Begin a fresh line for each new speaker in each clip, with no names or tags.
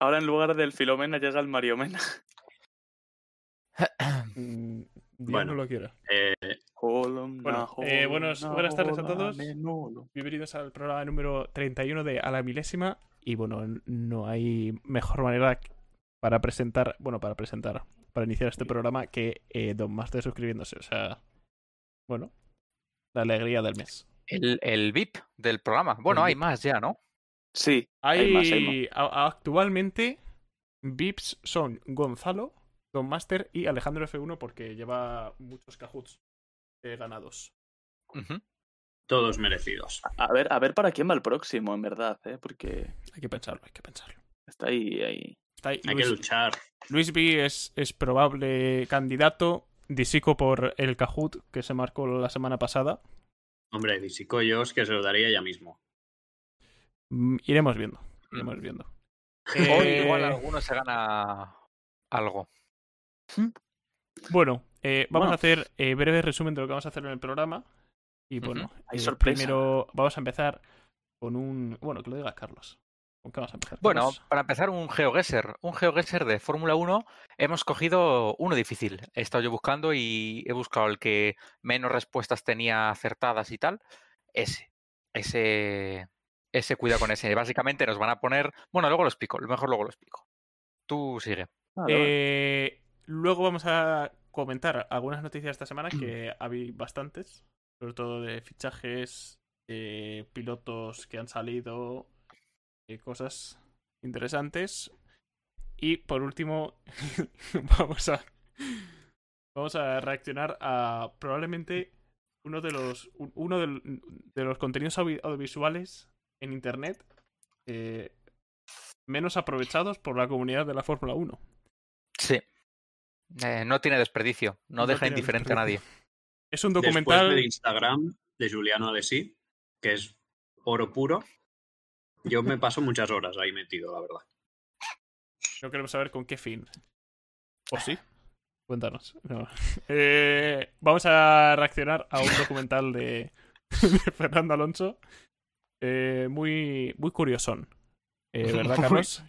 Ahora en lugar del Filomena llega el Mariomena.
Mm, Dios
Bueno.
no lo quiera.
Eh,
Columna,
eh, buenos-
columna,
buenas tardes a
columna,
todos.
menudo.
Bienvenidos al programa número 31 de A la Milésima. Y bueno, no hay mejor manera para presentar, bueno, para presentar, para iniciar este programa que eh, Don Master suscribiéndose. O sea, bueno, la alegría del mes.
El, el VIP del programa. Bueno,
El
hay
VIP.
más ya, ¿no?
Sí,
Hay,
hay más, hay más.
a- actualmente VIPs son Gonzalo, Don Master y Alejandro F1 porque lleva muchos cajuts eh, ganados.
Ujú.
todos merecidos.
A ver, a ver para quién va el próximo, en verdad, ¿eh? porque
Hay que pensarlo, hay que pensarlo.
está ahí, ahí.
Está ahí
Hay que
Luis-
luchar.
Luis B es, es probable candidato. Disico por el Cajut que se marcó la semana pasada.
Hombre, disicollos que se lo daría ya mismo.
Mm, Iremos viendo. Iremos viendo.
Hoy
Eh,
igual alguno se gana algo.
Bueno, eh, vamos
Bueno.
a hacer eh, breve resumen de lo que vamos a hacer en el programa. Y
Ujú.
bueno,
Hay
eh,
sorpresa.
primero vamos a empezar con un. Bueno, que lo diga Carlos. ¿Con qué vamos a empezar?
Bueno,
Carlos?
para empezar, un GeoGuessr. Un GeoGuessr de Fórmula 1. Hemos cogido uno difícil. He estado yo buscando y he buscado el que menos respuestas tenía acertadas y tal. Ese. Ese. Ese cuida con ese. Básicamente nos van a poner. Bueno, luego lo explico. Lo mejor luego lo explico. Tú sigue.
Vale, Ah, vale.
Eh, luego vamos a comentar algunas noticias de esta semana que hay bastantes, sobre todo de fichajes, eh, pilotos que han salido, eh, cosas interesantes. Y por último, vamos a vamos a reaccionar a probablemente uno de los un- uno del- de los contenidos audio- audiovisuales en internet eh, menos aprovechados por la comunidad de la Fórmula 1.
Sí. Eh, no tiene desperdicio. No,
No
deja
tiene
indiferente a nadie.
desperdicio. Es un
Después
documental.
del Instagram de Juliano Alessi, que es oro puro, yo me paso muchas horas ahí metido, la verdad.
No queremos saber con qué fin. ¿O sí? Cuéntanos. No. Eh, vamos a reaccionar a un documental de, de Fernando Alonso. Eh, muy, muy curiosón. Eh, ¿Verdad, Carlos?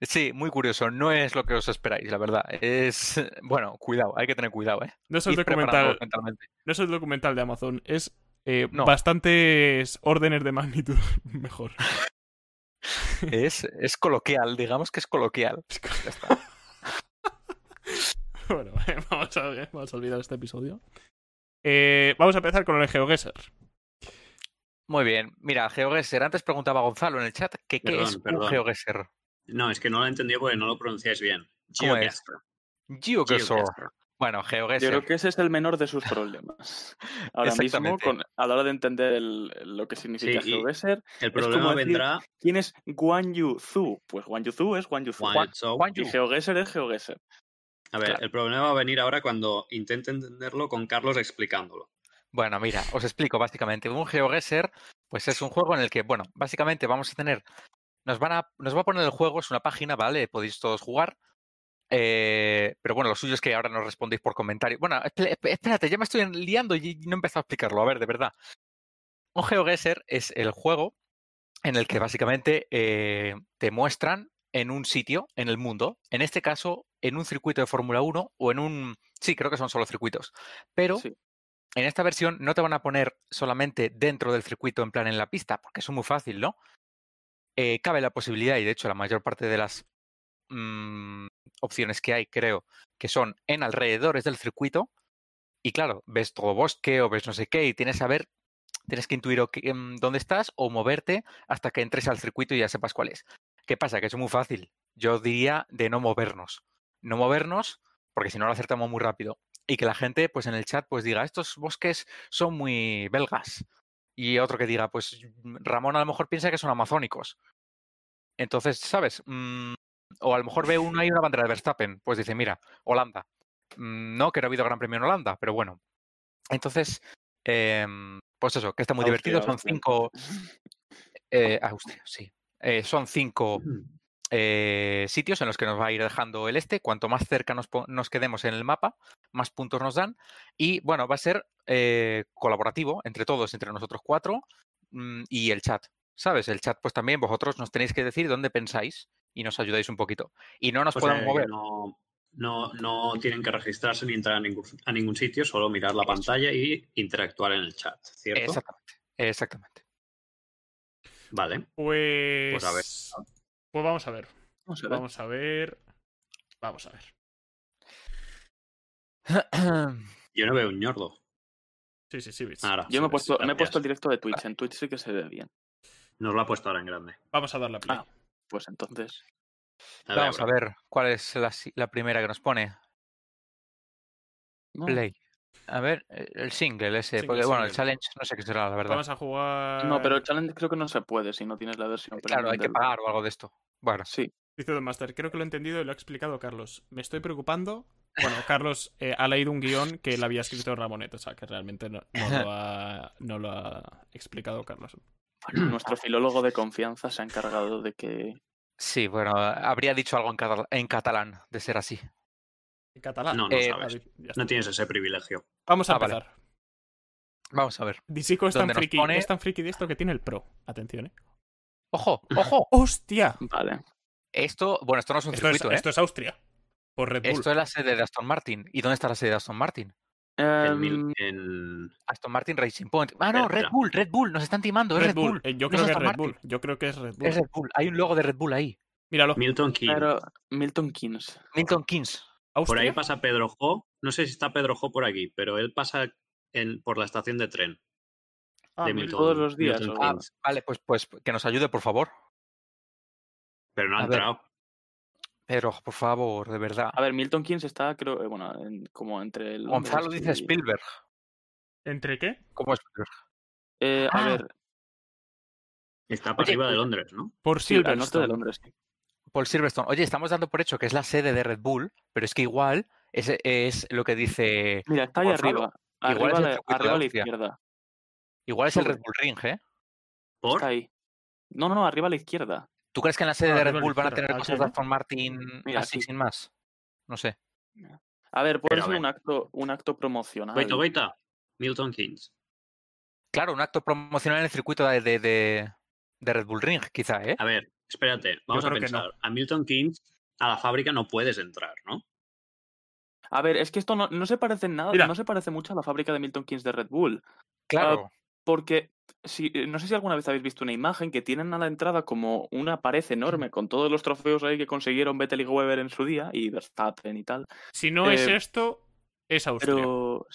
Sí, muy curioso. No es lo que os esperáis, la verdad. Es. eh, Bueno, cuidado, hay que tener cuidado, ¿eh?
No es el
Ir preparándoos
documental,
mentalmente.
no es el documental de Amazon. Es eh,
No.
bastantes órdenes de magnitud mejor.
Es, es coloquial, digamos que es coloquial. Ya está.
Bueno, vamos a, vamos a olvidar este episodio. Eh, vamos a empezar con el GeoGuessr.
Muy bien. Mira, GeoGuessr. Antes preguntaba Gonzalo en el chat que qué
Perdón,
es un
perdón.
GeoGuessr.
No, es que no lo he entendido porque no lo pronunciáis bien.
¿Cómo es?
Geocaster,
GeoGuessr.
geocaster.
Bueno,
Yo creo
GeoGuessr.
que ese es el menor de sus problemas. Ahora mismo,
Exactamente.
con- a la hora de entender el- lo que significa
Sí, y-
GeoGuessr,
El
como
problema
decir-
vendrá
¿quién es Guan Yu Zhu? Pues Guan Yu Zhu es Guan Yu Zhu.
Juan Zhou.
Juan
Y
Yu.
GeoGuessr es GeoGuessr.
A ver,
Claro.
el problema va a venir ahora cuando intente entenderlo con Carlos explicándolo.
Bueno, mira, os explico básicamente. Un GeoGuessr, pues es un juego en el que, bueno, básicamente vamos a tener, nos van a, nos va a poner el juego, es una página, ¿vale? Podéis todos jugar. eh, pero bueno, lo suyo es que ahora nos respondéis por comentario. Bueno, espe- espe- espérate, ya me estoy en- liando y no he empezado a explicarlo. A ver, de verdad. Un GeoGuessr es el juego en el que básicamente eh, te muestran en un sitio, en el mundo, en este caso, en un circuito de Fórmula 1 o en un... Sí, creo que son solo circuitos. Pero
Sí.
en esta versión no te van a poner solamente dentro del circuito, en plan en la pista, porque eso es muy fácil, ¿no? Eh, cabe la posibilidad, y de hecho la mayor parte de las mm, opciones que hay, creo, que son en alrededores del circuito. Y claro, ves todo bosque o ves no sé qué, y tienes a ver, tienes que intuir o qué- em, dónde estás o moverte hasta que entres al circuito y ya sepas cuál es. ¿Qué pasa? Que eso es muy fácil. Yo diría de no movernos. No movernos, porque si no lo acertamos muy rápido y que la gente pues en el chat pues diga estos bosques son muy belgas y otro que diga pues mm, Ramón a lo mejor piensa que son amazónicos entonces sabes Mm, o a lo mejor ve uno ahí una bandera de Verstappen pues dice mira Holanda Mm, no que no ha habido gran premio en Holanda pero bueno entonces em, pues eso que está muy
Austria,
divertido son
Austria.
cinco eh, Austria sí Eh, son cinco
Hmm.
eh, sitios en los que nos va a ir dejando el este. Cuanto más cerca nos, po- nos quedemos en el mapa, más puntos nos dan. Y bueno, va a ser eh, colaborativo entre todos, entre nosotros cuatro mm, y el chat. ¿Sabes? El chat, pues también vosotros nos tenéis que decir dónde pensáis y nos ayudáis un poquito. Y no nos
O sea,
podemos
que
mover.
No, no, no tienen que registrarse ni entrar a ningún, a ningún sitio, solo mirar la pantalla y interactuar en el chat, ¿cierto?
Exactamente, exactamente.
Vale.
Pues.
Pues a ver.
Pues vamos a ver.
Vamos a ver.
Vamos a ver. Vamos a ver.
Yo no veo un ñordo.
Sí, sí, sí. Bits.
Ahora,
Yo me he,
¿sabes?
puesto, me he
Gracias.
puesto el directo de Twitch. En Twitch sí que se ve bien.
Nos lo ha puesto ahora en grande.
Vamos a dar la play.
Ah. Pues entonces.
A ver,
Vamos a
bro.
ver cuál es la, si- la primera que nos pone.
No,
Play. A ver, eh, el single ese.
Single,
porque bueno, el
single.
challenge no sé qué será, la verdad.
Vamos a jugar.
no, pero el challenge creo que no se puede si no tienes la versión.
Ah. Eh, Claro,
premium
hay que
del-
pagar o algo de esto. Bueno,
Sí,
Dice Don Master, creo que lo he entendido y lo ha explicado Carlos. Me estoy preocupando. Bueno, Carlos eh, ha leído un guión que le había escrito Ramonet, o sea que realmente no, no lo, ha, no lo ha explicado Carlos.
nuestro filólogo de confianza se ha encargado de que.
sí, bueno, habría dicho algo en, catal- en catalán de ser así.
En catalán.
No, no
Eh,
sabes.
Ah, ya está.
No tienes ese privilegio.
Vamos a
Ah, vale.
empezar.
Vamos a ver.
Disico es tan,
Donde nos
friki,
pone-
es tan friki de esto que tiene el pro. Atención, eh.
Ojo, ojo.
¡Hostia!
Vale.
Esto, bueno, esto no es un
Esto es,
circuito, ¿eh?
esto es Austria. Por Red Bull.
Esto es la sede de Aston Martin. ¿Y dónde está la sede de Aston Martin?
En
Em,
mil- en-
Aston Martin Racing Point. Ah, no, Red
Espera.
Bull, Red Bull, nos están timando, es
Red
Red
Bull.
Bull.
Eh, Yo
no
creo
es
que es
Aston
Red
Martin.
Bull. Yo creo que es Red Bull.
Es Red Bull, hay un logo de Red Bull ahí.
Míralo.
Milton Keynes.
Pero Milton Keynes.
Milton Keynes.
Por ahí
Austria.
pasa Pedro Jo. No sé si está Pedro Jo por aquí, pero él pasa en- por la estación de tren
Ah,
de
mira.
Milton.
todos los días,
Milton
¿o? Ah,
Keynes.
Vale, pues, pues que nos ayude, por favor.
Pero no ha
a ver.
entrado.
Pero, por favor, de verdad.
A ver, Milton Keynes está, creo, eh, bueno, en- como entre el.
Gonzalo dice Spielberg.
¿Entre qué?
¿Cómo Spielberg?
Eh, a
Ah,
ver,
Está para
Oye,
arriba de
pues-
Londres, ¿no?
Por
sí, al norte de
Silverstone.
Londres. sí.
Paul Silverstone. Oye, estamos dando por hecho que es la sede de Red Bull, pero es que igual es, es lo que dice.
Mira, está ahí
Gonzalo,
arriba.
igual
Arriba,
es el
a la-
circuito de
arriba a la
Austria.
izquierda.
Igual es el Red
Hombre.
Bull Ring, ¿eh?
Por.
Está ahí. No, no, no, arriba a la izquierda.
¿Tú crees que en la sede
Ah,
de
arriba
Red
a la
Bull van a
izquierda.
tener
¿Aquí,
cosas de
no?
Aston Martin
Mira,
así
aquí.
sin más? No sé.
A ver, puede
Pero a
ser
ver.
un acto, un acto promocional.
Goita, goita. Milton Keynes.
Claro, un acto promocional en el circuito de, de, de- de Red Bull Ring, quizá,
Ah,
¿eh?
A ver, espérate, vamos a
creo que no.
pensar. A Milton Keynes, a la fábrica no puedes entrar, ¿no?
A ver, es que esto no, no se parece en nada,
Mira.
no se parece mucho a la fábrica de Milton Keynes de Red Bull.
Claro.
Porque si, eh, no sé si alguna vez habéis visto una imagen que tienen a la entrada como una pared enorme con todos los trofeos ahí que consiguieron Vettel y Weber en su día y Verstappen y tal.
Si no es
Eh,
esto, es Austria.
Pero,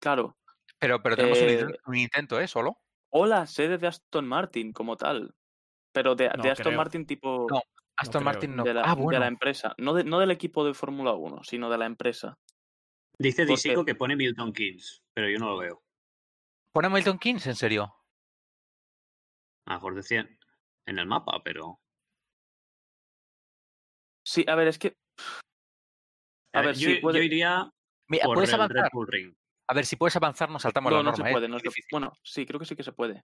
claro,
Pero, pero tenemos un
Eh,
intento- un intento, ¿eh? Solo.
o la sede de Aston Martin como tal. Pero de, de
No
Aston
creo.
Martin tipo
No, Aston
creo.
Martin no.
de, la,
ah,
de
bueno.
la em empresa. No, de- no del equipo de Fórmula 1, sino de la empresa.
Dice
Porque-
Disico que pone Milton Keynes, pero yo no lo veo.
¿Pone Milton Keynes, en serio?
A lo mejor decía en el mapa, pero.
Sí, a ver, es que A ver,
eh, yo,
sí, puede-
yo iría
Mira,
por
¿puedes
el Red
avanzar?
Bull Ring.
A ver, si puedes avanzar, nos saltamos
no,
la
no se
norma, ¿eh?
puede.
Es
no
muy
se-
difícil.
bueno, sí, creo que sí que se puede.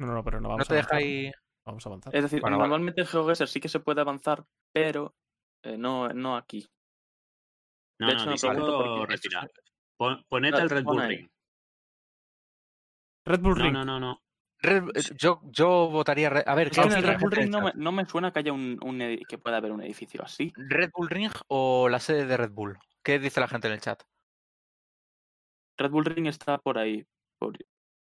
No, no, pero no vamos
No te
a
deja
avanzar.
ahí...
Vamos a avanzar.
Es decir,
Bueno, vale.
normalmente en GeoGuessr sí que se puede avanzar, pero eh, no, no aquí.
No,
De
no,
hecho, me
Disico
pregunto por qué.
retira. Pon- ponete
Claro,
el Red
pon
Bull
ahí.
Ring.
Red Bull
No,
Ring.
no, no, no.
Red- eh, yo, yo votaría... Red- A ver,
Es
¿qué
que en el
dice
Austria,
la
Red Bull
gente en
Ring no
el
me, no me suena que haya un, un edi- que pueda haber un edificio así.
chat? ¿Red Bull Ring o la sede de Red Bull? ¿Qué dice la gente en el chat?
Red Bull Ring está por ahí. por-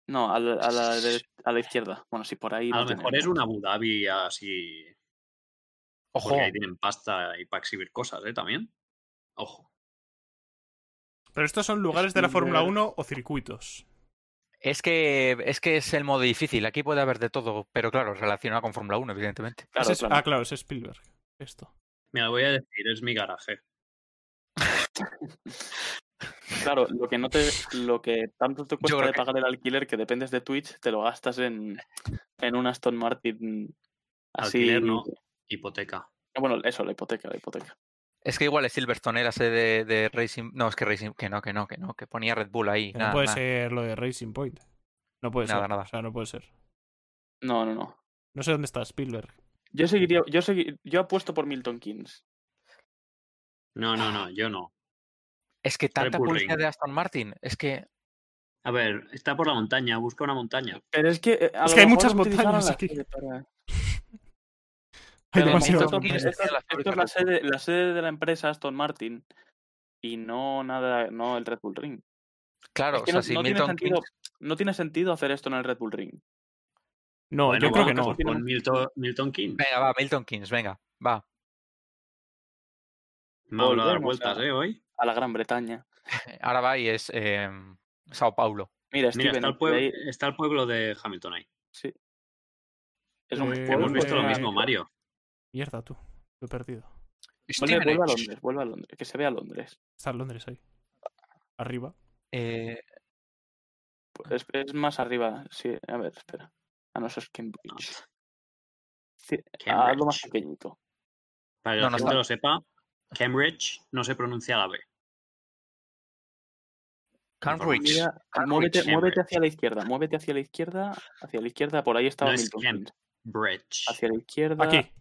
No, a la, a la dere- a la izquierda. Bueno, sí, por ahí.
A
no
lo
tiene
mejor es una Abu Dhabi así.
Ojo,
Porque ahí tienen pasta y para exhibir cosas, ¿eh? También. Ojo.
Pero estos son lugares de la Fórmula
Spielberg.
1 o circuitos.
es que, es que es el modo difícil. Aquí puede haber de todo, pero claro, relacionado con Fórmula 1, evidentemente.
Claro,
Ese es-
claro.
Ah, claro, es Spielberg. Esto.
Mira, voy a decir, es mi garaje.
Claro, lo que no te, lo que tanto te cuesta
creo
de
que-
pagar el alquiler que dependes de Twitch, te lo gastas en, en un Aston Martin así.
Alquiler, no. Hipoteca.
Bueno, eso, la hipoteca, la hipoteca.
Es que igual es Silverstone, era sede de, de Racing... No, es que Racing... Que no, que no, que no, que ponía Red Bull ahí.
Que
nada,
no puede
nada.
ser lo de Racing Point. No puede
Nada,
ser.
nada.
O sea, no puede ser.
No, no, no.
No sé dónde está Spielberg.
Yo seguiría, yo segui- yo apuesto por Milton Keynes.
No, no, no, yo no.
Es que tanta
Bull
publicidad
Ring.
de Aston Martin, es que...
A ver, está por la montaña, busca una montaña.
Pero es que. eh, a
Es
lo
que hay
mejor
muchas
utilizaron
montañas
la
aquí.
sede para-
Hay
Pero
demasiado
esto,
romper.
esto- esto es la sede, la sede de la empresa Aston Martin y no nada, no el Red Bull Ring.
Claro,
es que
o sea,
no-
si
no tiene
Milton
sentido.
Keynes-
No tiene sentido hacer esto en el Red Bull Ring.
No,
Bueno,
yo creo que
vamos,
no.
que
Con Milton, Milton King.
Venga, va, Milton Kings, venga, va.
Me ha hablado de dar
volvemos a-
vueltas, ¿eh? Hoy.
A la Gran Bretaña.
Ahora va y es eh, Sao Paulo.
Mira,
Mira,
Steven,
está el,
de ahí-
pueblo, está el pueblo de Hamilton ahí.
es un
Eh,
pueblo
Hemos visto lo
eh,
mismo, Mario.
Mierda, tú. Lo he perdido.
Vuelve,
Steven,
vuelve a
eh,
Londres, vuelve a Londres, que se vea Londres.
Está en Londres ahí. Arriba.
eh,
Pues Es, es más arriba, sí. A ver, espera. Ah, no, eso es Cambridge. Ah, algo más
Cambridge.
pequeñito.
Para que
No,
la
no
gente
está.
lo sepa, Cambridge no se pronuncia la B.
Cambridge.
Mira,
Cambridge,
muévete, muévete
Cambridge.
hacia la izquierda, muévete hacia la izquierda, hacia la izquierda, por ahí estaba
No es
Milton
Kent.
Keynes.
Bridge.
Hacia la izquierda.
Aquí.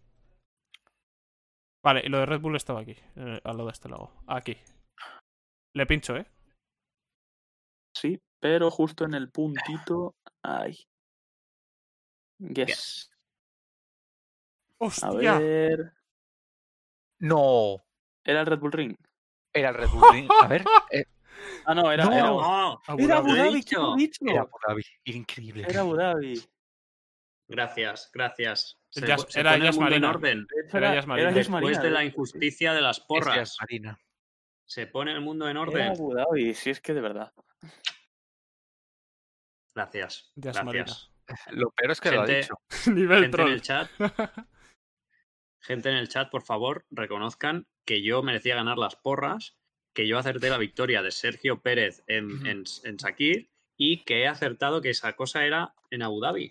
Vale, y lo de Red Bull estaba aquí. eh, al lado de este lago. Aquí. Le pincho, ¿eh?
Sí, pero justo en el puntito. Ahí. Yes. A
¡Hostia!
ver.
No,
Era el Red Bull Ring.
era el Red Bull. Ring. A ver, eh,
Ah, no, era.
No.
Era,
¡Oh!
Abu
era Abu
Dhabi.
Lo he
Dhabi, ¿quién lo ha dicho?
era Abu Dhabi. Increíble.
Era Abu Dhabi. De
Gracias, gracias. Se,
Jazz-
po- se
era
pone el
Jazz
mundo en
Marina.
orden.
hecho,
Era
Era,
Yas Marina. ¿eh?
era Yas
Después
Marina,
de la
sí,
injusticia de las
Ese
porras,
es Marina.
se pone el mundo en
sí. Era
orden.
Abu Dhabi, sí, es que de verdad.
Gracias.
Jazz
Gracias.
Lo peor es que lo ha
Gente-
dicho.
Nivel
Gente en
troll.
el chat, gente en el chat, por favor, reconozcan que yo merecía ganar las porras, que yo acerté la victoria de Sergio Pérez en,
Ujú.
en, en Sakir y que he acertado que esa cosa era en Abu Dhabi.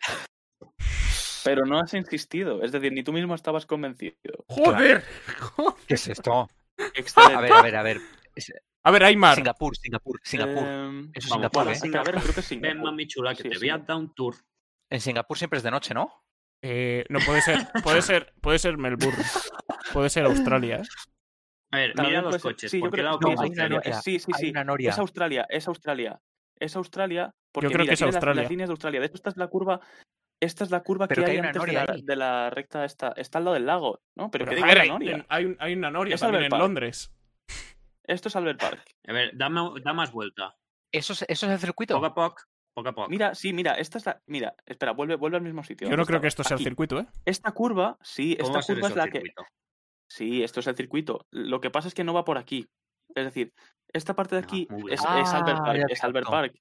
Pero no has insistido, es decir, ni tú mismo estabas convencido.
¡Joder!
¿Qué es esto? A
Excelente.
ver, a ver, a ver.
A ver, Aymar.
Singapur, Singapur, Singapur.
Em,
Eso es
vamos,
Singapur,
vale,
¿eh?
sí.
a ver, creo que sí.
Ven, mami chula, que
Sí,
te
sí.
voy a dar un tour.
En Singapur siempre es de noche, ¿no?
Eh, no puede ser. Puede ser, puede ser Melbourne. Puede ser Australia, ¿eh?
A ver,
También
mira los
puede ser-
coches.
sí, yo
¿Por qué
creo-
lado
no,
que es
hay una
Australia?
noria. Sí,
Australia.
sí,
Hay
sí.
una noria.
Es Australia, es Australia. Es Australia. Porque
creo que
mira,
es
tiene las-
Australia.
Las líneas de Australia. De hecho, esta es la curva. Esta es la curva
Pero
que,
que
hay
hay una
antes de
noria
la,
ahí.
de la recta esta. Está al lado del lago, ¿no? Pero,
Pero,
que digo
joder,
la
hay,
noria.
hay un- hay una noria
Es
también
Albert
en
Park.
Londres.
Esto es Albert Park.
A ver, dame, da más vuelta.
Eso es, eso es el circuito.
Poco a poco, poco a poco.
Mira, sí, mira, esta es la. Mira, espera, vuelve, vuelve al mismo sitio.
Yo no
donde
creo que esto
estabas.
sea el
Aquí.
circuito, ¿eh?
Esta curva, sí,
¿Cómo va
esta
a ser
curva es
eso
la
el
que.
circuito?
Sí, esto es el circuito. Lo que pasa es que no va por aquí. Es decir, esta parte de
Ah,
aquí
muy bien.
es, es Albert
Ah,
Park.
ya
Es
te
Albert
capto.
Park.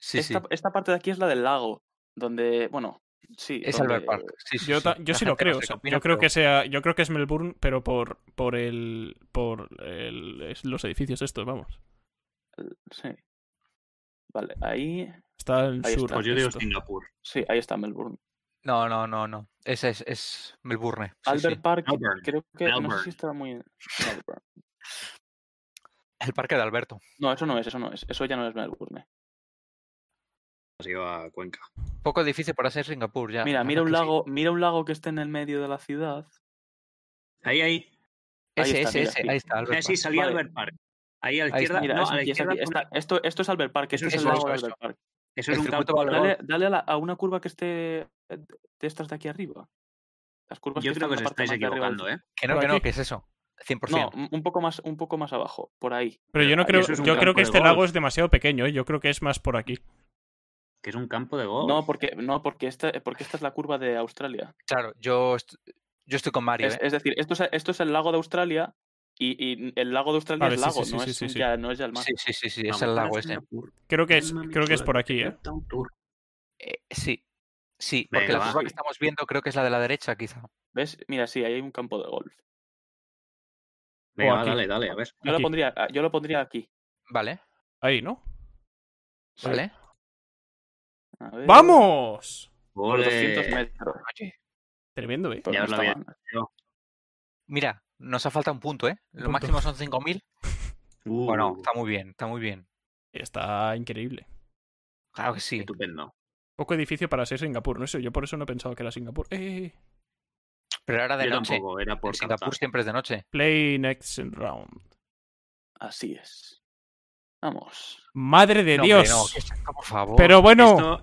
Sí, sí.
esta, esta parte de aquí es la del lago, donde, bueno, sí.
Es
donde-
Albert Park. Sí, sí,
Yo,
sí.
ta- yo
La
sí lo
gente no
creo.
sé
o
qué
sea,
opina,
yo creo
pero-
que sea, yo creo que es Melbourne, pero por por el por el- es- los edificios estos, vamos.
Sí. Vale, ahí,
Está el
Ahí
sur.
está.
Pues yo digo
esto.
Singapur.
sí, ahí está Melbourne.
No, no, no, no. Ese es, es Melbourne. Sí,
Albert
sí.
Park,
Melbourne,
creo que no sé si
Melbourne.
está muy. Melbourne.
El parque de Alberto.
No, eso no es, eso no es, eso ya no es Melbourne.
Has ido a Cuenca.
Poco difícil para ser Singapur ya.
Mira,
la
mira un
verdad que sí.
lago, mira un lago que esté en el medio de la ciudad.
Ahí, ahí.
Ahí
Ese,
está,
ese,
mira,
ese.
sí.
Ahí está, Albert
Eh, sí,
Park.
salí
Vale.
Albert Park. Ahí a la
Ahí está,
izquierda.
Mira,
no,
es
a la
aquí, es
izquierda.
aquí,
pone-
está- esto, esto es Albert Park,
Eso
esto es
es
el
eso,
lago de
eso,
Albert Park.
Eso es
el
un
circuito
cálculo.
valorado.
Dale, dale a, la- a una curva que esté eh, de estas de aquí arriba. Las curvas
Yo
que
creo que
están
os
en la parte
estáis
más de arriba del-
equivocando, ¿eh?
Que no,
Por
que no,
aquí.
que es eso. 100%.
No, un- un poco más, un poco más abajo, por ahí.
Pero yo no
Ahí
creo,
eso es un
yo creo
campo
que
de
este
golf.
lago es demasiado pequeño, ¿eh? yo creo que es más por aquí.
Que es un campo de golf.
No, porque, no porque, esta, porque esta es la curva de Australia.
Claro, yo, est- yo estoy con Mario.
Es,
¿eh?
es decir, esto es, esto es el lago de Australia y, y el lago de Australia
Vale,
es
Ah, sí,
lago,
sí,
no,
sí,
es
sí, sí.
Ya, no es ya el mar.
Sí, sí, sí, sí.
Vamos
Es el
para
lago ese.
Singapur.
Creo que es,
Mami
creo que es
chula,
por
te
aquí,
voy a
¿eh?
dar un tour.
Eh, sí. Sí, porque
Venga,
la
va.
curva que
Sí.
estamos viendo creo que es la de la derecha, quizá.
¿Ves? Mira, sí, ahí hay un campo de golf.
Venga,
O
va,
aquí.
dale, dale, a ver.
Yo, lo
Aquí.
pondría, ah, yo lo pondría aquí.
Vale,
Ahí, ¿no? Sí.
vale.
A ver,
¡Vamos!
Por
Ole.
200 metros.
Tremendo, ¿eh?
Pues
Ya
no
os lo
está
había-
mal.
Mira, nos ha faltado un punto, ¿eh? Lo
punto.
máximo son 5.000.
Uh,
Bueno, está muy bien, está muy bien.
Está increíble.
Claro que sí.
estupendo.
Poco edificio para ser Singapur, no sé, yo por eso no he pensado que era Singapur. Eh,
Pero ahora de
Yo
noche.
tampoco, era
En
por
Singapur
Qatar.
siempre es de noche.
play next round.
Así es. Vamos.
Madre de
No, hombre,
Dios.
no, que es- no, por favor.
Pero bueno,
Esto-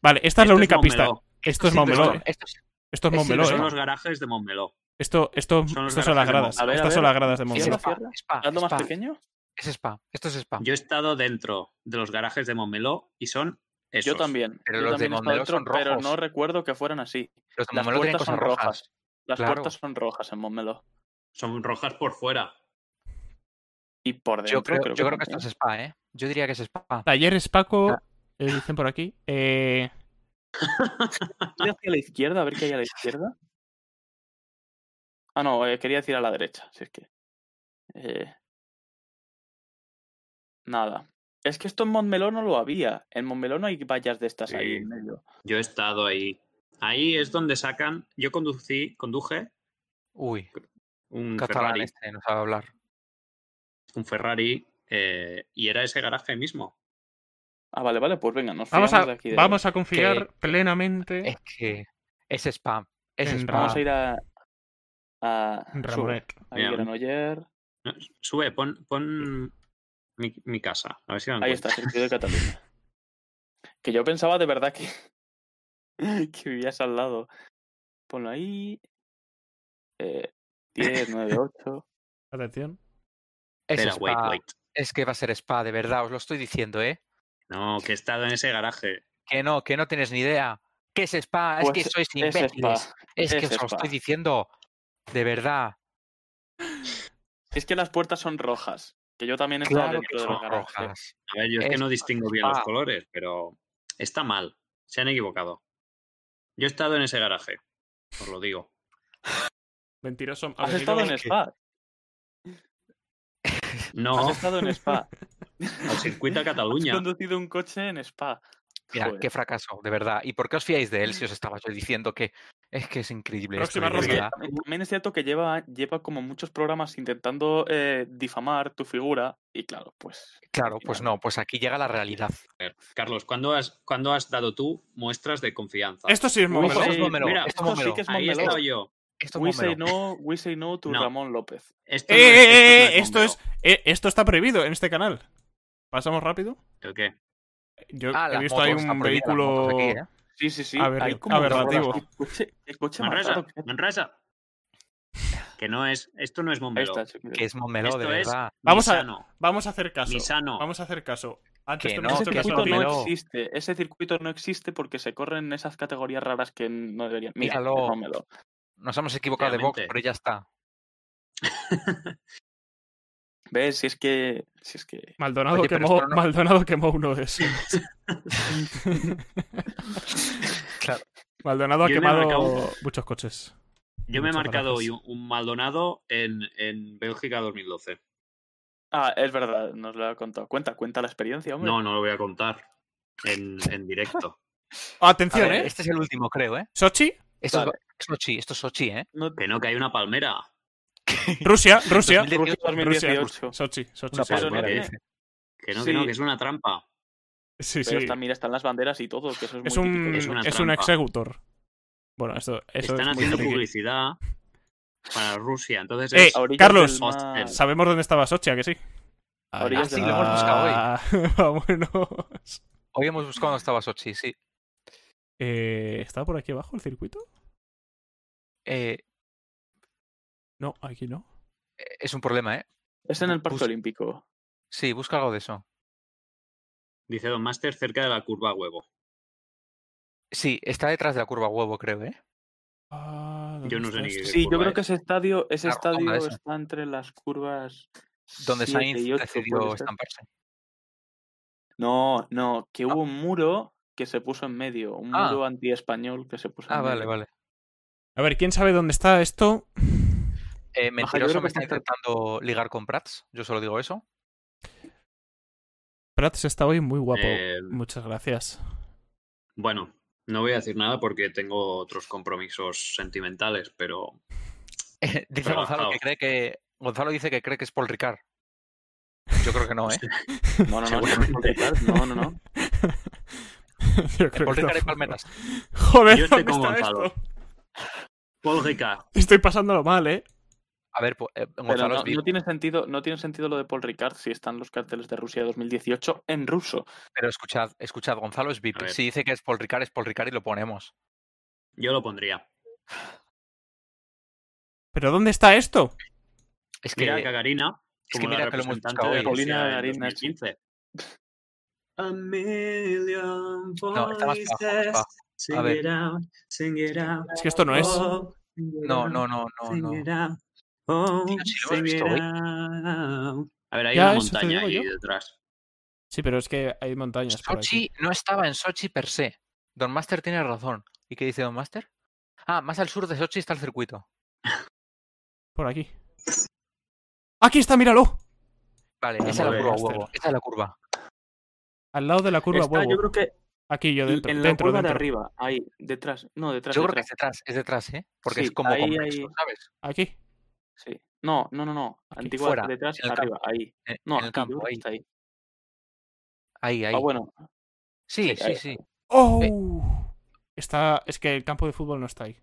vale, esta
esto
es la única pista.
Montmeló.
Esto es
sí,
Montmeló,
esto-
¿eh? Esto es
es-
Montmeló,
Pero,
Son
¿eh?
los garajes de Montmeló.
Esto, esto,
Son los
estas
de
son
la
las
Fermo.
gradas.
A ver, a
Estas
ver.
son las gradas de
Es
¿Cierra,
Montmeló.
spa,
cierra?
spa,
Ah,
Hazlo más
spa.
pequeño.
Es spa. Esto es spa.
Yo he estado dentro de los garajes de Montmeló y son esos.
Yo también.
Pero
yo
los de
también he estado
Montmeló
dentro,
son
Pero
rojos.
no recuerdo que fueran así.
Los de
Las
Montmeló tienen
puertas
cosas
son
rojas.
rojas. Las
Claro.
puertas son rojas en Montmeló.
Son rojas por fuera.
Y por dentro
Yo creo,
creo
yo creo que
también.
esto es spa, ¿eh? Yo diría que es spa.
Talleres Paco,
Ah.
eh, dicen por aquí. Eh,
Ir hacia la izquierda, a ver qué hay a la izquierda. Ah, no, eh, quería decir a la derecha, si es que. Eh, Nada. Es que esto en Montmeló no lo había. En Montmeló no hay vallas de estas ahí en
Sí.
medio.
Yo he estado ahí. Ahí es donde sacan. Yo conducí, conduje
Uy,
un
catalán
Ferrari,
este, no sabe hablar.
un Ferrari eh, y era ese garaje mismo.
Ah, vale, vale, pues venga, nos
vamos,
fiamos
a,
de aquí de- eh,
vamos a confiar plenamente
Es que es spa. Es
En
spa.
Vamos a ir a. a...
en
sube,
Ramonet.
a
Bien.
Granoller.
No, Sube, pon, pon mi, mi casa. A ver si la
Ahí está,
encuentro.
sentido de Cataluña. Que yo pensaba de verdad que, que vivías al lado. Ponlo ahí. Eh, 10, 9, 8.
Atención.
Es
Espera,
spa.
wait, wait.
Es que va a ser spa, de verdad, os lo estoy diciendo, ¿eh?
No, que he estado en ese garaje.
Que no, que no tienes ni idea. ¿Qué es spa? es que
Pues Es
sois
spa.
imbéciles. Es, que
es
os lo
spa.
estoy diciendo. De verdad.
Es que las puertas son rojas. Que yo también estaba
Claro que
dentro de los
son
garajes.
rojas.
A ver, yo es, que
Es
no distingo bien los
spa.
colores, pero está mal. Se han equivocado. Yo he estado en ese garaje, os lo digo.
Mentiroso. ha
Has
venido-
estado en
que-
spa.
No,
Has estado en spa.
al circuito de
Has
Cataluña.
conducido un coche en spa.
Mira,
Joder.
qué fracaso, de verdad. ¿Y por qué os fiáis de él si os estaba yo diciendo que es que es increíble? esto,
Próxima
de
ronda.
verdad?
También- También es cierto que lleva, lleva como muchos programas intentando eh, difamar tu figura. Y claro, pues.
Claro, pues
Mira.
no, pues aquí llega la realidad.
A ver, Carlos, ¿cuándo has, ¿cuándo has dado tú muestras de confianza?
Esto sí es
Uy,
Montmeló.
Esto es
sí,
Montmeló,
mira,
esto es
esto sí
Montmeló,
que es
Ahí he
Montmeló.
estado yo.
esto es
We say
Montmeló.
no, we say no to
No.
Ramón López.
Esto
¡Eh,
no es-
eh, eh!
esto
Esto
no
es. eh, esto está prohibido en este canal. Pasamos rápido.
Montmeló. ¿El qué?
Yo
Ah,
he
las
visto
motos,
ahí
están
un
prohibidas las motos
vehículo.
aquí, ¿eh?
Sí, sí, sí.
Aberra-
hay como dos
aberrativo.
horas. ¿Qué coche, qué coche más
Manresa,
raro que-
Manresa. Que no es, esto no es
Ahí
Montmeló.
está, chico.
Que es Montmeló, de
Esto es-
verdad.
Vamos a-
Misano,
Vamos a hacer caso.
Misano.
Vamos a hacer caso. Antes
Que
te
no,
hemos
Ese
hecho
que
caso
circuito
a
no
Miguel.
Montmeló.
existe. Ese circuito no existe porque se corren esas categorías raras que no deberían. Mira,
Míralo.
es Montmeló.
Nos hemos equivocado de box,
Obviamente.
pero ya está.
¿Ves? Si es que. Si es que.
Maldonado,
Oye, pero
quemó,
esto no-
Maldonado quemó uno de esos.
Claro.
Maldonado ha
Yo me he
quemado
marcado-
muchos coches.
Yo me he
Muchas
marcado hoy
gracias.
un, un Maldonado en, en Bélgica 2012.
Ah, es verdad, nos lo ha contado. Cuenta, cuenta la experiencia, hombre.
No, no lo voy a contar en, en directo.
A
Atención,
ver,
¿eh?
este es el último, creo, ¿eh?
Sochi,
Esto
Vale.
es Sochi, esto es Sochi, ¿eh?
No-
Que no, que hay una palmera.
Rusia, Rusia.
2018,
Rusia
Rusia,
2018.
Sochi, Sochi.
Una
sí,
palabra.
palmera,
¿qué?
dice.
Que no, que no,
Sí.
que es una trampa.
Sí, sí.
Pero está- mira, están las banderas y todo. Que eso es,
Es
muy
un,
típico.
es una
es un
trampa.
executor. Bueno, esto, eso
Están
es muy
haciendo
friki.
publicidad para Rusia. Entonces
Eh,
es
A orillas
Carlos.
del mar-
Hostel.
Sabemos dónde estaba Sochi, ¿a que sí?
A orillas
Ah, sí,
del
lo hemos
mar.
buscado hoy.
Ah, Vámonos.
Hoy hemos buscado dónde estaba Sochi, sí.
Eh, ¿Estaba por aquí abajo el circuito?
Eh,
No, aquí no.
es un problema, ¿eh?
Es en el Parque
Bus-
Olímpico.
Sí, busca algo de eso.
Dice Don Master cerca de la curva huevo.
Sí, está detrás de la curva huevo, creo, ¿eh?
Ah,
Yo
¿dónde
no sé
está
ni
esto?
qué
Sí, yo
curva
creo
es.
que ese estadio, ese
La rotonda
estadio
esa.
está entre las curvas.
Donde
siete
Sainz
y ocho, puede
decidió
ser.
estamparse.
No, no, que hubo un muro que se puso en medio, un
Ah.
muro anti-español que se puso en
Ah, vale,
medio.
vale.
A ver, ¿quién sabe dónde está esto?
Eh,
creo
mentiroso
que
me está
está cerca.
intentando ligar con Prats, yo solo digo eso.
Prats está hoy muy guapo.
Eh,
Muchas gracias.
bueno, no voy a decir nada porque tengo otros compromisos sentimentales, pero
Eh, Dice
Pero,
Gonzalo que
ah.
cree que. Gonzalo dice que cree que es Paul Ricard. Yo creo que no, ¿eh?
No, no, no, eso
pues
no, es Paul Ricard, no, no, no.
Yo creo
Paul
que
Ricard y
tampoco.
Palmeras.
Joder,
Yo estoy
¿dónde
con
está
Gonzalo.
esto?
Paul Ricard.
Estoy pasándolo mal, ¿eh?
A ver, po- eh,
Pero
Gonzalo
no,
es vivo,
no tiene sentido, no tiene sentido lo de Paul Ricard si están los carteles de Rusia 2018 en ruso.
pero escuchad, escuchad, Gonzalo es VIP.
ver.
Si dice que es Paul Ricard, es Paul Ricard y lo ponemos.
Yo lo pondría.
¿Pero dónde está esto?
Es que,
Mira a Gagarina,
es que
como la
mira que lo hemos
representante
buscado
de
hoy.
la
Colina
universidad del
Arena,
2015. A million
No, está más abajo, más
voices,
abajo.
sing
A ver.
it out, sing it out,
Es que esto no es.
oh, sing it
No,
out,
no, no, no.
sing
no.
it out, oh,
Tío, si lo
sing
hemos
it
visto hoy.
out. A ver, hay
Ya,
una
eso te
montaña
digo
aquí
yo.
detrás.
Sí, pero es que hay montañas. por aquí.
Sochi no estaba en Sochi per se. Don Master tiene razón. ¿Y qué dice Don Master? Ah, más al sur de Sochi está el circuito.
Por aquí. ¡Aquí está, míralo!
Vale,
Ah,
esa es la
vale,
curva
Master.
huevo. Esa es la curva.
Al lado de la curva
Está,
huevo.
yo creo que
Aquí yo dentro.
en la
dentro,
curva de
dentro.
arriba, ahí, detrás. No, detrás.
Yo creo que
detrás.
es detrás, es detrás, ¿eh? Porque es
Sí,
como
ahí,
convexo,
ahí.
¿sabes?
Aquí.
Sí. No, no, no, no. Antigua
fuera,
detrás,
en el
arriba, ahí.
En,
No,
en el
aquí, yo creo
campo,
que
ahí.
está ahí.
Ahí, ahí.
Ah, bueno.
sí,
sí,
sí,
ahí.
sí.
¡Oh! Está. Es que el campo de fútbol no está ahí.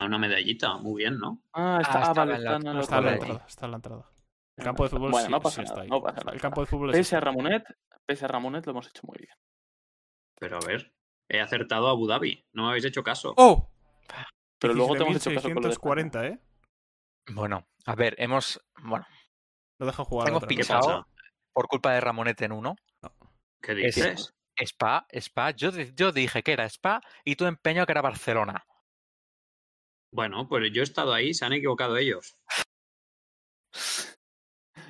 Una medallita, muy bien, ¿no?
Ah, está, ah,
estaba
vale,
en
está
la-
en
no
la
No, está
otra
en la
vale.
parte.
entrada. Está en la entrada. El campo de fútbol
Bueno,
sí,
no pasa
sí
nada,
está ahí.
no pasa nada.
El campo de fútbol es.
Pese a Ramonet, pese a Ramonet lo hemos hecho muy bien.
Pero a ver, he acertado a Abu Dhabi, no me habéis hecho caso.
¡Oh!
Pero luego te hemos hecho caso con lo de España.
640, ¿eh?
Bueno, a ver, hemos. Bueno,
Lo deja jugar
Hemos
otra
¿Qué
vez.
pinchado.
pasa?
por culpa de Ramonete en uno.
¿Qué
Es-
dices?
Spa, Spa. Yo, di- yo dije que era Spa y tu empeño que era Barcelona.
Bueno, pues yo he estado ahí, se han equivocado ellos.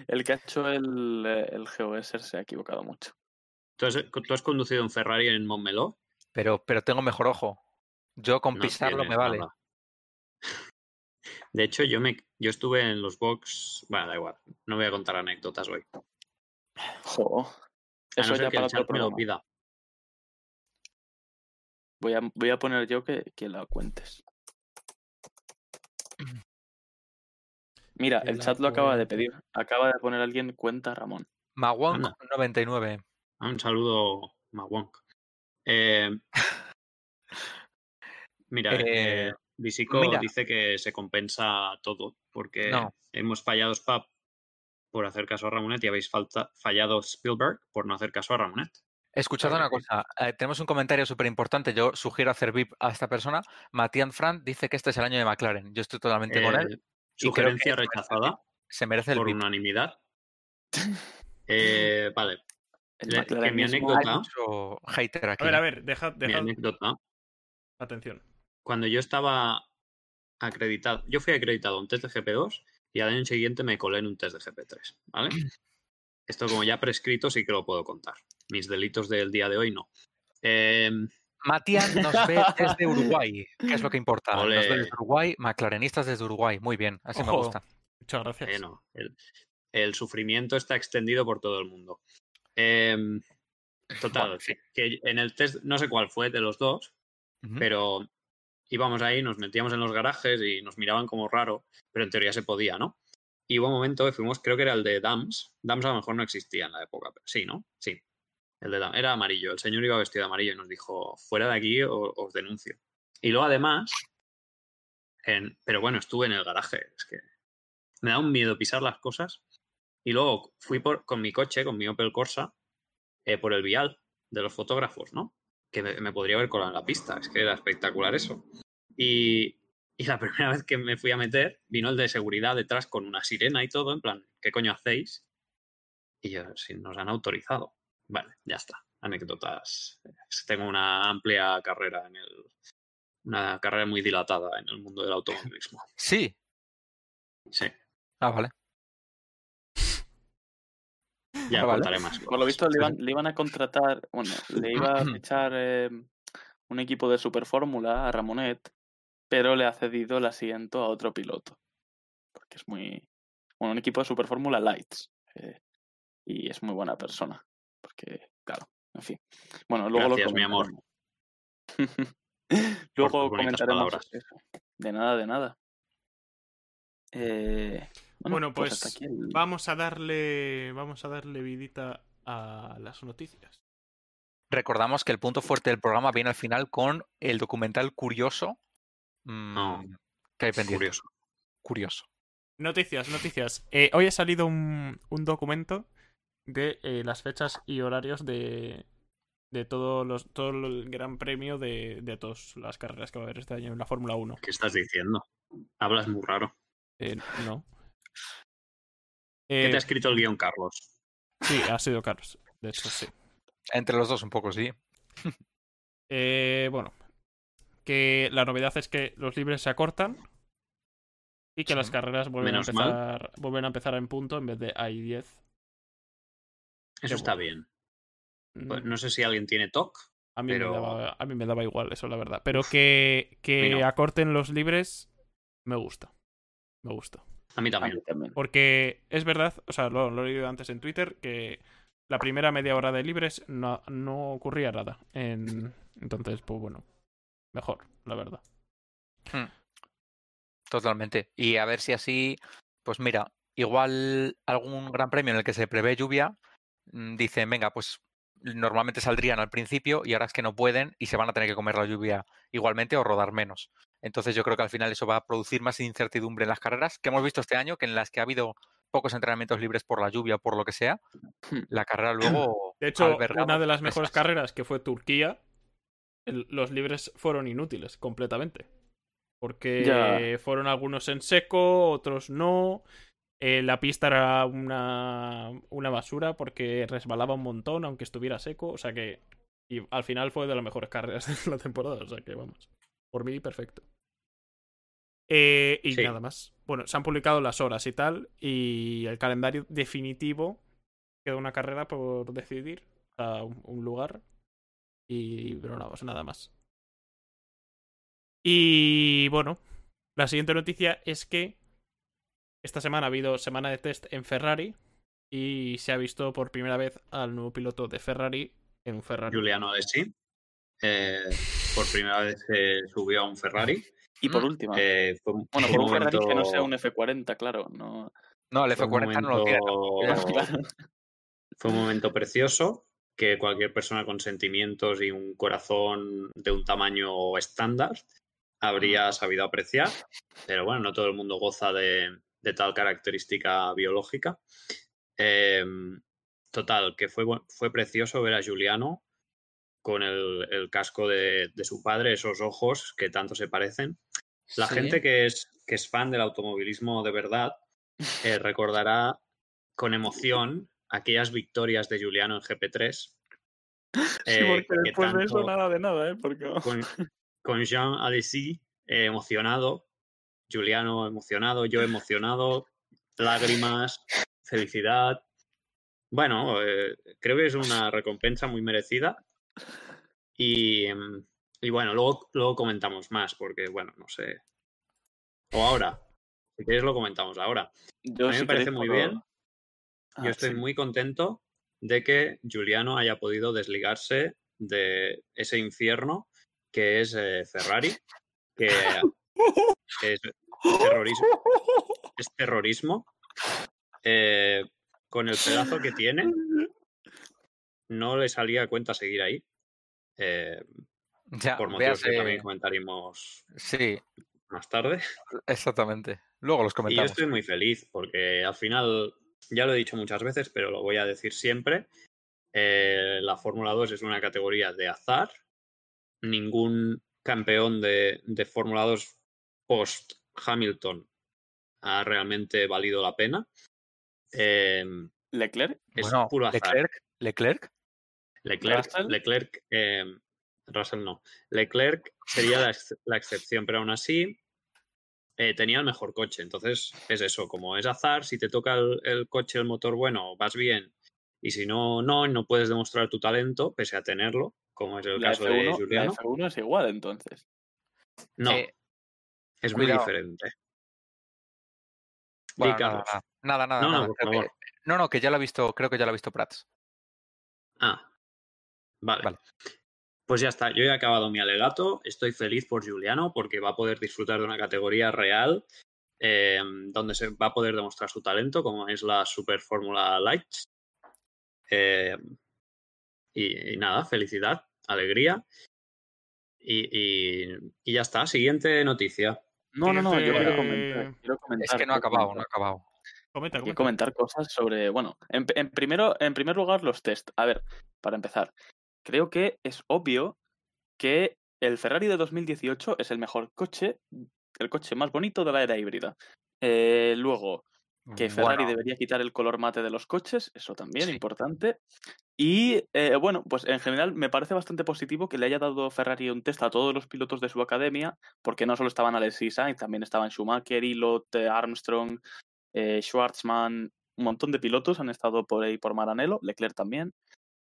El que ha hecho el, eh, el GeoEsser se ha equivocado mucho.
Entonces, ¿tú has conducido un Ferrari en Montmeló?
Pero, pero tengo mejor ojo. Yo con
No
pisarlo
tienes
me vale.
nada. De hecho, yo me yo estuve en los box. Bueno, da igual. No voy a contar anécdotas hoy. A
Jo.
no
Eso ya
ser que el
para otro
chat me lo
programa.
pida.
Voy a, voy a poner yo que, que la cuentes. Mira,
Que
el
la
chat lo acaba de
cuente.
pedir. Acaba de poner alguien cuenta Ramón.
Maguanc
Anda.
99.
Un saludo, Mawonk. Eh, mira,
Eh,
eh, Visico
mira.
dice que se compensa todo porque
No.
hemos fallado Spap por hacer caso a Ramonet y habéis falta, fallado Spielberg por no hacer caso a Ramonet.
Escuchad una cosa, eh, tenemos un comentario súper importante. Yo sugiero hacer VIP a esta persona. Matías Fran dice que este es el año de McLaren. Yo estoy totalmente con él.
Eh,
y creo
sugerencia
que se merece el
rechazada
Se merece el
por
VIP.
unanimidad. Eh, vale,
El
Le- que mi
McLarenismo-
anécdota-
Hay mucho hater aquí.
A ver, a ver, dejad,
mi
dejad
anécdota.
atención.
cuando yo estaba acreditado, yo fui acreditado a un test de GP2 y al año siguiente me colé en un test de GP3, ¿vale? Esto como ya prescrito sí que lo puedo contar. Mis delitos del día de hoy no. Em,
Matías nos ve desde Uruguay, que es lo que importa. Nos ve
Ole.
desde Uruguay, McLarenistas desde Uruguay. Muy bien, así me
Ojo.
gusta.
Muchas gracias.
bueno, eh, el, el sufrimiento está extendido por todo el mundo. Em, total,
Bueno, sí.
que en el test, no sé cuál fue de los dos,
Ujú.
pero íbamos ahí, nos metíamos en los garajes y nos miraban como raro, pero en teoría se podía, ¿no? Y hubo un momento que fuimos, creo que era el de Dams. Dams a lo mejor no existía en la época, pero sí, ¿no? Sí. El de Dams. Era amarillo. El señor iba vestido de amarillo y nos dijo, fuera de aquí o- os denuncio. Y luego además, en- pero bueno, estuve en el garaje. Es que me da un miedo pisar las cosas. Y luego fui por, con mi coche, con mi Opel Corsa, eh, por el vial de los fotógrafos, ¿no? que me, me podría haber colado en la pista. Es que era espectacular eso. Y, y la primera vez que me fui a meter, vino el de seguridad detrás con una sirena y todo, en plan, ¿qué coño hacéis? Y yo, si nos han autorizado. Vale, ya está. Anécdotas. Es- Tengo una amplia carrera en el. Una carrera muy dilatada en el mundo del automovilismo.
Sí.
Sí,
Ah, vale.
ya
Vale.
contaré más.
Por lo
cosas.
visto le iban, le iban a contratar, bueno, le iba a fichar eh, un equipo de Super Fórmula a Ramonet, pero le ha cedido el asiento a otro piloto. Porque es muy. Bueno, un equipo de Super Fórmula Lights. eh, y es muy buena persona. Porque, claro, en fin. Bueno, luego
Gracias,
lo
mi amor,
comentaremos. luego
tus bonitas
comentaremos
palabras.
eso. De nada, de nada. Eh,
Bueno,
hasta
pues
aquí el-
vamos a darle. Vamos a darle vidita a las noticias.
Recordamos que el punto fuerte del programa viene al final con el documental curioso.
No.
mm, Que hay pendiente.
Curioso.
Curioso.
Noticias, noticias. Eh, hoy ha salido un, un documento de eh, las fechas y horarios de, de todos los, todo el gran premio de, de todas las carreras que va a haber este año en la Fórmula 1.
¿Qué estás diciendo? Hablas muy raro.
Eh, no.
¿Qué
Eh,
te ha escrito el guión, Carlos?
Sí, ha sido Carlos. De hecho, sí.
Entre los dos un poco, sí.
Eh, bueno, que la novedad es que los libres se acortan y que
Sí.
las carreras vuelven a,
Menos mal.
empezar, vuelven a empezar en punto en vez de ahí 10.
Eso está bien. Pues no sé si alguien tiene TOC.
a, mí
pero-
me daba, a mí me daba igual eso, la verdad. Pero que, que
mí no.
acorten los libres me gusta. Me gusta.
A mí
A
también.
mí también.
Porque es verdad, o sea, lo, lo he leído antes en Twitter, que la primera media hora de libres no, no ocurría nada. En- Entonces, pues bueno, mejor, la verdad.
Totalmente. Y a ver si así, pues mira, igual algún gran premio en el que se prevé lluvia, mm, dicen, venga, pues normalmente saldrían al principio y ahora es que no pueden y se van a tener que comer la lluvia igualmente o rodar menos. Entonces yo creo que al final eso va a producir más incertidumbre en las carreras que hemos visto este año, que en las que ha habido pocos entrenamientos libres por la lluvia o por lo que sea,
Hmm.
la carrera luego...
De hecho,
albergaba
una de las mejores
sorpresas.
carreras que fue Turquía, el- los libres fueron inútiles completamente. Porque
Ya.
fueron algunos en seco, otros no. eh, la pista era una, una basura porque resbalaba un montón aunque estuviera seco. O sea que. Y al final fue de las mejores carreras de la temporada. O sea que vamos. Por mí, perfecto. Eh, y
Sí.
nada más. Bueno, se han publicado las horas y tal. Y el calendario definitivo. Queda una carrera por decidir. A un, un lugar. Y. Pero nada, pues nada más. Y bueno. La siguiente noticia es que. Esta semana ha habido semana de test en Ferrari. Y se ha visto por primera vez al nuevo piloto de Ferrari en un Ferrari.
Juliano Alessi. eh, por primera vez se subió a un Ferrari.
Y por
Mm.
última.
Eh, fue un-
Ah. bueno,
fue
por un Ferrari que no sea
momento-
un F40, claro. No...
No, el
fue un
F40 no lo tiene. ¿no?
momento-
Claro.
Fue un momento precioso que cualquier persona con sentimientos y un corazón de un tamaño estándar habría sabido apreciar. Pero bueno, no todo el mundo goza de, de tal característica biológica. Em, total, que fue, bu- fue precioso ver a Juliano con el, el casco de, de su padre, esos ojos que tanto se parecen. La
Sí.
gente que es, que es fan del automovilismo de verdad eh, recordará con emoción aquellas victorias de Juliano en GP3.
Sí,
eh,
porque
que
después de eso
tanto-
nada de nada, ¿eh? Porque...
con, con Jean Alessi eh, emocionado, Juliano emocionado, yo emocionado, lágrimas, felicidad. Bueno, eh, creo que es una recompensa muy merecida. Y, em, y bueno, luego, luego comentamos más, porque bueno, no sé. O ahora. Si quieres lo comentamos ahora.
Yo,
a mí
si
me parece
queréis,
muy
puedo-
bien.
Ah,
Yo estoy
sí.
muy contento de que Juliano haya podido desligarse de ese infierno que es eh, Ferrari, que, que es terrorismo. Es terrorismo. Eh, con el pedazo que tiene, no le salía a cuenta seguir ahí. eh,
Ah,
Ya,
por motivos que
véase-
también comentaremos
Sí,
más tarde.
exactamente. Luego los
Y yo
comentamos.
estoy muy feliz porque al final, ya lo he dicho muchas veces, pero lo voy a decir siempre, eh, la Fórmula 2 es una categoría de azar. Ningún campeón de, de Fórmula 2 post Hamilton ha realmente valido la pena. Eh,
Leclerc,
es
Bueno,
puro azar.
Leclerc, Leclerc,
Leclerc,
Russell.
Leclerc, em, Russell no. Leclerc sería la, ex- la excepción, pero aún así eh, tenía el mejor coche. Entonces es eso, como es azar, si te toca el, el coche, el motor bueno, vas bien. Y si no, no, y no puedes demostrar tu talento, pese a tenerlo, como es el
la
caso
F1,
de
la
Juliano.
F1 es igual entonces.
No,
eh,
es muy
cuidado.
diferente. Di,
bueno, nada,
Carlos.
nada, nada, nada,
No, no,
nada,
por
creo que-
favor.
no, no, que ya lo ha visto, creo que ya lo ha visto Prats.
Ah, vale.
Vale.
Pues ya está, yo he acabado mi alegato, estoy feliz por Juliano porque va a poder disfrutar de una categoría real eh, donde se va a poder demostrar su talento, como es la Super Fórmula Light. Eh, y, y nada, felicidad, alegría. Y, y- y ya está, siguiente noticia.
No, no, no, yo
Dice-
quiero comentar. Quiero
Es
comentar
que no ha
quiero
acabado, no
comentar.
ha acabado.
Comenta,
Hay que
comenta.
comentar cosas sobre. Bueno, en, en primero, en primer lugar, los test. A ver, para empezar, creo que es obvio que el Ferrari de 2018 es el mejor coche el coche más bonito de la era híbrida. Eh, luego, que Ferrari
Mm, Bueno,
debería quitar el color mate de los coches, eso también,
Sí.
importante. Y eh, bueno, pues en general me parece bastante positivo que le haya dado Ferrari un test a todos los pilotos de su academia, porque no solo estaban Alexis Sainz, también estaban Schumacher, Ilot, eh, Armstrong, eh, Schwartzman, un montón de pilotos han estado por ahí por Maranello, Leclerc también.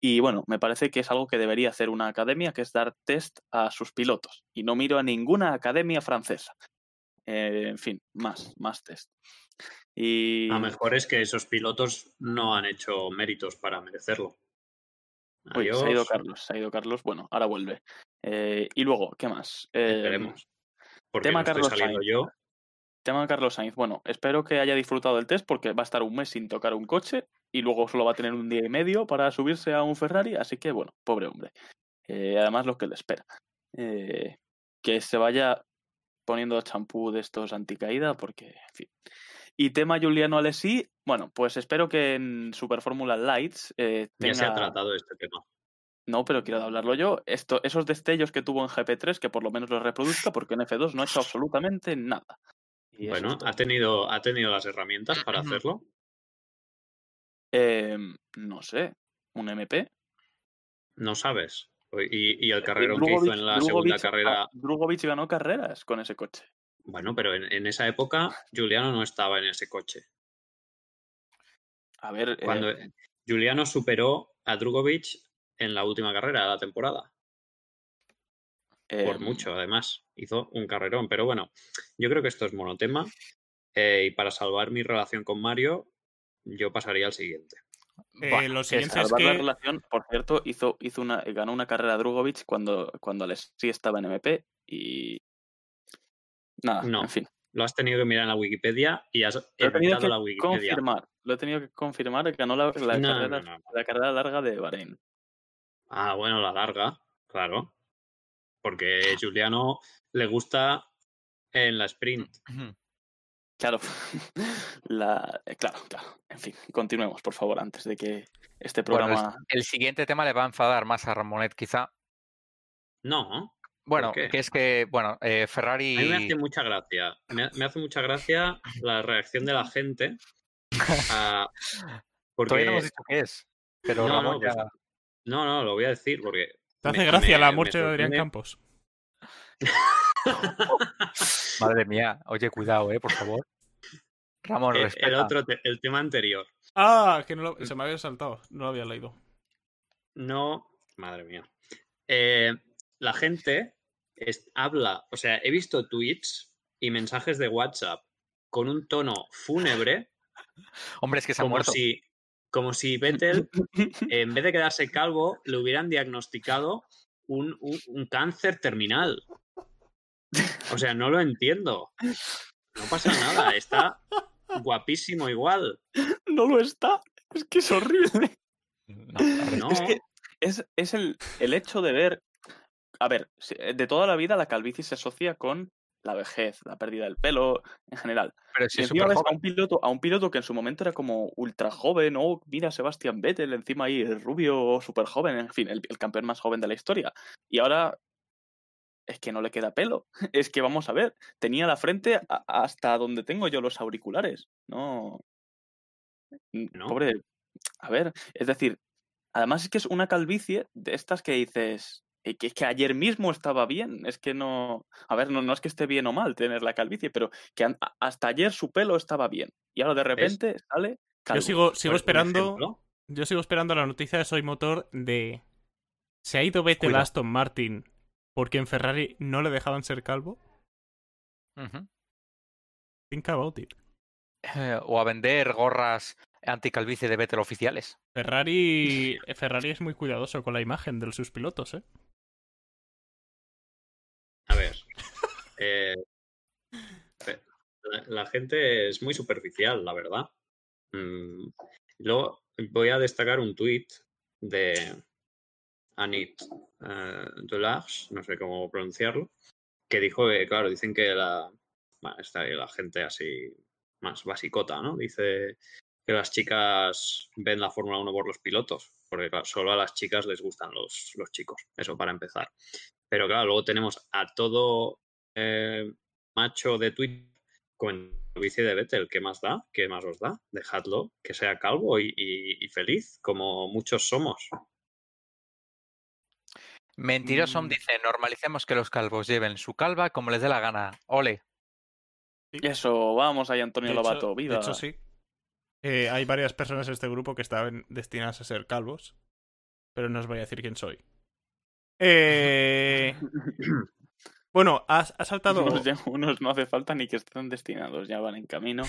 Y bueno, me parece que es algo que debería hacer una academia, que es dar test a sus pilotos. Y no miro a ninguna academia francesa. Eh, en fin, más, más test. Y
Lo mejor es que esos pilotos no han hecho méritos para merecerlo.
Uy,
Adiós.
se ha ido Carlos, se ha ido Carlos. Bueno, ahora vuelve. Eh, y luego, ¿qué más? Eh,
Esperemos. Porque
tema
no estoy
Carlos
saliendo
Sainz.
yo.
Tema de Carlos Sainz. Bueno, espero que haya disfrutado del test porque va a estar un mes sin tocar un coche y luego solo va a tener un día y medio para subirse a un Ferrari. Así que, bueno, pobre hombre. Eh, además, lo que le espera. Eh, que se vaya poniendo champú de estos anticaída porque, en fin. Y tema Juliano Alessi, bueno, pues espero que en Super Fórmula Lights eh,
Ya se ha
tenga-
tratado este tema.
No, pero quiero hablarlo yo. Esto, esos destellos que tuvo en GP3, que por lo menos los reproduzca, porque en F2 no ha hecho absolutamente nada. Y eso es
Bueno,
todo.
ha tenido, ha tenido las herramientas para hacerlo.
Em, no sé, un MP.
No sabes. Y, y el
que
carrerón que hizo en la segunda carrera.
ah, Drugovic ganó carreras con ese coche.
Bueno, pero en, en esa época Juliano no estaba en ese coche.
A ver, eh,
Cuando Juliano superó a Drugovic en la última carrera de la temporada. por
em,
mucho, además. Hizo un carrerón. Pero bueno, yo creo que esto es monotema. eh, y para salvar mi relación con Mario, yo pasaría al siguiente.
Eh,
bueno,
lo
que
siguiente es
salvar la
que.
relación, por cierto, hizo, hizo una, ganó una carrera Drugovic cuando, cuando Alessi estaba en MP y. Nada,
No,
en fin.
Lo has tenido que mirar en la Wikipedia y has
Lo he tenido
evitado
que
la Wikipedia.
confirmar. Lo he tenido que confirmar. Ganó la, la
No, no,
carrera,
no, no.
la carrera larga de Bahrein.
Ah, bueno, la larga, claro. Porque Juliano le gusta en la sprint.
ujú.
Claro, la, eh, claro, claro. En fin, continuemos, por favor, antes de que este
Bueno, el-
programa.
el siguiente tema le va a enfadar más a Ramonet, quizá.
No,
Bueno,
qué?
que es que,
a
bueno, eh,
mí me hace
Ferrari.
mucha gracia. Me, ha- me hace mucha gracia la reacción de la gente. ah,
Todavía no
porque
hemos dicho qué es. Pero
No,
Ramón
no, pues,
ya-
No, no, lo voy a decir porque.
Te hace
me-
gracia la
me-
muerte
me
de Adrián
sorprende.
Campos.
Madre mía, oye, cuidado, eh, por favor. Ramón,
Eh,
respeta.
El otro, te- el tema anterior.
Ah, que no lo- se me había saltado. No lo había leído.
No. Madre mía. Eh, la gente es- habla, o sea, he visto tweets y mensajes de WhatsApp con un tono fúnebre,
Hombre, es que se ha
como
muerto.
si, como si Vettel, en vez de quedarse calvo, le hubieran diagnosticado un, un- un cáncer terminal. O sea, no lo entiendo. No pasa nada, está guapísimo igual.
No lo está. Es que es horrible.
No, la verdad-
No,
Es que es, es el, el hecho de ver. A ver, si- eh, de toda la vida la calvicie se asocia con la vejez, la pérdida del pelo, en general.
pero
Y
si es
encima ves
superjoven.
a un, piloto, a un piloto que en su momento era como ultra joven, o mira Sebastián Vettel, encima ahí rubio, súper joven, en fin, el, el campeón más joven de la historia. Y ahora es que no le queda pelo. Es que vamos a ver, tenía la frente a- hasta donde tengo yo los auriculares. No. Mm,
No.
Pobre. A ver, es decir, además es que es una calvicie de estas que dices. "Eh, Que, que ayer mismo estaba bien, es que no. A ver, no, no es que esté bien o mal tener la calvicie, pero que an- a- hasta ayer su pelo estaba bien y ahora de repente sale calvo.
Yo sigo, sigo
por
esperando.
ejemplo,
Yo sigo esperando la noticia de Soy Motor de. ¿Se ha ido Vettel a
Cuidado.
Aston Martin porque en Ferrari no le dejaban ser calvo?
Ujú.
Think about it.
Eh, o a vender gorras anticalvicie de Vettel oficiales.
Ferrari, Ferrari es muy cuidadoso con la imagen de sus pilotos, ¿eh?
A ver. eh, eh, la, la gente es muy superficial, la verdad. Mm, luego voy a destacar un tuit de Anit eh, Delage, no sé cómo pronunciarlo, que dijo que, claro, dicen que la, bueno, está ahí la gente así más basicota, ¿no? Dice que las chicas ven la Fórmula 1 por los pilotos, porque claro, solo a las chicas les gustan los, los chicos, eso para empezar. Pero claro, luego tenemos a todo eh, macho de Twitter con el bici de Vettel, ¿qué más da? ¿Qué más os da? Dejadlo, que sea calvo y, y- y feliz, como muchos somos.
Mentirosom
Mm.
dice, normalicemos que los calvos lleven su calva como les dé la gana. Ole.
Y eso, vamos ahí, Antonio
De
Lobato,
hecho-
vida.
De hecho, sí. Eh, hay varias personas en este grupo que estaban destinadas a ser calvos, pero no os voy a decir quién soy. Eh, bueno, has, has saltado.
Unos, ya- unos no hace falta ni que estén destinados, ya van en camino.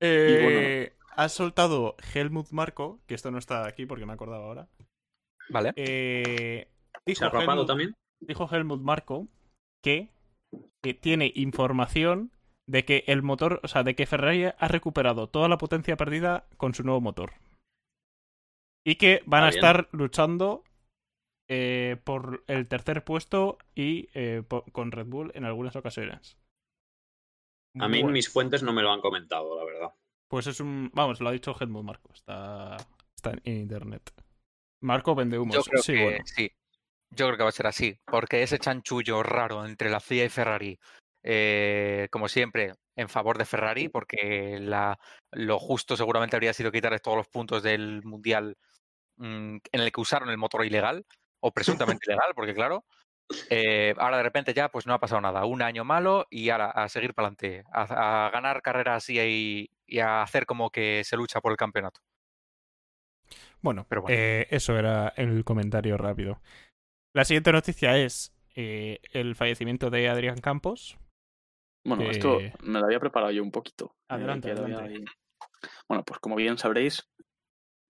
eh, Has soltado Helmut Marco, que esto no está aquí porque me he acordado ahora.
Vale.
Eh, dijo,
¿Se ha rapado
Helmut,
también?
dijo Helmut Marco que, que tiene información de que el motor, o sea, de que Ferrari ha recuperado toda la potencia perdida con su nuevo motor. Y que van a
Está bien.
estar luchando eh, por el tercer puesto y eh, po- con Red Bull en algunas ocasiones.
A mí
Bueno,
mis fuentes no me lo han comentado, la verdad.
Pues es un. Vamos, lo ha dicho Helmut Marco. Está, está en internet. Marco vende humos.
Yo creo
sí,
que
bueno.
sí. Yo creo que va a ser así, porque ese chanchullo raro entre la FIA y Ferrari, eh, como siempre, en favor de Ferrari, porque la, lo justo seguramente habría sido quitarles todos los puntos del mundial mm, en el que usaron el motor ilegal, o presuntamente ilegal, porque claro, eh, ahora de repente ya pues no ha pasado nada, un año malo y ahora a seguir para adelante, a, a ganar carreras y, y- y a hacer como que se lucha por el campeonato.
Bueno,
Pero bueno.
eh, eso era el comentario rápido. La siguiente noticia es eh, el fallecimiento de Adrián Campos.
Bueno,
Eh.
esto me lo había preparado yo un poquito. eh,
Adelante,
que lo había
adelante.
ahí. Bueno, pues como bien sabréis,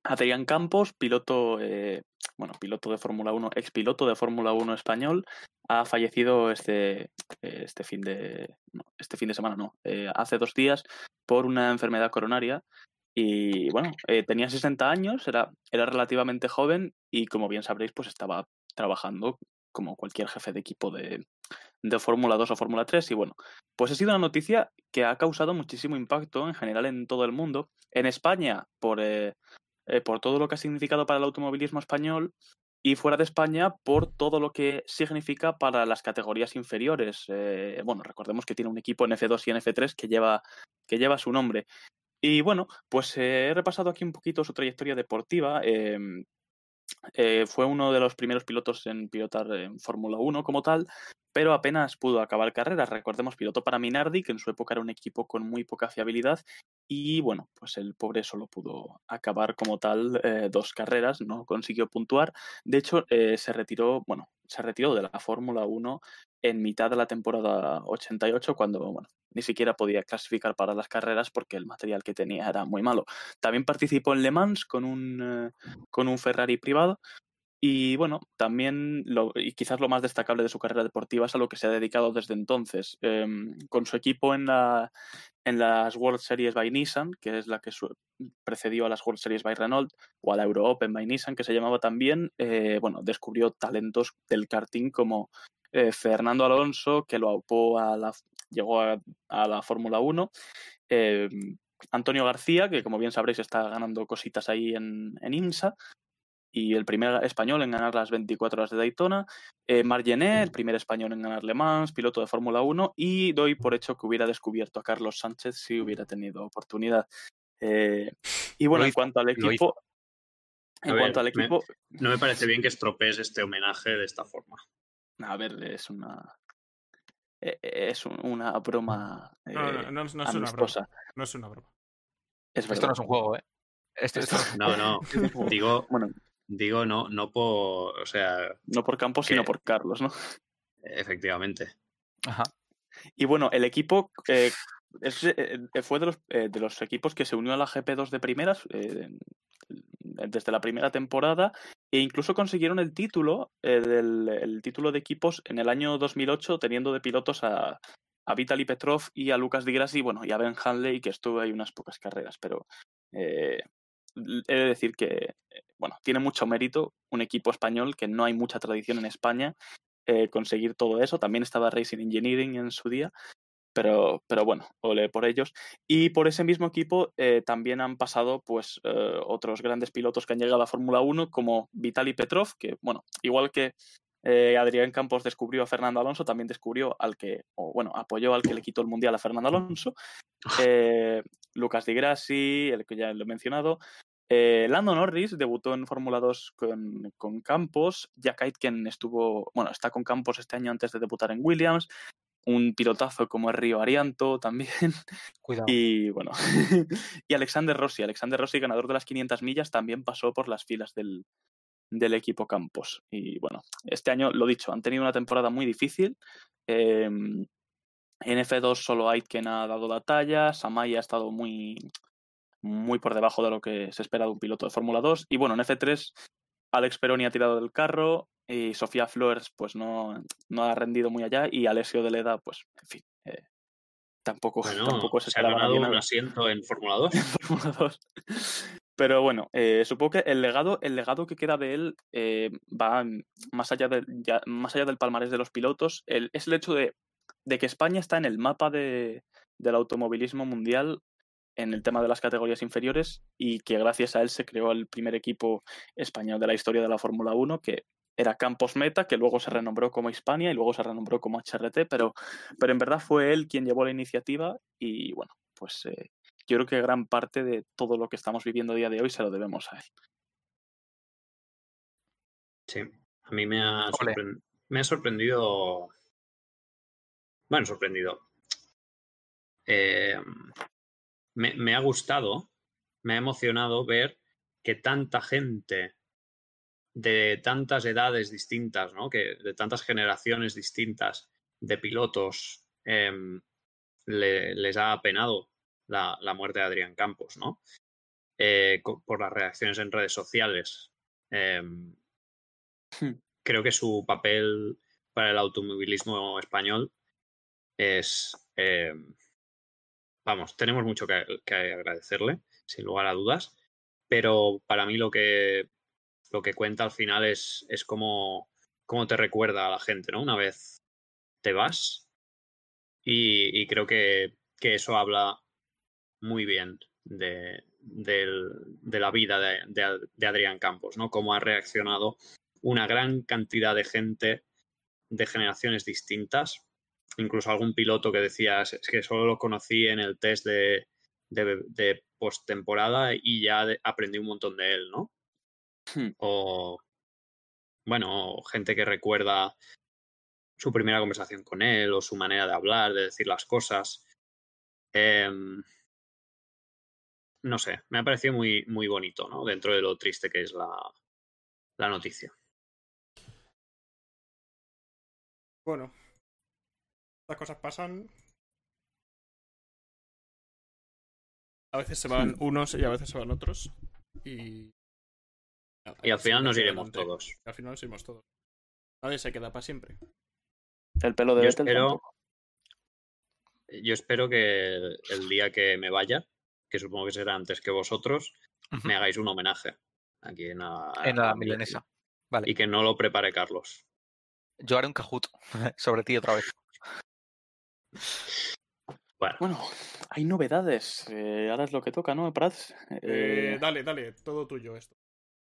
Adrián Campos, piloto, eh, bueno, piloto de Fórmula 1, ex piloto de Fórmula 1 español, ha fallecido este, eh, este fin de, no, este fin de semana, no, eh, hace dos días por una enfermedad coronaria. Y bueno, eh, tenía 60 años, era, era relativamente joven y como bien sabréis, pues estaba trabajando como cualquier jefe de equipo de, de Fórmula 2 o Fórmula 3. Y bueno, pues ha sido una noticia que ha causado muchísimo impacto en general en todo el mundo. En España, por, eh, eh, por todo lo que ha significado para el automovilismo español y fuera de España, por todo lo que significa para las categorías inferiores. Eh, bueno, recordemos que tiene un equipo en F2 y en F3 que lleva, que lleva su nombre. Y bueno, pues eh, he repasado aquí un poquito su trayectoria deportiva. em, eh, fue uno de los primeros pilotos en pilotar en Fórmula 1 como tal, pero apenas pudo acabar carreras. Recordemos, piloto para Minardi, que en su época era un equipo con muy poca fiabilidad. Y bueno, pues el pobre solo pudo acabar como tal eh, dos carreras, no consiguió puntuar. De hecho, eh, se retiró, bueno, se retiró de la Fórmula 1 en mitad de la temporada 88, cuando bueno, ni siquiera podía clasificar para las carreras porque el material que tenía era muy malo. También participó en Le Mans con un, eh, con un Ferrari privado. Y bueno, también lo, y quizás lo más destacable de su carrera deportiva es a lo que se ha dedicado desde entonces. Em, con su equipo en, la, en las World Series by Nissan, que es la que su- precedió a las World Series by Renault, o a la Euro Open by Nissan, que se llamaba también, eh, bueno, descubrió talentos del karting como eh, Fernando Alonso, que lo aupó a la, llegó a, a la Fórmula 1. em, Antonio García, que como bien sabréis está ganando cositas ahí en, en IMSA, y el primer español en ganar las 24 horas de Daytona, eh, Marc Gené, el primer español en ganar Le Mans, piloto de Fórmula 1, y doy por hecho que hubiera descubierto a Carlos Sánchez si hubiera tenido oportunidad. Eh, y bueno, en
hizo,
cuanto al
hizo.
equipo,
A
en
ver,
cuanto al
me-
equipo,
No me parece bien que estropees este homenaje de esta forma.
a ver, es una e- e- es un- una broma eh,
No, no, no, no es una broma.
amistosa.
No es una broma.
Es
Esto no
verdad.
es un juego, ¿eh? Esto- esto no es un
No, no, digo,
Bueno,
digo no, no por, o sea,
no por Campos, sino
Que-
por Carlos, ¿no?
efectivamente.
juego. Ajá.
Y bueno, el equipo eh, es, eh, eh, fue de los, eh, de los equipos que se unió a la GP2 de primeras eh, en- desde la primera temporada e incluso consiguieron el título, eh, del, el título de equipos en el año 2008 teniendo de pilotos a, a Vitaly Petrov y a Lucas Di Grassi, bueno, y a Ben Hanley que estuvo ahí unas pocas carreras, pero eh, l- he de decir que, eh, bueno, tiene mucho mérito un equipo español que no hay mucha tradición en España eh, conseguir todo eso. También estaba Racing Engineering en su día, pero, pero bueno, ole por ellos. Y por ese mismo equipo eh, también han pasado pues eh, otros grandes pilotos que han llegado a la Fórmula 1, como Vitaly Petrov, que bueno, igual que eh, Adrián Campos descubrió a Fernando Alonso, también descubrió al que, o bueno, apoyó al que le quitó el mundial a Fernando Alonso, eh, Lucas Di Grassi, el que ya lo he mencionado, eh, Lando Norris debutó en Fórmula 2 con, con Campos, Jack Aitken estuvo, bueno, está con Campos este año antes de debutar en Williams, un pilotazo como el Río Arianto también,
Cuidado.
y bueno, y Alexander Rossi, Alexander Rossi, ganador de las 500 millas, también pasó por las filas del, del equipo Campos. Y bueno, este año, lo dicho, han tenido una temporada muy difícil. Eh, en F2 solo Aitken ha dado la talla, Samaya ha estado muy, muy por debajo de lo que se espera de un piloto de Fórmula 2. Y bueno, en F3 Alex Peroni ha tirado del carro y Sofía Flores pues no, no ha rendido muy allá y Alessio de Leda pues en fin. eh, Tampoco,
Bueno,
tampoco se,
se ha
esperaba
ganado
nadie
un
nada.
asiento en Fórmula 2.
Fórmula 2. Pero bueno, eh, supongo que el legado, el legado que queda de él eh, va mm, más allá, de- ya- más allá del palmarés de los pilotos. El- es el hecho de, de que España está en el mapa de, del automovilismo mundial en el tema de las categorías inferiores y que gracias a él se creó el primer equipo español de la historia de la Fórmula 1, que era Campos Meta, que luego se renombró como Hispania y luego se renombró como HRT, pero, pero en verdad fue él quien llevó la iniciativa y bueno, pues eh, yo creo que gran parte de todo lo que estamos viviendo a día de hoy se lo debemos a él.
Sí, a mí me ha,
Ole.
sorpren- me ha sorprendido. Bueno, sorprendido. Eh, me, me ha gustado, me ha emocionado ver que tanta gente de tantas edades distintas, ¿no? Que de tantas generaciones distintas de pilotos em, le- les ha apenado la, la muerte de Adrián Campos, ¿no? Eh, co- por las reacciones en redes sociales. em, creo que su papel para el automovilismo español es, eh, vamos, tenemos mucho que, que agradecerle, sin lugar a dudas, pero para mí lo que, lo que cuenta al final es, es cómo, cómo te recuerda a la gente, ¿no? Una vez te vas y, y creo que, que eso habla muy bien de, del- de la vida de, de- de Adrián Campos, ¿no? Cómo ha reaccionado una gran cantidad de gente de generaciones distintas. Incluso algún piloto que decías, es que solo lo conocí en el test de, de, de postemporada y ya de- aprendí un montón de él, ¿no?
Hmm.
O, bueno, o gente que recuerda su primera conversación con él o su manera de hablar, de decir las cosas. Em, no sé, me ha parecido muy, muy bonito, ¿no? Dentro de lo triste que es la, la noticia.
Bueno. Las cosas pasan. A veces se van unos y a veces se van otros. Y. nada,
Y al
seguimos
final nos iremos
adelante.
todos.
Al final nos iremos todos. Nadie se queda para siempre.
El pelo de
Yo
Vettel
espero-
tampoco.
Yo espero que el el día que me vaya, que supongo que será antes que vosotros,
Ujú.
me hagáis un homenaje aquí en la,
en la
a-
milanesa. Vale.
Y que no lo prepare Carlos.
Yo haré un cajut sobre ti otra vez.
Bueno,
Bueno, hay novedades. eh, ahora es lo que toca, ¿no, Prats? Eh,
Eh, dale, dale, todo tuyo esto.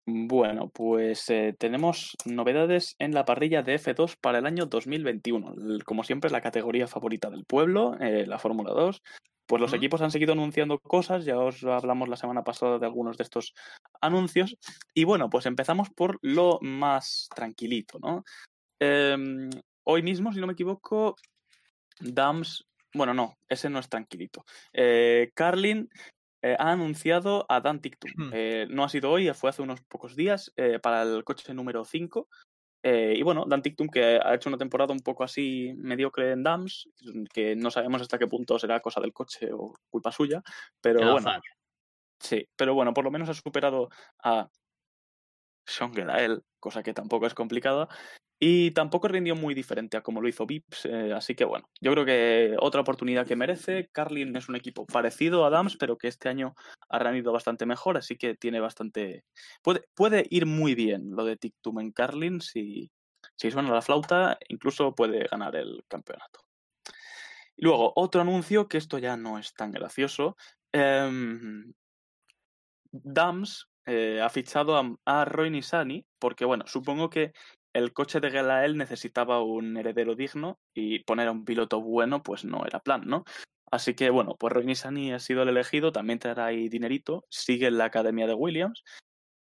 bueno, pues eh, tenemos novedades en la parrilla de F2 para el año 2021. El- Como siempre, es la categoría favorita del pueblo, eh, la Fórmula 2. Pues los
Ujú.
equipos han seguido anunciando cosas, ya os hablamos la semana pasada de algunos de estos anuncios. Y bueno, pues empezamos por lo más tranquilito, ¿no? Em, hoy mismo, si no me equivoco, Dams. Bueno, no, ese no es tranquilito. Eh, Carlin eh, ha anunciado a Dan Tictum.
Hmm.
Eh, no ha sido hoy, fue hace unos pocos días eh, para el coche número 5. Eh, y bueno, Dan Tictum, que ha hecho una temporada un poco así mediocre en Dams, que no sabemos hasta qué punto será cosa del coche o culpa suya, pero
el
bueno,
azar.
Sí, pero bueno, por lo menos ha superado a Sean Gerael, cosa que tampoco es complicada. Y tampoco rindió muy diferente a como lo hizo Vips, eh, así que bueno, yo creo que otra oportunidad que merece. Carlin es un equipo parecido a Dams, pero que este año ha rendido bastante mejor, así que tiene bastante... Puede, puede ir muy bien lo de Tictum en Carlin, si, si suena la flauta, incluso puede ganar el campeonato. Y Luego, otro anuncio, que esto ya no es tan gracioso. em, Dams eh, ha fichado a, a Roy Nissany, porque bueno, supongo que el coche de Galael necesitaba un heredero digno y poner a un piloto bueno, pues no era plan, ¿no? Así que bueno, pues Roy Nissany ha sido el elegido, también traerá ahí dinerito, sigue en la academia de Williams.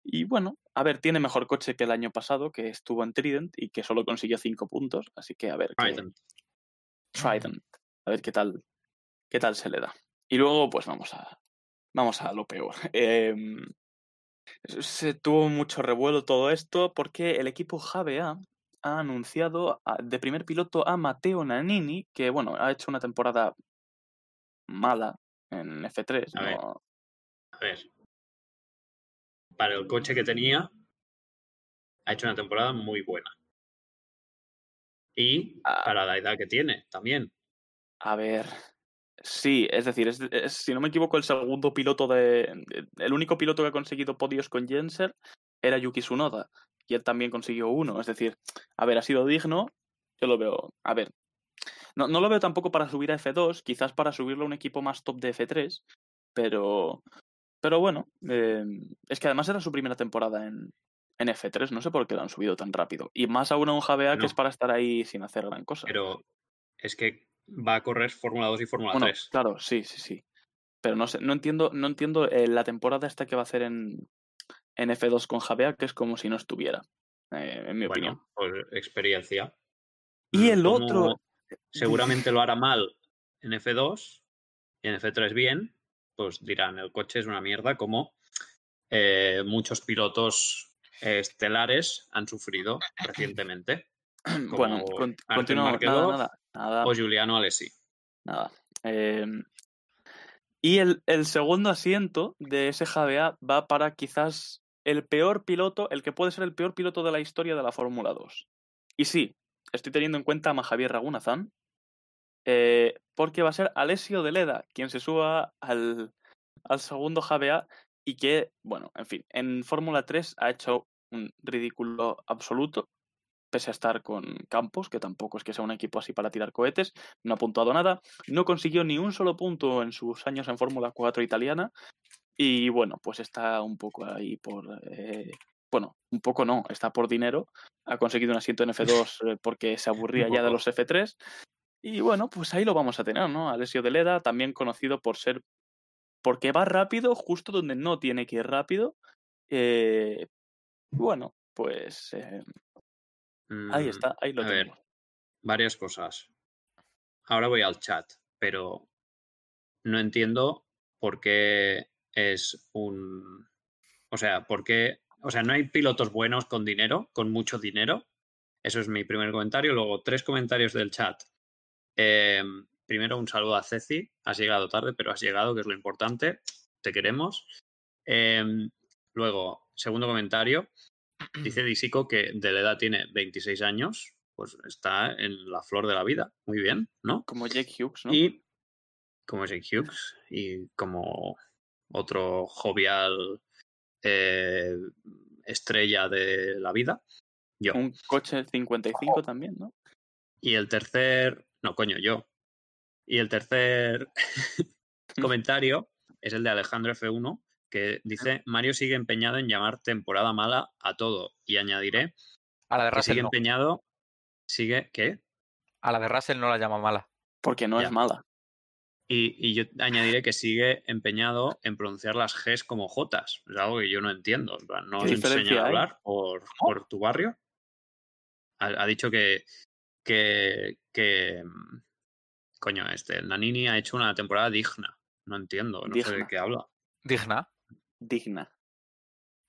Y bueno, a ver, tiene mejor coche que el año pasado, que estuvo en Trident y que solo consiguió 5 puntos. Así que a ver. qué-
Trident.
Trident. A ver qué tal, qué tal se le da. Y luego, pues vamos a, vamos a lo peor. Em, se tuvo mucho revuelo todo esto porque el equipo JBA ha anunciado a- de primer piloto a Mateo Nanini, que bueno, ha hecho una temporada mala en F3.
A ver.
¿no?
A ver. Para el coche que tenía, ha hecho una temporada muy buena. Y
Ah.
para la edad que tiene, también.
A ver. Sí, es decir, es, es- si no me equivoco, el segundo piloto de. eh, El único piloto que ha conseguido podios con Jensen era Yuki Tsunoda. Y él también consiguió uno. Es decir, a ver, ha sido digno. Yo lo veo. A ver. No, no lo veo tampoco para subir a F2, quizás para subirlo a un equipo más top de F3. Pero. Pero bueno. eh, es que además era su primera temporada en, en F3. No sé por qué lo han subido tan rápido. Y más aún a un JBA que
No.
es para estar ahí sin hacer gran cosa.
Pero es que va a correr Fórmula 2 y Fórmula
Bueno,
3.
claro, sí, sí, sí. Pero no sé, no entiendo, no entiendo eh, la temporada esta que va a hacer en, en F2 con Javea, que es como si no estuviera, eh, en mi opinión.
Bueno, por experiencia. Mm,
Y el
Como
otro,
Seguramente lo hará mal en F2 y en F3 bien. Pues dirán, el coche es una mierda, como eh, muchos pilotos eh, estelares han sufrido recientemente.
bueno,
como
con-
Artem
continuamos, nada,
Markelov
nada, nada,
O Giuliano Alessi.
nada. Eh, y el, el segundo asiento de ese Javea va para quizás el peor piloto, el que puede ser el peor piloto de la historia de la Fórmula 2. Y sí, estoy teniendo en cuenta a Javier Ragunazán, eh, porque va a ser Alessio de Leda quien se suba al, al segundo JBA y que, bueno, en fin, en Fórmula 3 ha hecho un ridículo absoluto, pese a estar con Campos, que tampoco es que sea un equipo así para tirar cohetes, no ha puntuado nada, no consiguió ni un solo punto en sus años en Fórmula 4 italiana y bueno, pues está un poco ahí por... eh, bueno, un poco no, está por dinero. Ha conseguido un asiento en F2 eh, porque se aburría ya de
poco.
los F3. Y bueno, pues ahí lo vamos a tener, ¿no? Alessio de Leda, también conocido por ser. porque va rápido justo donde no tiene que ir rápido. Eh, bueno, pues eh, ahí
Mm,
está, ahí lo
a ver.
tengo.
varias cosas. Ahora voy al chat, pero no entiendo por qué es un... O sea, por qué... O sea, no hay pilotos buenos con dinero, con mucho dinero. Eso es mi primer comentario. Luego, tres comentarios del chat. Em, primero, un saludo a Ceci. Has llegado tarde, pero has llegado, que es lo importante. Te queremos. Em, luego, segundo comentario. Dice Disico que de la edad tiene 26 años, pues está en la flor de la vida. Muy bien, ¿no?
Como Jake Hughes, ¿no?
Y como Jake Hughes y como otro jovial eh, estrella de la vida, yo.
Un coche 55 también, ¿no?
Y el tercer. No, coño, yo. Y el tercer
Mm.
comentario es el de Alejandro F1, que dice: Mario sigue empeñado en llamar temporada mala a todo. Y añadiré
A
Ah,
la de
que sigue
Russell no.
empeñado. Sigue. ¿Qué?
A la de Russell no la llama mala.
Porque no
Ya.
es mala.
Y, y yo añadiré que sigue empeñado en pronunciar las Gs como Jotas. Es algo que yo no entiendo. en plan, ¿No
¿Qué
os enseñan
diferencia
a
hay?
hablar por, por tu barrio? Ha, ha dicho que, que, que, mm, Coño, este, el Nanini ha hecho una temporada digna. No entiendo, no sé de
Digna.
qué habla.
Digna.
Digna.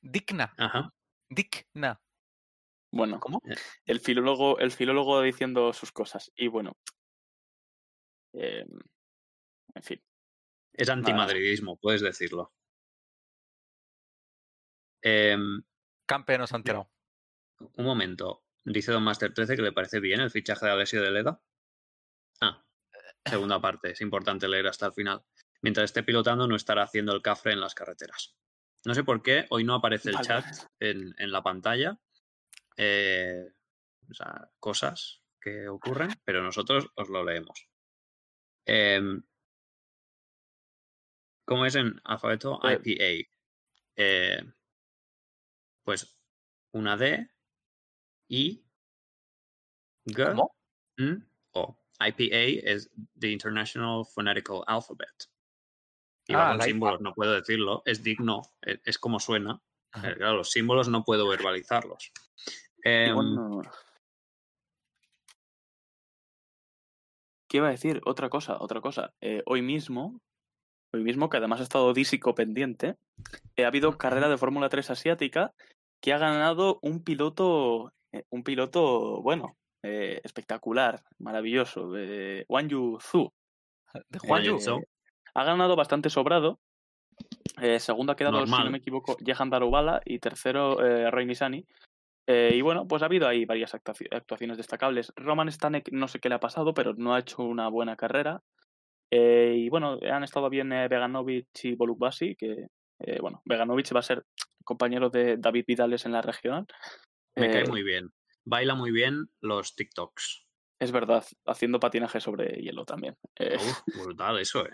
Digna.
Ajá.
Digna.
Bueno, eh,
¿Cómo?
el filólogo, el filólogo diciendo sus cosas. Y bueno. eh, en fin.
Es antimadridismo, puedes decirlo. Em,
Campe no se ha enterado.
un momento. Dice Don Master 13 que le parece bien el fichaje de Alessio de Leda. Ah, segunda parte. Es importante leer hasta el final. Mientras esté pilotando, no estará haciendo el cafre en las carreteras. No sé por qué, hoy no aparece el
Vale.
chat en, en la pantalla. Eh, o sea, cosas que ocurren, pero nosotros os lo leemos. Em, ¿Cómo es en alfabeto
Eh,
IPA? Eh, pues una D, I, G
¿Cómo?
N O. IPA es the International Phonetical Alphabet. Y
Ah,
va con
la IPA.
símbolos, no puedo decirlo. Es digno, e- es como suena.
Ajá.
Eh, Claro, los símbolos no puedo verbalizarlos. Em,
Bueno. ¿Qué iba a decir? Otra cosa, otra cosa. Eh, hoy mismo, hoy mismo, que además ha estado dísico pendiente, eh, ha habido carrera de Fórmula 3 asiática que ha ganado un piloto, eh, un piloto, bueno, eh, espectacular, maravilloso, eh, Wang Yu Zhu.
De Juan
Juan
Yu.
Yu.
Yuzo,
Ha ganado bastante sobrado. Eh, segundo ha quedado, si no
Normal.
me equivoco, Jehan Darubala y tercero eh, Roy Nisani. y bueno, pues ha habido ahí varias actuaci- actuaciones destacables. Roman Stanek no sé qué le ha pasado, pero no ha hecho una buena carrera. Eh, y bueno, han estado bien eh, Veganovic y Volukbasi, que eh, bueno, Veganovic va a ser compañero de David Vidales en la regional.
me
Eh,
cae muy bien. Baila muy bien los TikToks.
Es verdad, haciendo patinaje sobre hielo también. Eh,
Uf, brutal eso, ¿eh?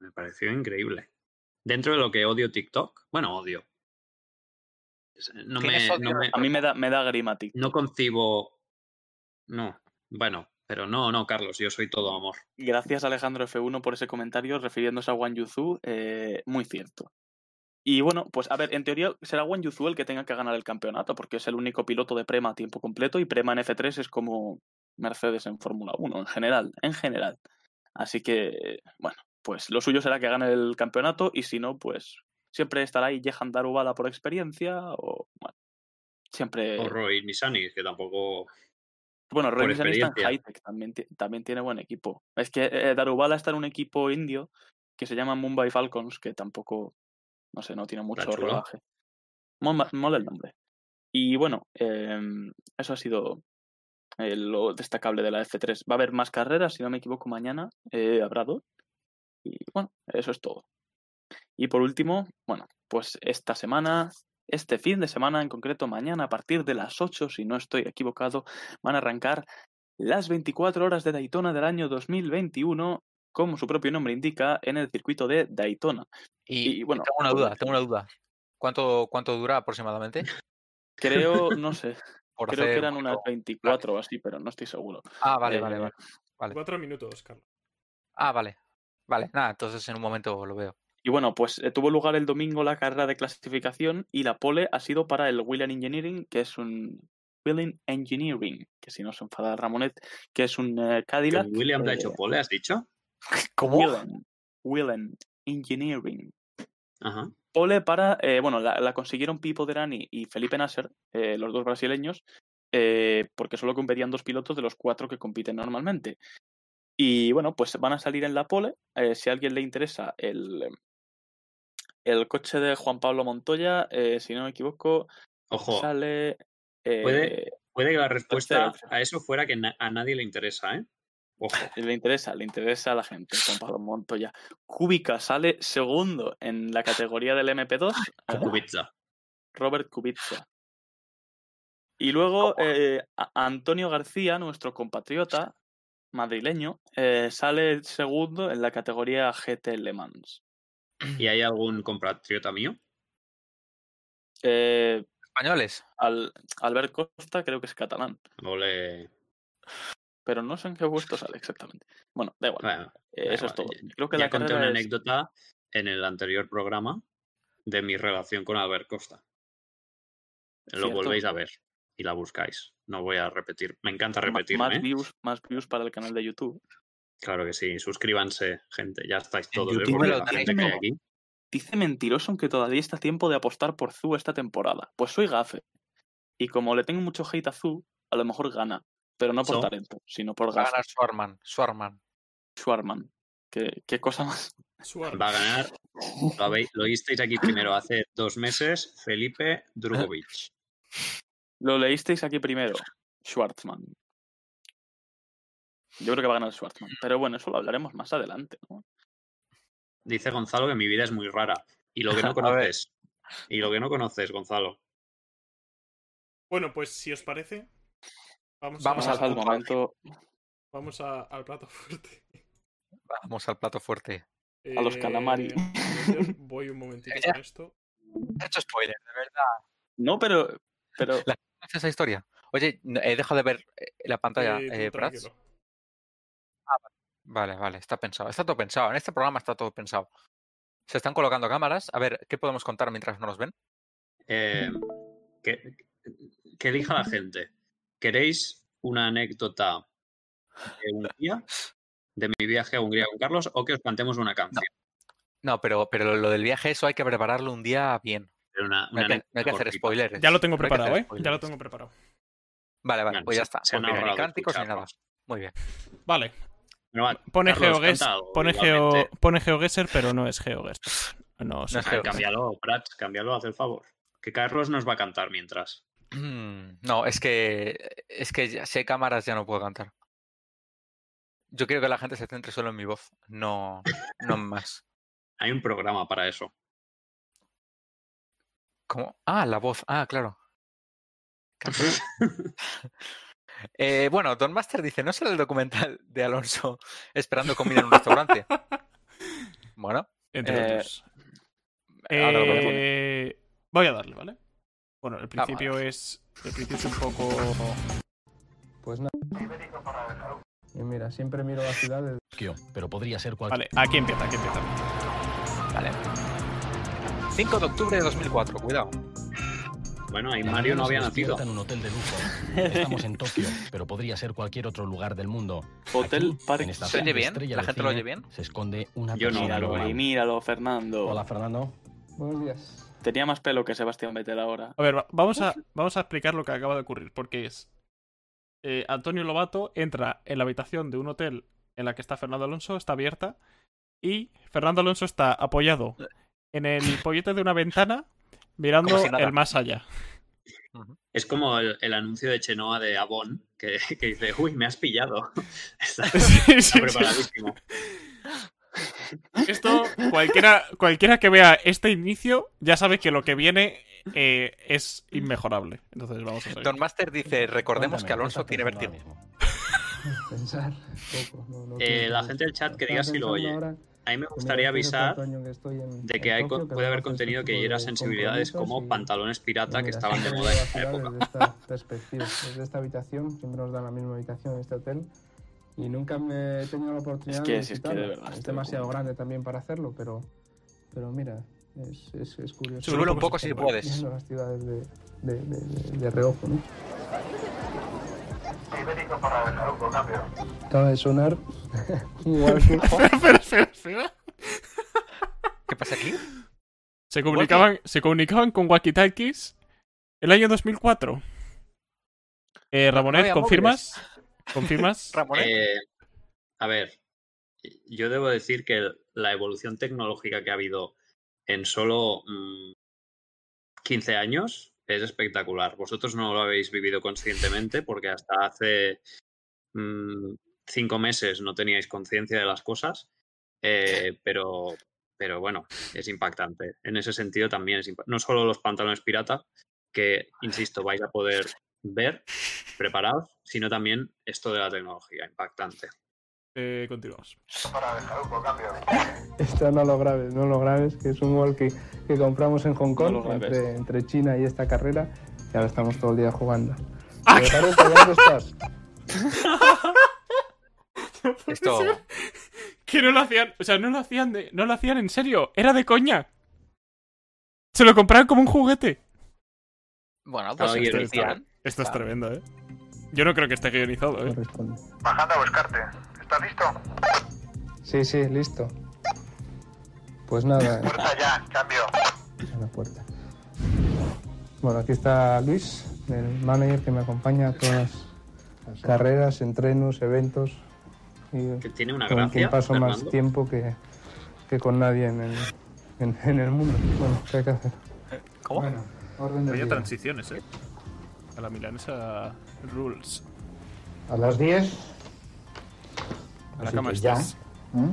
Me pareció increíble. Dentro de lo que odio TikTok, bueno, odio. Es- eh, No
¿Tienes
me,
odio
no, me-
a mí me da, me da grima, tío.
no concibo. No, bueno, pero no, no, Carlos, yo soy todo amor.
Gracias Alejandro F1 por ese comentario refiriéndose a Wang Yuzu, eh, muy cierto. Y bueno, pues a ver, en teoría será Wang Yuzu el que tenga que ganar el campeonato, porque es el único piloto de Prema a tiempo completo y Prema en F3 es como Mercedes en Fórmula 1, en general, en general. Así que, bueno, pues lo suyo será que gane el campeonato y si no, pues siempre estará ahí Jehan Darubala por experiencia o, bueno, siempre...
O Roy Nisani, que tampoco.
Bueno,
por
Roy Nisani está en
experiencia.
Hightech, también, ti- también tiene buen equipo. Es que eh, Darubala está en un equipo indio que se llama Mumbai Falcons, que tampoco, no sé, no tiene mucho
chulo.
rodaje. Mola, mola el nombre. Y bueno, em, eso ha sido eh, lo destacable de la F3. Va a haber más carreras, si no me equivoco, mañana eh, habrá dos. Y bueno, eso es todo. Y por último, bueno, pues esta semana, este fin de semana en concreto, mañana a partir de las 8, si no estoy equivocado, van a arrancar las 24 horas de Daytona del año 2021, como su propio nombre indica, en el circuito de Daytona.
Y,
y bueno,
tengo una
pues,
duda, tengo una duda. ¿Cuánto, cuánto dura aproximadamente?
Creo, no sé,
Por
creo que
hacer un
eran unas
poco-
24 o así, pero no estoy seguro.
Ah, vale,
eh,
vale, vale. Vale.
Cuatro minutos, Carlos.
Ah, vale. Vale, nada, entonces en un momento lo veo.
Y bueno, pues eh, tuvo lugar el domingo la carrera de clasificación y la pole ha sido para el Wheeling Engineering, que es un Wheeling Engineering, que si no se enfada Ramonet, que es un eh,
que
Cadillac.
William te ha hecho
eh,
pole, ¿has dicho?
¿Cómo?
Wheeling, Wheeling Engineering.
Ajá.
Pole para, eh, bueno, la, la consiguieron Pipo Derani y Felipe Nasser, eh, los dos brasileños, eh, porque solo competían dos pilotos de los cuatro que compiten normalmente. Y bueno, pues van a salir en la pole. eh, si a alguien le interesa el, eh, el coche de Juan Pablo Montoya, eh, si no me equivoco,
Ojo,
sale.
Puede-
eh,
puede que la respuesta
tercero.
a eso fuera que na- a nadie le interesa, ¿eh? Ojo.
Le interesa, le interesa a la gente, Juan Pablo Montoya. Kubica sale segundo en la categoría del MP2. eh,
Kubica.
Robert Kubica. Y luego
Oh.
eh, a- Antonio García, nuestro compatriota madrileño, eh, sale segundo en la categoría GT Le Mans.
¿Y hay algún compatriota mío?
Eh,
Españoles.
al, Albert Costa creo que es catalán,
Ole.
pero no sé en qué puesto sale exactamente. Bueno, da igual.
Bueno,
eh,
da
eso es todo.
igual,
Creo que
ya
la
conté
carrera
una
es-
anécdota en el anterior programa de mi relación con Albert Costa. Lo
Cierto.
volvéis a ver y la buscáis. No voy a ¿eh? repetir. Me encanta
ma-
repetir.
más views, más views para el canal de YouTube.
Claro que sí. Suscríbanse, gente. Ya estáis todos. ¿eh?
YouTube
Porque
lo
la
tenéis
gente que hay
todo.
aquí.
Dice mentiroso aunque todavía está a tiempo de apostar por Zu esta temporada. Pues soy gafe. Y como le tengo mucho hate a Zu, a lo mejor gana. Pero no por
So-
talento, sino por
Va a
gafe.
ganar Schwarman. Schwarman.
Schwarman. ¿Qué, qué cosa más?
Suar.
Va a ganar. Lo, habéis- lo oísteis aquí primero hace dos meses. Felipe Drugovic.
Lo leísteis aquí primero. Schwartzman. Yo creo que va a ganar Schwartzman. Pero bueno, eso lo hablaremos más adelante. ¿no?
Dice Gonzalo que mi vida es muy rara. Y lo que no
A ver.
conoces. Y lo que no conoces, Gonzalo.
Bueno, pues si os parece, vamos,
Vamos
a-
Vamos al
punto.
momento,
vamos a- al plato fuerte.
Vamos al plato fuerte.
A los calamari.
yo Voy un momentito
Ya.
con esto.
He hecho spoiler, de verdad.
No, pero, pero
¿Conoces esa historia? Oye, no- he dejado de ver eh, la pantalla,
Eh, tú
eh, Prats.
tranquilo.
Vale, vale, está pensado. Está todo pensado. En este programa está todo pensado. Se están colocando cámaras. A ver, ¿qué podemos contar mientras no nos ven?
Eh, que, que elija la gente. ¿Queréis una anécdota de Hungría? De mi viaje a Hungría con Carlos o que os plantemos una canción.
No, pero, pero lo del viaje, eso hay que prepararlo un día bien.
Pero Una,
No hay
una
que, no hay que hacer
cortita.
spoilers.
Ya lo tengo
No hay pues, que
preparado,
hacer
¿eh? Ya lo
spoilers.
tengo preparado.
Vale, vale,
Bueno,
pues ya
se-
está.
se pues. han
Porque ni
ahorrado
cánticos ni nada.
escucharnos.
Muy bien.
Vale.
Bueno, va,
Pone
Carlos,
GeoGuess,
canta algo,
pone, Geo,
igualmente.
pone GeoGuessr, pero no es GeoGuessr. No,
No
sé.
es
Ah,
GeoGuessr.
cámbialo, Prats, cámbialo, haz el favor. Que Carlos nos va a cantar mientras.
Mm, No, es que es que ya- si hay cámaras ya no puedo cantar. Yo quiero que la gente se centre solo en mi voz, no, no en más.
Hay un programa para eso.
Como, ah, la voz, ah, claro. Eh, bueno, Don Master dice, ¿no será el documental de Alonso esperando comida en un restaurante? Bueno,
Entre
Eh,
otros.
ahora lo ponemos.
Eh, voy a darle, ¿vale? Bueno, el
Vamos.
principio es. El principio es un poco.
Pues nada. Y mira, siempre miro la ciudad desde...
Tokio, pero podría ser cualquier.
Vale, aquí empieza, aquí empieza.
vale. 5 de octubre de 2004, cuidado.
Bueno, ahí
Las
Mario no
mañanas
había
despierta
nacido.
En un hotel de lujo. Estamos en Tokio, pero podría ser cualquier otro lugar del mundo.
Hotel
Aquí,
Park
en esta
¿Se oye
gran
bien?
estrella
¿La
de
gente lo oye
cine,
bien?
Se esconde una
Yo no,
persona
Míralo
normal.
ahí, míralo, Fernando.
Hola, Fernando.
Buenos días.
Tenía más pelo que Sebastián Vettel ahora.
A ver, va- vamos a, vamos a explicar lo que acaba de ocurrir, porque es. eh, Antonio Lobato entra en la habitación de un hotel en la que está Fernando Alonso, está abierta, y Fernando Alonso está apoyado en el pollete de una ventana, mirando
Como si nada.
el más allá.
Es como el, el anuncio de Chenoa de Avon, que, que dice, uy, me has pillado. Está, está
Sí, sí, sí.
preparadísimo.
Esto, cualquiera, cualquiera que vea este inicio, ya sabe que lo que viene eh, es inmejorable. Entonces vamos a seguir.
Don Master dice, recordemos que
Cuéntame, ¿qué
Alonso
estás
tiene
pensando
vértigo.
ahora mismo?
Pensar un poco. no- no
Eh,
quiero
la
pensar.
gente del chat que
Estaba
diga si lo
pensando
oye.
ahora que
A mí me
mira,
gustaría
hace cierto
avisar
año que estoy en-
de
en
que hay,
Tokio,
co-
que
puede haber
trabajo este
contenido que
tipo
hiera
de
sensibilidades como
compromisos y-
pantalones pirata
y
que
mira,
estaban de
siempre
moda
veo
en esa
la ciudad
época.
Desde esta perspectiva, desde esta habitación, siempre nos dan la misma habitación en este hotel. Y nunca me he tenido la oportunidad
Es que-
de
es que de
visitarlo.
verdad,
Es
este
demasiado
documento.
grande también para hacerlo, pero, pero mira, es, es, es curioso.
Súbelo
Súbelo
un
un poco si
poco,
puedes.
Viendo las ciudades de, de, de, de- de reojo, ¿no? Acaba de sonar un Walkman.
Espera, espera, espera.
¿Qué pasa aquí?
Se comunicaban, se comunicaban con walkie-talkies el año 2004. Eh, Ramonet,
había
¿confirmas? ¿Confirmas?
Ramonet.
Eh, a ver, yo debo decir que la evolución tecnológica que ha habido en solo mm, 15 años es espectacular. Vosotros no lo habéis vivido conscientemente porque hasta hace mm, cinco meses no teníais conciencia de las cosas, eh, pero, pero bueno, es impactante. En ese sentido también es impa- No solo los pantalones pirata, que, insisto, vais a poder ver preparados, sino también esto de la tecnología, impactante.
Eh, continuamos.
Esto no lo grabes, no lo grabes, que es un gol que, que compramos en Hong Kong
No lo grabes.
entre, entre China y esta carrera y ahora estamos todo el día jugando.
Ah,
Pero, Carlos, ¿por dónde estás?
Esto.
Que no lo hacían, o sea, no lo hacían de, no lo hacían en serio, era de coña. Se lo compraron como un juguete.
Bueno, pues
bien,
esto
está
decían.
Esto es
Claro.
tremendo, ¿eh? Yo no creo que esté guionizado, ¿eh?
Corresponde.
Bajad a buscarte. ¿Estás listo?
Sí, sí, listo. Pues nada,
Puerta ya, cambio.
a la puerta. Bueno, aquí está Luis, el manager que me acompaña a todas las carreras, entrenos, eventos y
Que tiene una
con quien
gracia.
paso más
Ah, Fernando.
tiempo que, que con nadie en el, en- en el mundo. Bueno, ¿qué hay que hacer?
¿Cómo?
orden
Había transiciones, ¿eh? A la milanesa Rules.
A las 10,
A la
Así
cama
que ya.
estás.
¿eh?
¿m?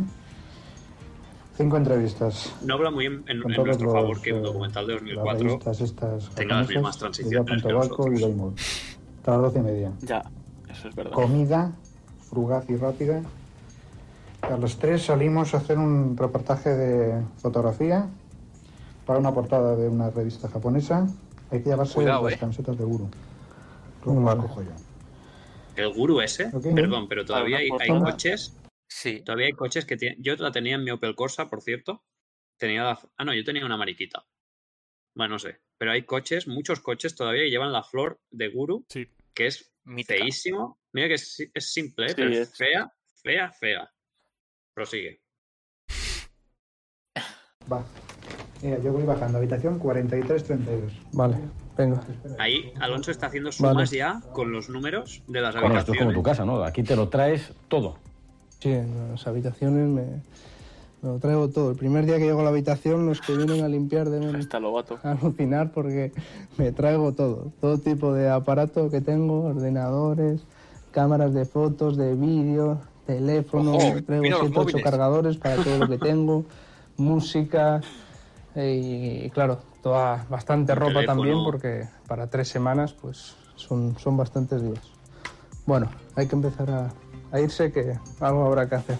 cinco entrevistas.
No habla muy en, en-
Con
en
todos
nuestro
los,
favor que el
eh,
documental de
Las
2004
revistas estas
tenga las mismas
japonesas, de
transiciones
Punto
que
Barco
nosotros.
y Daimon. Hasta las doce y media.
Ya, eso es verdad.
Comida frugaz y rápida. A las 3 salimos a hacer un reportaje de fotografía para una portada de una revista japonesa. Hay que llevarse
Cuidado,
las
eh.
camisetas de Guru. ¿Cómo los
Vale.
cojo yo?
El guru ese,
Ok.
perdón, pero todavía hay, hay
Ahora.
coches.
Sí.
Todavía hay coches que tienen. Yo la tenía en mi Opel Corsa, por cierto. Tenía la- Ah, no, yo tenía una mariquita. Bueno, no sé. Pero hay coches, muchos coches todavía que llevan la flor de guru,
Sí.
que es
mítica.
feísimo. Mira que es, si- es simple, ¿eh?
Sí,
pero es
es.
fea, fea, fea. Prosigue.
Va. Mira, yo voy bajando. Habitación 4332.
Vale, venga.
Ahí Alonso está haciendo
Vale.
sumas ya con los números de las
Bueno, esto es como
habitaciones.
tu casa, ¿no? Aquí te lo traes todo.
Sí, en las habitaciones me, me lo traigo todo. El primer día que llego a la habitación, los que vienen a limpiar deben
Hasta lo vato.
alucinar porque me traigo todo. Todo tipo de aparato que tengo, ordenadores, cámaras de fotos, de vídeo, teléfono,
Ojo,
me traigo
mira los
7 8
móviles.
cargadores para todo lo que tengo, música eh, y, claro, toda, bastante
El
ropa también
teléfono.
porque para tres semanas pues son, son bastantes días. Bueno, hay que empezar a, a irse que algo habrá que hacer.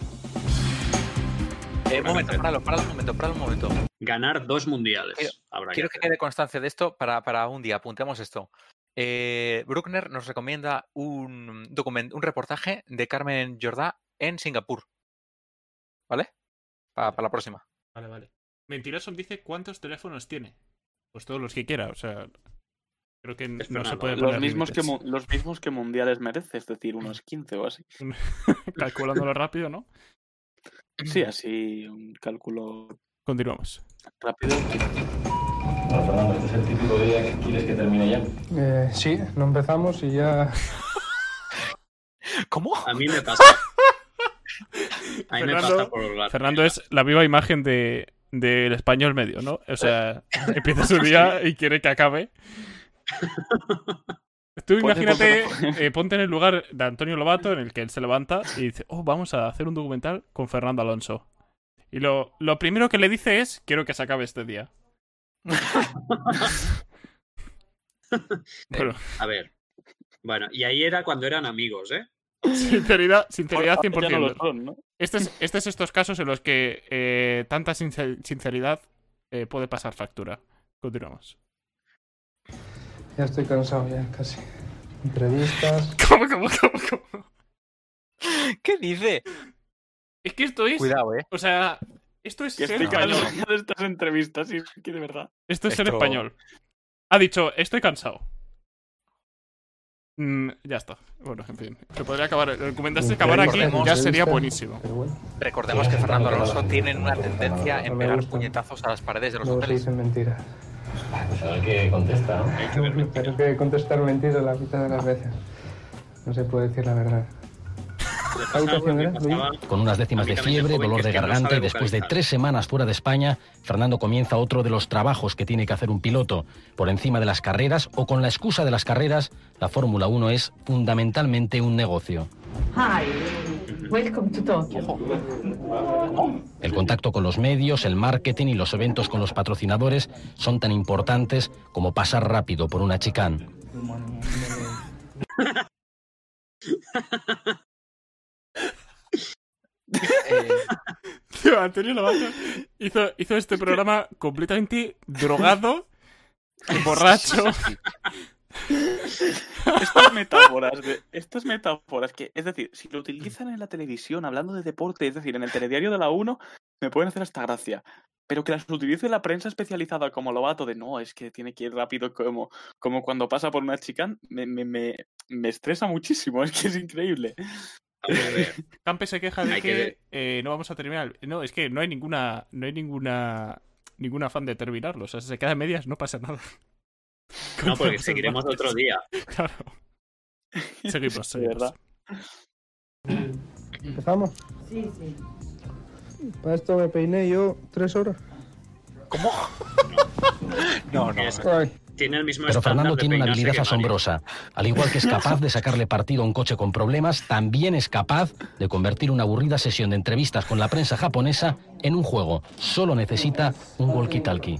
Eh, un momento, paralo, paralo un momento, paralo un momento.
Ganar dos mundiales.
Quiero-
habrá que
Quiero que
hacer.
quede constancia de esto para, para un día. Apuntemos esto. Eh, Bruckner nos recomienda un, document- un reportaje de Carmen Jordá en Singapur. ¿Vale? Pa- Para la próxima.
Vale, vale. Mentiroso dice cuántos teléfonos tiene. Pues todos los que quiera, o sea. Creo que
Es
no se
Fernando.
puede poner
Los
Los mismos, que,
límites.
mu- los mismos que mundiales merece, es decir, unos 15 o así.
Calculándolo rápido, ¿no?
Sí, así un cálculo
Continuamos.
rápido.
Bueno, Fernando, este es el típico día que quieres que termine ya.
Eh, sí, no empezamos y ya
¿Cómo?
A mí me pasa. A mí me
Fernando-
pasa por hablar.
Fernando es la viva imagen de del español medio, ¿no? O sea, empieza su día y quiere que acabe. Tú
Ponte-
imagínate,
ponte-
eh, ponte en el lugar de Antonio Lobato, en el que él se levanta y dice, oh, vamos a hacer un documental con Fernando Alonso. Y lo, lo primero que le dice es, quiero que se acabe este día. bueno,
A ver. Bueno, y ahí era cuando eran amigos, ¿eh?
sinceridad, sinceridad
Ahora ya
100%.
no lo son, ¿no?
Este es, este es estos casos en los que eh, tanta sincel- sinceridad eh, puede pasar factura. Continuamos.
Ya estoy cansado ya, casi. Entrevistas.
¿Cómo, cómo, cómo, cómo?
¿Qué dice?
Es que esto es.
Cuidado, eh.
O sea, esto es
Que
ser
estoy
español.
cansado ya de estas entrevistas, y es que de verdad.
Esto es ser
Esto-
español. Ha dicho, estoy cansado. Mm, ya está. Bueno, en fin. Se podría acabar. El documental se acabara aquí
Recordemos-
ya sería buenísimo.
Pero bueno,
Recordemos que Fernando Alonso tiene una tendencia
No
en
me
pegar
gusta.
puñetazos a las paredes de los
luego se
hoteles.
dicen mentiras.
Pues a ver qué contesta, ¿no?
Hay que ver
Pero
mentiras.
Hay que contestar mentiras la mitad de las veces. No se puede decir la verdad.
Le pasaba lo que
¿verdad, Luis?
pasaba-
Con unas décimas de
Básicamente,
fiebre,
joven,
dolor
que
de
es que no
garganta
sabe
y después de
vocalizar.
tres semanas fuera de España, Fernando comienza otro de los trabajos que tiene que hacer un piloto. Por encima de las carreras o con la excusa de las carreras, la Fórmula 1 es fundamentalmente un negocio.
Hi, welcome to Tokyo.
El contacto con los medios, el marketing y los eventos con los patrocinadores son tan importantes como pasar rápido por una chicane.
Eh,
Tío, Antonio Lobato hizo, hizo este programa completamente drogado, borracho.
Estas metáforas, de- estas metáforas que, es decir, si lo utilizan en la televisión hablando de deporte, es decir, en el telediario de la 1, me pueden hacer hasta gracia. Pero que las utilice la prensa especializada como lobato de no, es que tiene que ir rápido como, como cuando pasa por una chicane, me, me, me, me estresa muchísimo, es que es increíble.
Vamos a ver.
Campe se queja de
Hay
que,
que ver.
eh, no vamos a terminar. No, es que no hay ninguna. No hay ninguna. Ningún afán de terminarlo. O sea, si se queda a medias, no pasa nada.
No, porque
Continuamos el
seguiremos
martes.
otro día.
Claro. Seguimos,
De verdad.
seguimos.
¿Empezamos?
Sí, sí.
Para esto me peiné yo tres horas.
¿Cómo? No, no.
Es-
Ay,
Tiene el mismo
Pero
estándar
Fernando
de
tiene una
peinarse
habilidad
que Mario.
asombrosa. Al igual que es capaz de sacarle partido a un coche con problemas, también es capaz de convertir una aburrida sesión de entrevistas con la prensa japonesa en un juego. Solo necesita un walkie-talkie.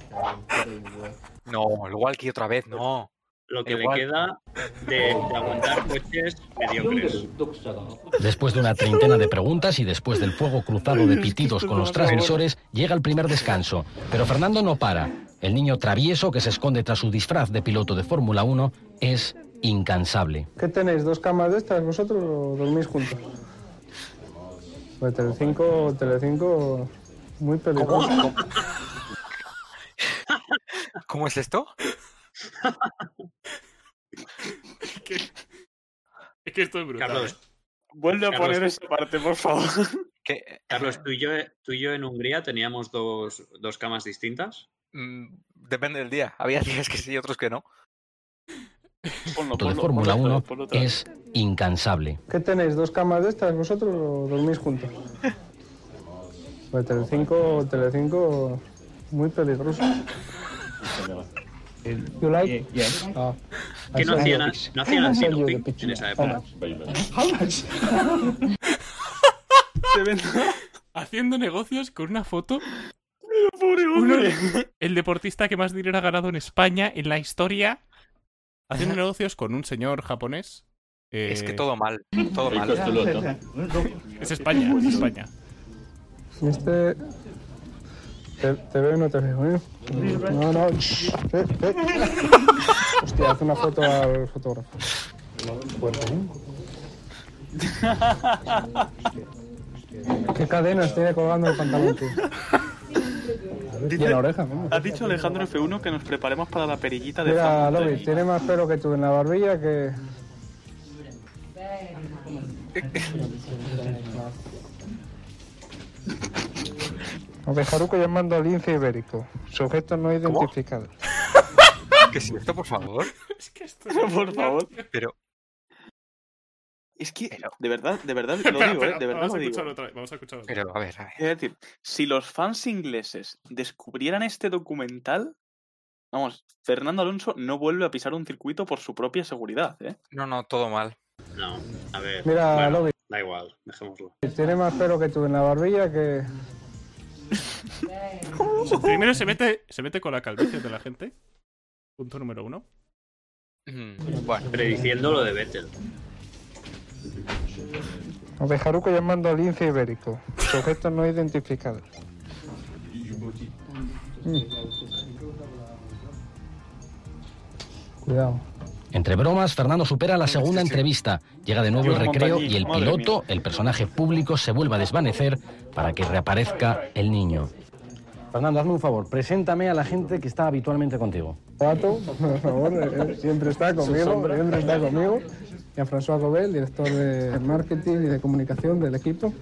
No, el walkie otra vez, no.
Lo que
Igual.
le queda de, de aguantar coches mediocres.
Después de una treintena de preguntas y después del fuego cruzado de pitidos con los transmisores, llega el primer descanso. Pero Fernando no para. El niño travieso que se esconde tras su disfraz de piloto de Fórmula 1 es incansable.
¿Qué tenéis? ¿Dos camas de estas vosotros o dormís juntos? Pues Telecinco, Telecinco, muy peligroso.
¿Cómo, ¿Cómo es esto?
que- Es que esto es brutal.
Carlos,
¿eh?
Vuelve a
Carlos.
poner esa parte, por favor.
Que, eh,
Carlos, tú y yo, tú y yo en Hungría teníamos dos, dos camas distintas.
mm, depende del día. Había días que sí y otros que no.
Ponlo,
Todo de
ponlo,
Fórmula
ponlo otra
1
vez, ponlo otra vez.
es incansable.
¿Qué tenéis? ¿Dos camas de estas vosotros o dormís juntos? Pues Telecinco, Telecinco, muy peligroso.
You like?
Ye- Yes.
Ah,
Que no
así-
hacían, no hacían anti-doping en esa época.
Baby.
How much?
Te vendo-
Haciendo negocios con una foto.
Pobre hombre.
El deportista que más dinero ha ganado en España en la historia. Haciendo negocios con un señor japonés. eh,
Es que todo mal. Todo
Rico
mal.
es tu loto.
Es España, es España.
Y Este. Te, te veo y no te veo, ¿eh? No, no. shh, eh, eh. Hostia, haz una foto al fotógrafo. ¿eh? ¿Qué cadenas tiene colgando el pantalón, tío? Y en la oreja, vamos.
Ha dicho Alejandro F1 que nos preparemos para la perillita de
Mira,
Family
Lobby,
Day.
tiene más pelo que tú en la barbilla que. Ovejaruco llamando al lince ibérico. Sujeto no identificado.
¿Qué es esto, por favor?
Es que esto
Por favor.
Pero,
Es que,
Pero-
de verdad, de verdad lo digo,
Espera,
¿eh?
espera,
De verdad
vamos
lo
a
digo.
escucharlo otra vez. Vamos a escucharlo. otra vez.
pero, a ver, a ver.
Es decir, si los fans ingleses descubrieran este documental, vamos, Fernando Alonso no vuelve a pisar un circuito por su propia seguridad, ¿eh?
No, no, todo mal.
No, a ver.
Mira,
bueno,
Lobby,
da igual, dejémoslo.
tiene más pelo que tú en la barbilla que.
Primero se mete, se mete con la calvicie de la gente. Punto número uno.
Mm, Bueno,
Prediciendo lo de Vettel.
Ovejaruco llamando al lince ibérico. Sujeto no identificado. Mm. Cuidado.
Entre bromas, Fernando supera la segunda entrevista. Llega de nuevo el
Dios,
recreo
montañismo,
y el
madre
piloto, el personaje público, se vuelve a desvanecer para que reaparezca el niño. Fernando, hazme un favor, preséntame a la gente que está habitualmente contigo.
Pato, por favor, eh, siempre está conmigo, siempre está conmigo. Y a François Gobel, director de marketing y de comunicación del equipo.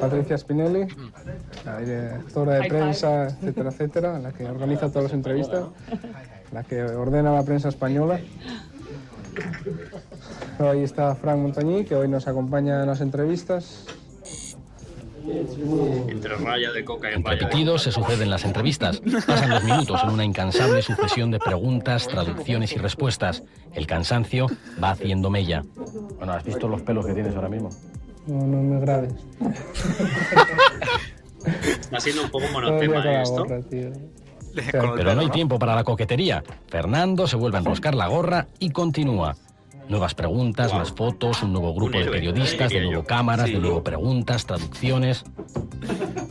Patricia Spinelli, la directora de prensa, etcétera, etcétera, la que organiza todas las entrevistas, la que ordena la prensa española. Ahí está Frank Montañí, que hoy nos acompaña en las entrevistas.
Entre raya de coca y raya de
Repetidos se suceden las entrevistas. Pasan los minutos en una incansable sucesión de preguntas, traducciones y respuestas. El cansancio va haciendo mella. Bueno, ¿has visto los pelos que tienes ahora mismo?
No, no me graves.
Está siendo un poco
Todavía
monotema
con
¿eh,
la
esto.
gorra, tío.
con el
Pero no hay
perro.
tiempo para la coquetería. Fernando se vuelve a enroscar la gorra y continúa. Nuevas preguntas, más fotos, un nuevo grupo de
héroe,
periodistas, de
diría
nuevo
yo.
cámaras, de
Sí.
nuevo preguntas, traducciones.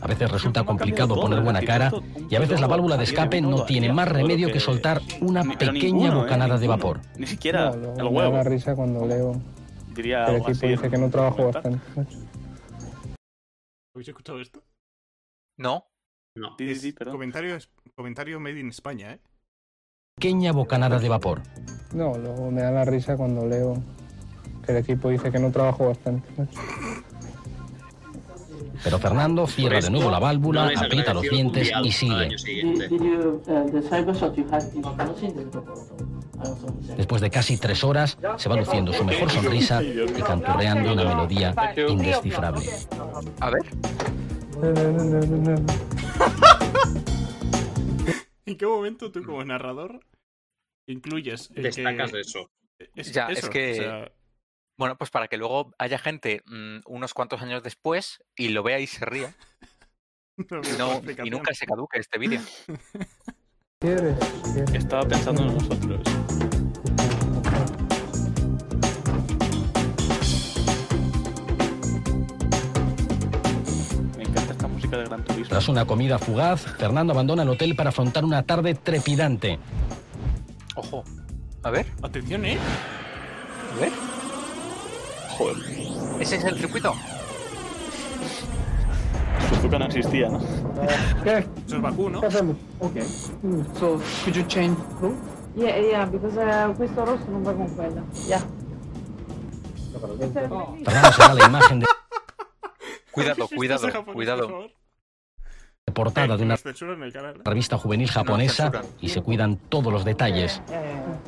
A veces resulta
¿Cómo ha
complicado
cambiado
poner
todo?
buena cara y a veces la válvula de escape no tiene más remedio que soltar una
Ni- pero
pequeña
ninguno, ¿eh?
bocanada de
Ninguno.
vapor.
Ni siquiera
No,
el
luego me da la
huevo,
risa cuando leo
diría
que
algo
el
así
equipo
en
dice
un
que no trabajo
documental.
bastante.
¿Habéis escuchado esto?
No,
No.
Sí, sí, sí, perdón.
Comentario, es- comentario made in España, ¿eh?
Pequeña bocanada de vapor.
No, luego me da la risa cuando leo que el equipo dice que no trabajo bastante.
Pero Fernando cierra de nuevo la
Pues No
válvula,
les
aprieta los
agradeció
dientes
mundial
y
al
sigue.
año siguiente.
Después de casi tres horas, se va luciendo su mejor sonrisa y canturreando una melodía indescifrable.
a ver.
¿En qué momento tú, como narrador, incluyes. el que-
Destacas eso.
es-
Ya, es
eso,
que-
o sea,
Bueno, pues para que luego haya gente mm, unos cuantos años después y lo vea y se ría
no
y,
veo otra
no- y
explicación.
nunca se caduque este vídeo.
¿Quieres? ¿Quieres?
Estaba pensando en nosotros. Me encanta esta música de Gran Turismo.
Tras una comida fugaz, Fernando abandona el hotel para afrontar una tarde trepidante.
Ojo, A ver,
Atención, ¿eh?
a ver.
Joder,
¿Ese es el circuito?
Suzuka Pues no existía, ¿no?
¿Qué?
Eso es Bakú, ¿no?
¿Qué hacemos?
Ok. Mm, So, could you change blue?
Yeah, yeah, because eh, questo rosso non va con quella. Yeah.
Fernando será la imagen de
Cuidado, cuidado,
Ese japonés, por
cuidado.
favor.
portada de una
Nos censuran en el canal, ¿eh?
revista juvenil japonesa
No, censura.
y se cuidan todos los detalles.
Yeah, yeah, yeah.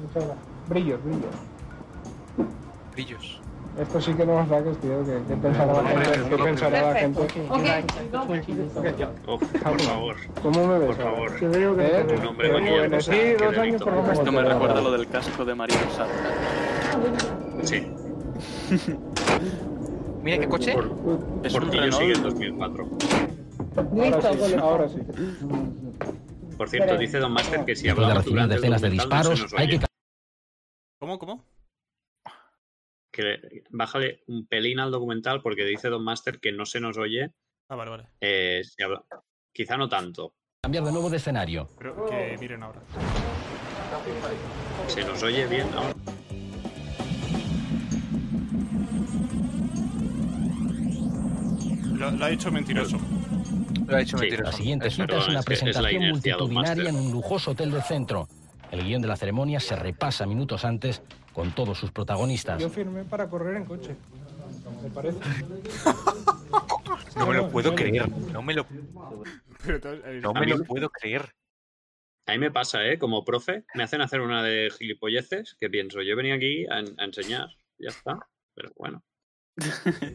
Muchas gracias. Brillos, brillos.
Brillos.
Esto sí que no los saques, tío, que, que pensará la gente. ¿Qué pensará la gente?
Oh, por favor.
¿Cómo me
Por
ves?
favor.
Te veo que
Un hombre mayor, o sea,
Sí,
qué
dos años
delito.
por lo menos.
Esto me recuerda lo del casco de María Rosado.
Sí,
Mira qué coche.
por,
Es
por
un
ti yo sigue en
Renault.
2004.
Ahora sí, ahora sí.
Por cierto, dice Don Master que si
Después de
hablamos
recibir
durante el
decenas de
documental no se
disparos,
nos
hay
oye.
que
¿Cómo, cómo?
Que bájale un pelín al documental porque dice Don Master que no se nos oye.
Ah, vale, vale.
eh, si habla- Quizá no tanto.
cambiar de nuevo de escenario.
Pero que miren ahora.
Se nos oye bien ahora.
Lo, lo ha dicho mentiroso.
Lo ha hecho
Sí,
La
mentiroso. Eso
siguiente
es.
cita
perdón,
es una
es que es la
presentación
inercia, don
multitudinaria en
Master.
un lujoso hotel del centro. El guión de la ceremonia se repasa minutos antes con todos sus protagonistas.
Yo firmé para correr en coche. Me parece.
No me lo puedo creer. No me lo,
Pero entonces, eh,
no me lo puedo creer.
A mí me pasa, ¿eh? Como profe, me hacen hacer una de gilipolleces que pienso, yo venía aquí a, en- a enseñar, ya está. Pero bueno,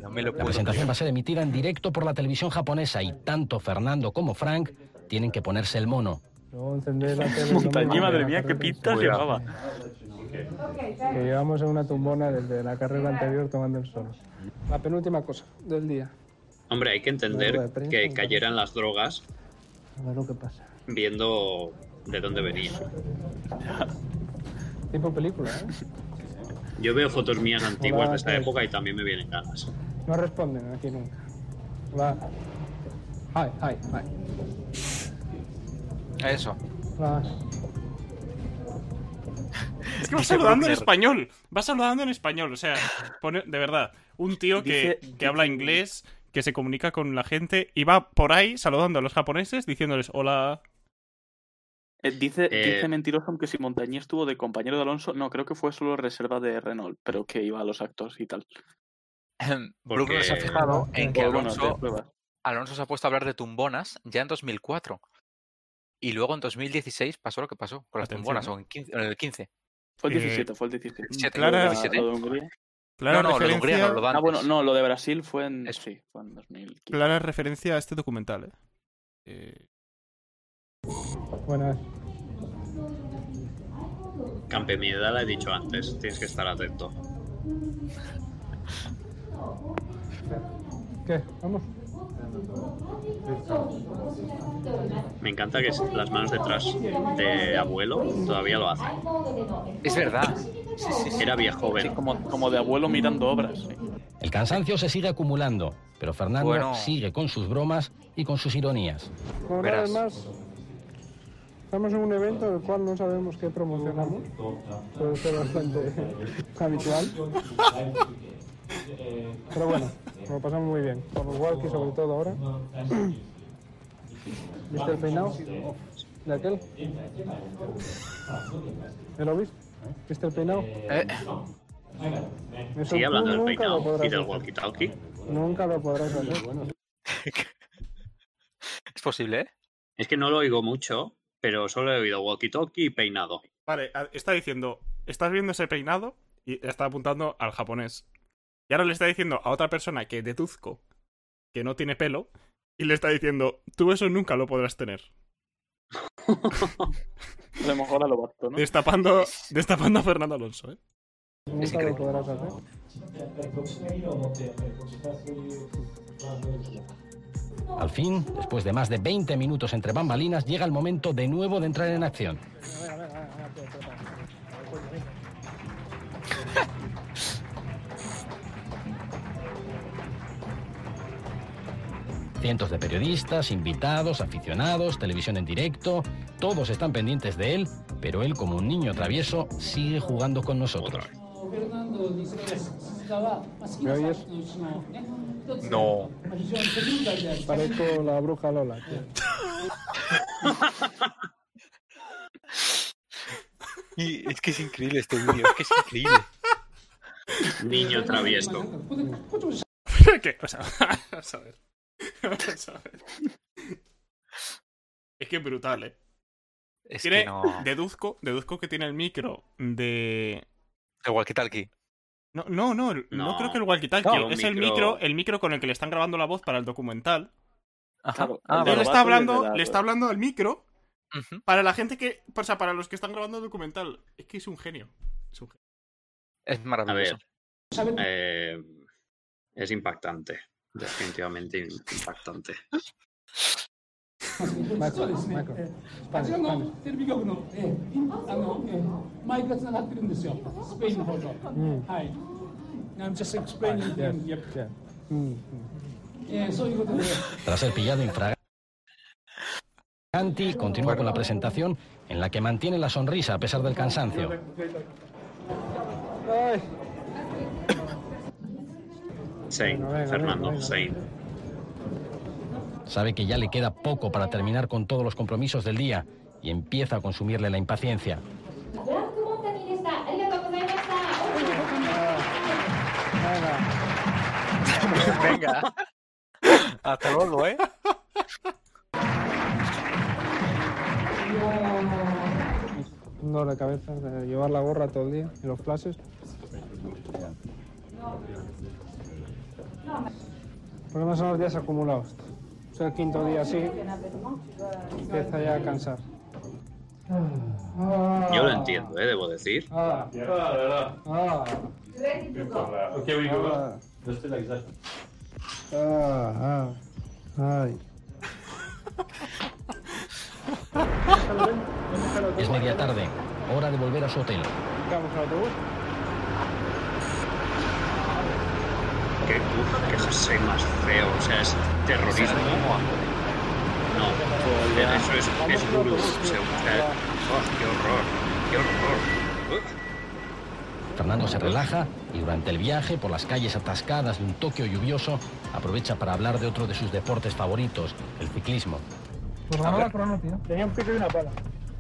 No me lo
La
puedo
presentación
creer.
va a ser emitida en directo por la televisión japonesa y tanto Fernando como Frank tienen que ponerse el mono.
Luego encendé la tele.
Montañí,
no me-
madre mía, qué pintas
Cuidado.
llevaba.
Que llevamos en una tumbona desde la carrera anterior tomando el sol. La penúltima cosa del día.
hombre, hay que entender
Nueva prensa,
que
entonces.
cayeran las drogas
A ver lo que pasa.
viendo de dónde venía.
Tipo película, ¿eh?
Yo veo fotos mías antiguas
Hola,
de esta
¿qué?
época y también me vienen ganas.
No responden aquí nunca. Va. Hi, hi, hi.
Eso.
Va.
Es que va
Dice
saludando en
Bruckner.
español. Va saludando en español. O sea, pone- de verdad, un tío que,
Dice-
que habla inglés, que se comunica con la gente y va por ahí saludando a los japoneses diciéndoles hola.
Eh, dice,
Eh,
dice mentiroso aunque si Montañí estuvo de compañero de Alonso, no, creo que fue solo reserva de Renault, pero que iba a los actos y tal.
Bruno se ha fijado en que
O, bueno,
Alonso
de pruebas.
Alonso se ha puesto a hablar de tumbonas ya en 2004. Y luego en 2016 pasó lo que pasó con las
Atención,
tumbonas,
¿eh?
o en, 15 o en el 15.
Fue el
Eh,
17, fue el 17.
Sí,
Lo
Clara-
de-
17.
lo de Hungría.
Clara
no, no, lo de
referencia,
Hungría no, lo de
Ah,
antes.
bueno, no, lo de Brasil fue en.
Eso.
Sí, fue en 2015.
clara referencia a este documental, ¿eh? Eh,
Buenas.
Campe, mi edad la he dicho antes, tienes que estar atento.
¿Qué? Vamos.
Me encanta que las manos detrás de abuelo todavía lo hacen.
Es verdad. Sí, sí, sí.
Era viejo
Sí,
joven.
como, como de abuelo mirando obras. sí.
El cansancio se sigue acumulando, pero Fernando
Bueno.
sigue con sus bromas y con sus ironías.
Una
Verás.
vez más, estamos en un evento del cual no sabemos qué promocionamos. Puede ser bastante habitual. Pero bueno, nos lo pasamos muy bien. Con los walkies, sobre todo ahora. ¿Viste el peinado? ¿De aquel? ¿Me lo viste? ¿Viste el peinado?
Eh,
Eso
Sigue
tú
hablando del
nunca lo
peinado
podrás
y del
hacer.
walkie-talkie.
Nunca lo podrás hacer.
es posible, ¿eh?
Es que no lo oigo mucho, pero solo he oído walkie-talkie y peinado.
Vale, a- está diciendo, ¿estás viendo ese peinado? Y está apuntando al japonés. Y ahora le está diciendo a otra persona que deduzco que no tiene pelo. Y le está diciendo, tú eso nunca lo podrás tener.
A lo mejor a lo basto, ¿no?
Destapando, destapando a Fernando Alonso, ¿eh?
Nunca lo
increíble.
podrás hacer.
Al fin, después de más de 20 minutos entre bambalinas, llega el momento de nuevo de entrar en acción. Cientos de periodistas, invitados, aficionados, televisión en directo, todos están pendientes de él, pero él, como un niño travieso, sigue jugando con nosotros.
¿Me oyes?
No.
Parezco la bruja Lola. tío.
Y es que es increíble este vídeo, es que es increíble.
Niño travieso.
¿Qué? O sea, vamos a ver. Vamos a ver. Es que es brutal, eh.
Es
Tiene-
que no.
Deduzco, deduzco que tiene el micro de.
El walkie-talkie.
No, no, no, el- no,
No.
creo que el walkie talkie.
No, un
es el
micro-
micro, el micro con el que le están grabando la voz para el documental.
Ajá.
Claro,
Ah,
el de
Él
la
vale.
está
vaca y el de
hablando,
la-
le está hablando al micro
Ujú.
para la gente que. O sea, para los que están grabando el documental. Es que es un genio. Es un genio.
A
Es
ver.
maravilloso.
eh, es impactante. Definitivamente impactante.
Michael, Michael. Spanish, Spanish. Mm. Yes, yeah. Mm, mm.
Tras ser pillado infraganti, continúa con la presentación en la que mantiene la sonrisa a pesar del cansancio.
Ay,
Sein,
Venga, venga,
Fernando,
venga, venga.
Sein.
Sabe que ya le queda poco para terminar con todos los compromisos del día y empieza a consumirle la impaciencia.
venga.
Venga. Hasta luego, ¿eh?
Un dolor de cabeza, de llevar la gorra todo el día y los flashes. Problemas son los días acumulados. O sea, el quinto día así, empieza ya a cansar.
Yo lo entiendo, ¿eh? debo decir.
Ah, ah, ah, ah, ah. Ay.
Es media tarde, hora de volver a su hotel.
Vamos al autobús.
Qué, uf, qué jersey más feo. O sea, es terrorismo. No, eso es, es gurú. se- o sea, oh, qué horror. Qué horror. Uf,
Fernando se relaja y durante el viaje por las calles atascadas de un Tokio lluvioso aprovecha para hablar de otro de sus deportes favoritos, el ciclismo.
Pues ganó la corona, tío. Tenía un pico y una pala.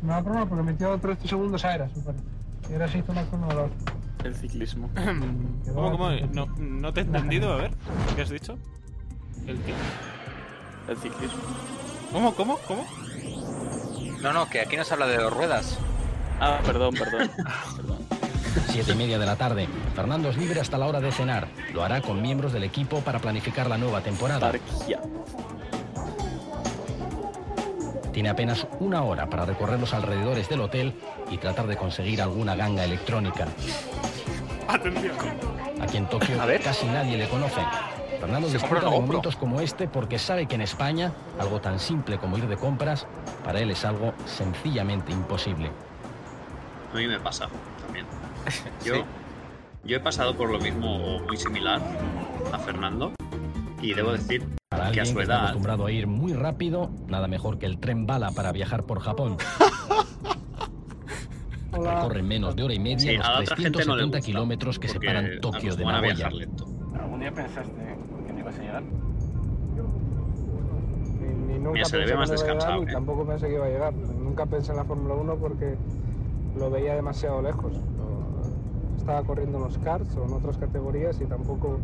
Ganó la corona porque metió 13 segundos a Eras, me parece. Y Eras hizo una corona de la hostia.
El ciclismo.
¿Cómo, cómo? No, no te he entendido, a ver. ¿Qué has dicho? ¿El qué?
El ciclismo.
¿Cómo, cómo, cómo?
No, no, que aquí no se habla de dos ruedas.
Ah, perdón, perdón. perdón.
Siete y media de la tarde. Fernando es libre hasta la hora de cenar. Lo hará con miembros del equipo para planificar la nueva temporada.
Parquía.
Tiene apenas una hora para recorrer los alrededores del hotel y tratar de conseguir alguna ganga electrónica.
Atención.
Aquí en Tokio
A ver.
casi nadie le conoce. Fernando
Se
disfruta
compra una
de
GoPro.
momentos como este porque sabe que en España algo tan simple como ir de compras para él es algo sencillamente imposible.
a mí me pasa también. Yo,
Sí.
yo he pasado por lo mismo o muy similar a Fernando. Y debo decir que
Para
a
alguien
su
que está
edad
acostumbrado a ir muy rápido, nada mejor que el tren bala para viajar por Japón. Recorre en menos de hora y media
Sí, a la
los
otra gente no le
370
gusta.
kilómetros que
porque
separan Tokio de
acostumbran a
Nagoya.
viajar lento.
¿Algún día pensaste que no ibas a llegar?
Ni, ni nunca
Mira, se le ve más
pensé que iba a
descansado,
llegar,
¿eh?
ni Tampoco pensé que iba a llegar. Nunca pensé en la Fórmula 1 porque lo veía demasiado lejos. No- Estaba corriendo en los karts o en otras categorías y tampoco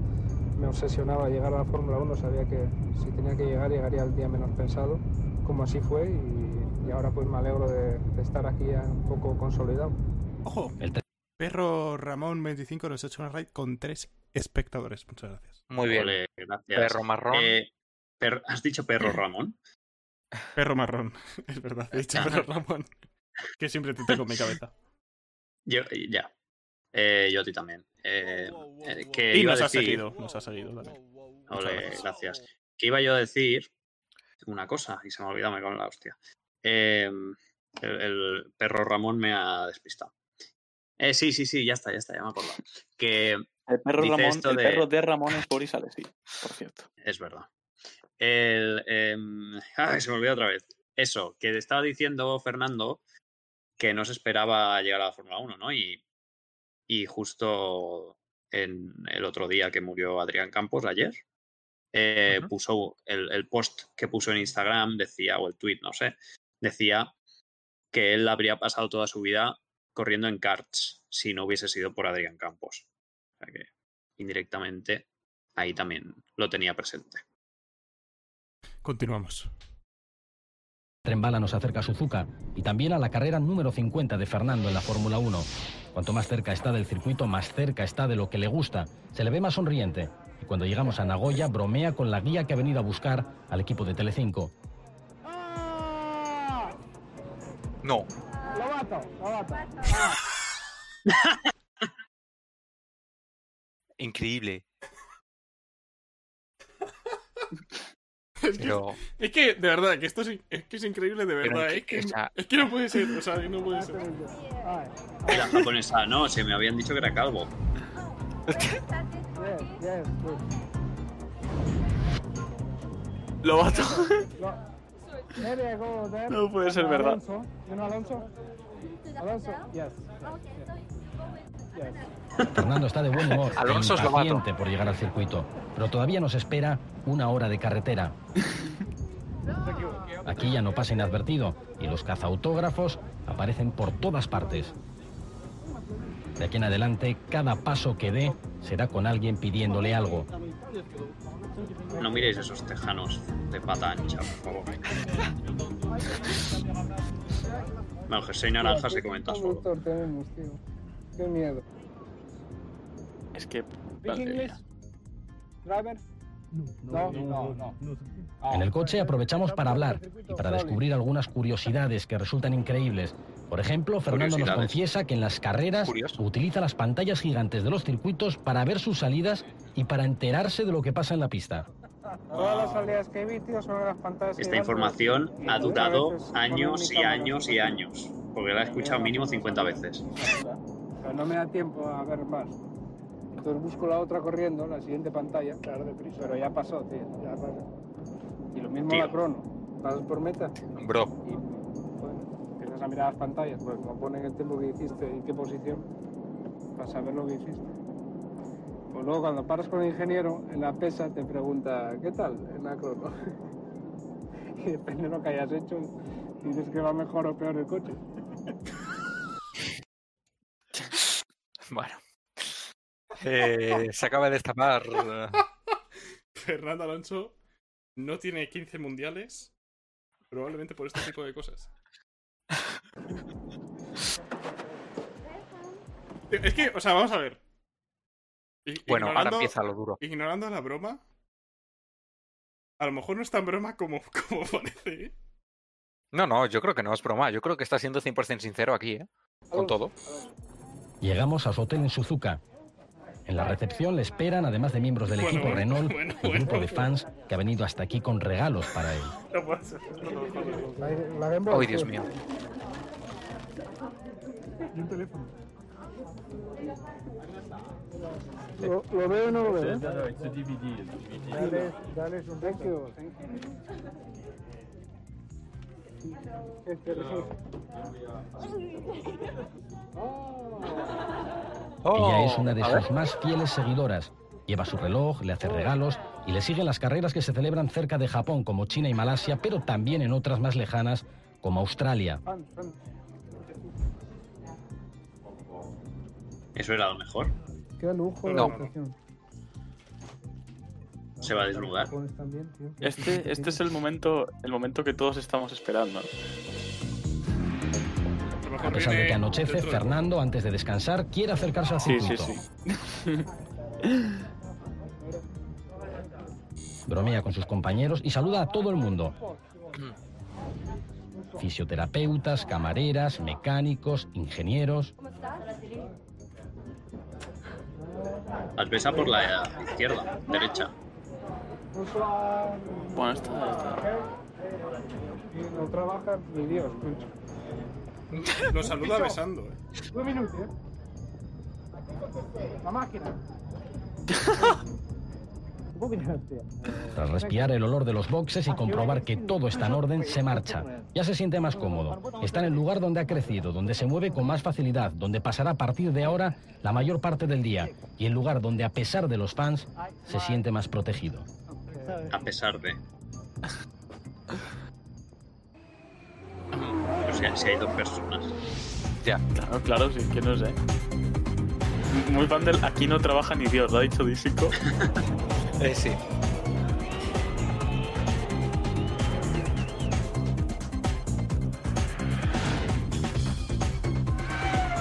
me obsesionaba llegar a la Fórmula 1. Sabía que si tenía que llegar, llegaría al día menos pensado, como así fue. Y, y ahora pues me alegro de, de estar aquí ya un poco consolidado.
Ojo,
El tren
perro Ramón 25 nos ha hecho una raid con tres espectadores. Muchas gracias.
Muy bien.
Ole, gracias.
Perro marrón.
Eh, per- ¿Has dicho perro Ramón?
Perro marrón. Es verdad, he dicho perro Ramón. Que siempre te tengo en mi cabeza.
Yo, ya. Eh, yo a ti también. Eh, eh, que
Y
iba a
nos ha
decir-
seguido. Nos ha seguido también. Muchas
Ole,
gracias.
gracias. Que iba yo a decir una cosa y se me ha olvidado, me cago en la hostia. Eh, el, el perro Ramón me ha despistado. Eh, sí, sí, sí, ya está, ya está, ya me he acordado. Que
El perro,
Dice
Ramón,
esto
el
de-
perro de Ramón es Boris Alessi, por cierto.
es verdad. El, em, ay, se me olvidó otra vez. Eso, que estaba diciendo Fernando que no se esperaba llegar a la Fórmula 1, ¿no? Y, y justo en el otro día que murió Adrián Campos, ayer, eh, uh -huh. puso el, el, post que puso en Instagram, decía, o el tweet, no sé, decía que él habría pasado toda su vida corriendo en karts si no hubiese sido por Adrián Campos. O sea que indirectamente ahí también lo tenía presente.
Continuamos.
Trembala nos acerca a Suzuka y también a la carrera número 50 de Fernando en la Fórmula 1. Cuanto más cerca está del circuito, más cerca está de lo que le gusta. Se le ve más sonriente y cuando llegamos a Nagoya bromea con la guía que ha venido a buscar al equipo de Telecinco.
No.
Lo mato, lo mato.
Increíble.
Es que,
Pero-
es que, de verdad, que esto es, in- es que es increíble, de
Pero
verdad.
en
Es
que-
que,
o sea-
es que no puede ser, o sea, no puede ser.
Era japonesa, no, se me habían dicho que era calvo.
Yes, yes, yes.
Lo mato.
Lo- Maybe I go there.
No puede ser verdad.
Alonso. You know Alonso? Alonso, yes. Yes.
Fernando está de buen humor,
Alonso es novato.
impaciente por llegar al circuito, pero todavía nos espera una hora de carretera. Aquí ya no pasa inadvertido y los cazautógrafos aparecen por todas partes. De aquí en adelante, cada paso que dé será con alguien pidiéndole algo.
No miréis esos tejanos de pata ancha, por favor. Bueno, el jersey naranja se comenta
¿Qué
solo.
conductor tenemos, tío? Qué miedo.
Es que.
Big
madre
English?
mía.
Driver? No, no, no. Ah.
En el coche aprovechamos para hablar y para descubrir algunas curiosidades que resultan increíbles. Por ejemplo, Fernando nos
Curiosidades.
confiesa que en las carreras
Curioso.
utiliza las pantallas gigantes de los circuitos para ver sus salidas y para enterarse de lo que pasa en la pista.
Todas las salidas que vi, tío, son en las pantallas.
Esta
gigantes.
información ha durado años y años y
años.
años, porque la he escuchado mínimo 50 veces.
Pero no me da tiempo a ver más. Entonces busco la otra corriendo, la siguiente pantalla. Claro, deprisa. Pero ya pasó, tío. Ya pasó. Y lo mismo
Tío.
la crono. Pasas por meta
Bro,
y bueno, empiezas a mirar las pantallas. Pues como ponen el tiempo que hiciste y qué posición, para saber lo que hiciste. Pues luego cuando paras con el ingeniero, en la pesa te pregunta, ¿qué tal en la crono? y depende de lo que hayas hecho, dices que va mejor o peor el coche.
bueno. Eh, se acaba de destapar. eh,
Fernando Alonso no tiene 15 mundiales, probablemente por este tipo de cosas. es que, o sea, vamos a ver. I-
Bueno, ahora
ignorando-
empieza lo duro.
Ignorando la broma, a lo mejor no es tan broma como, como parece. ¿eh?
No, no, yo creo que no es broma. Yo creo que está siendo 100% sincero aquí, ¿eh?
Oh,
Con todo.
Llegamos a su hotel en Suzuka. En la recepción le esperan, además de miembros del
Bueno,
equipo
bueno,
Renault,
bueno,
el grupo
bueno.
de fans que ha venido hasta aquí con regalos para él.
No puede ser, no lo juro.
La, la Game
oh,
Boy,
Ay, Dios
tío.
mío.
Y un teléfono.
¿Lo, lo veo o no lo veo?
Dale, dale un
Thank
beso.
you. Thank you. Este resulta.
Ella
Oh,
es una de
Oh, a ver.
sus más fieles seguidoras. Lleva su reloj, le hace regalos y le siguen las carreras que se celebran cerca de Japón, como China y Malasia, pero también en otras más lejanas, como Australia.
Fan, fan.
Eso era lo mejor.
Qué lujo de
No.
habitación.
Se va a desnudar.
Japones también, tío.
Este, este es el momento, el momento que todos estamos esperando.
A lo mejor
A pesar de
viene
que anochece,
dentro de-
Fernando, antes de descansar, quiere acercarse al
Sí, sí,
circuito.
sí.
Bromea con sus compañeros y saluda a todo el mundo.
Mm.
Fisioterapeutas, camareras, mecánicos, ingenieros.
Las besa por la izquierda, derecha.
Bueno, está, está.
No trabaja ni Dios, escucha.
Lo saluda besando, ¿eh?
Dos minutos, ¿eh? La máquina.
Tras respirar el olor de los boxes y comprobar que todo está en orden, se marcha. Ya se siente más cómodo. Está en el lugar donde ha crecido, donde se mueve con más facilidad, donde pasará a partir de ahora la mayor parte del día y el lugar donde, a pesar de los fans, se siente más protegido.
A pesar de. Pero si, hay- si hay dos personas.
Ya.
Claro, claro, sí, que no sé. Muy fan del aquí no trabaja ni Dios, lo ha dicho Dísico.
Eh, sí.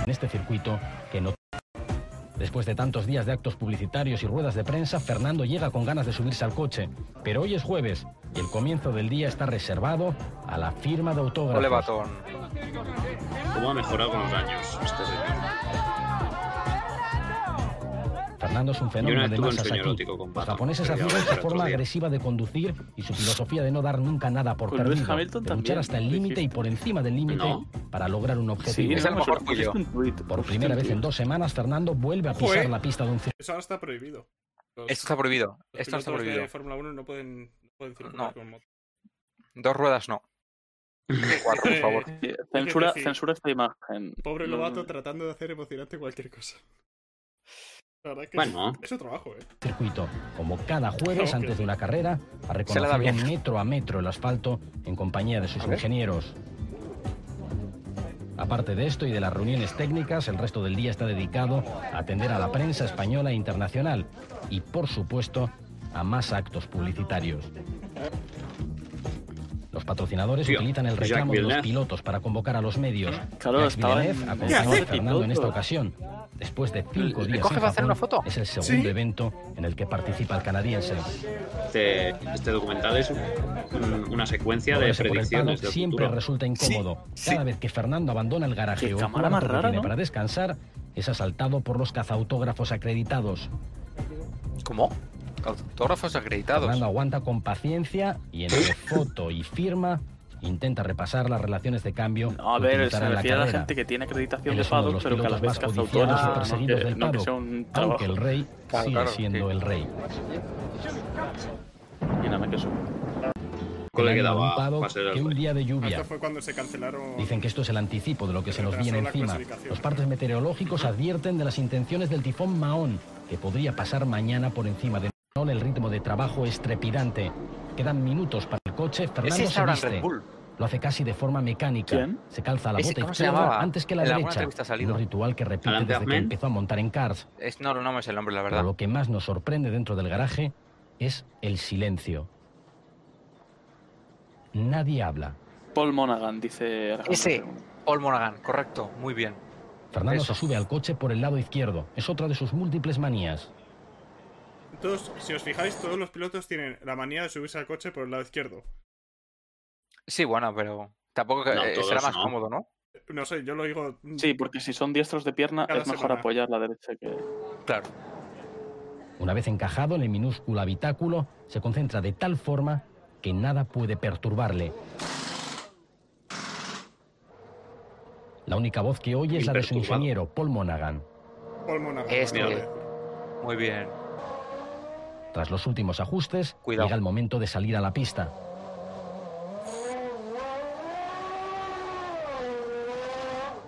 en este circuito que no... Después de tantos días de actos publicitarios y ruedas de prensa, Fernando llega con ganas de subirse al coche. Pero hoy es jueves y el comienzo del día está reservado a la firma de
Ole
autógrafos.
batón.
¿Cómo ha mejorado con los años este señor?
Fernando es un
Yo
fenómeno
una vez
de
tuve un
masas
sueño
aquí.
erótico con
Los
Batman,
japoneses
pero ya
admiran
lo
su
haré otro
forma
día.
agresiva de conducir y su filosofía de no dar nunca nada por
Con Lewis
perdido,
Hamilton
de luchar
también,
hasta el
lo
límite y
dijiste.
por encima del límite
No.
para lograr un objetivo.
ese a lo
no,
mejor
eso-
fui
eso
yo.
es un tuit,
Por
eso es
primera
un
vez en
tuit.
dos semanas, Fernando vuelve a pisar
Joder.
la pista de un circuito.
Eso ahora está prohibido. Los-
Esto está prohibido.
los
Esto está
pilotos
prohibido.
de Fórmula 1 no pueden, no pueden circular
No.
con moto.
Dos ruedas no. Cuatro, por favor.
Sí, Censura,
decir-
censura esta imagen.
Pobre
No-
Lobato tratando de hacer emocionante cualquier cosa. La verdad que
Bueno.
es, es su trabajo, ¿eh?
circuito, como cada jueves
Claro que
antes de una carrera, ha
Se la da
reconocido
bien.
metro a metro el asfalto en compañía de sus
A ver.
ingenieros. Aparte de esto y de las reuniones técnicas, el resto del día está dedicado a atender a la prensa española e internacional y, por supuesto, a más actos publicitarios. Los patrocinadores
Tío,
utilizan el
Jacques
reclamo de los
Villeneuve.
pilotos para convocar a los medios.
Claro,
Jacques
estaba en-
Villeneuve
¿Qué
acompañó
hace?
a Fernando en esta
Piloto.
ocasión. Después de cinco
¿Le
días
coge
en
para hacer
Japón,
una foto?
es el segundo
Sí.
evento en el que participa el canadiense.
Este, este documental es mm, una secuencia de
Moverse por el paddock
predicciones del
siempre
futuro.
resulta incómodo. Cada vez que Fernando abandona el garaje
Qué
o el
cámara más
cuarto que
rara,
tiene
¿no?
para descansar, es asaltado por los cazautógrafos acreditados.
¿Cómo? Autógrafos acreditados.
Fernando aguanta con paciencia y entre foto y firma intenta repasar las relaciones de cambio.
No, a
que
ver, se
utilizará en
refiere a la
carrera.
gente que tiene acreditación
Él
de
es uno de
Paddock,
los
pero que a la
pilotos
vez
más
caza
codiciados y
autógrafos, no
perseguidos
que,
del
no que sea
Paddock,
un trabajo.
aunque el rey
Claro,
sigue
claro,
siendo
sí.
el rey.
Y nada que eso.
¿Cuál le
Tenemos
quedaba
un paddock
para ser el
que un
rey?
día de
Esto
lluvia
fue cuando se cancelaron.
Dicen que esto es el anticipo de lo que se nos
Retrasó
viene
la
encima.
clasificación.
Los partes meteorológicos advierten de las intenciones del tifón Mahón, que podría pasar mañana por encima de Mahón. El ritmo de trabajo es trepidante. Quedan minutos para el coche.
Ese
Fernando
es
se
ahora en
viste.
Red Bull.
Lo hace casi de forma mecánica.
¿Quién?
Se calza la
Ese,
bota
¿cómo se
izquierda
llamaba?
antes que la
En alguna
derecha.
entrevista ha salido.
Un ritual que repite
Alan
desde que
Bergman.
empezó a montar en cars.
Es, no, no me es el nombre, la
Pero
verdad.
lo que más nos sorprende dentro del garaje es el silencio. Nadie habla.
Paul Monaghan dice. Alejandro
Ese.
Segundo.
Paul Monaghan, correcto, muy bien.
Fernando
Eso.
se sube al coche por el lado izquierdo. Es otra de sus múltiples manías.
Todos, si os fijáis, todos los pilotos tienen la manía de subirse al coche por el lado izquierdo.
Sí, bueno, pero tampoco que-
No,
eh,
todos
será más
no.
cómodo, ¿no?
No sé, yo lo digo. mm,
Sí, porque si son diestros de pierna,
Cada
es mejor
semana.
apoyar la derecha que.
Claro.
Una vez encajado en el minúsculo habitáculo, se concentra de tal forma que nada puede perturbarle. La única voz que oye es la de su
Imperturbado.
ingeniero, Paul Monaghan.
Paul Monaghan.
Este.
vale.
Muy bien.
Tras los últimos ajustes,
Cuidado.
llega el momento de salir a la pista.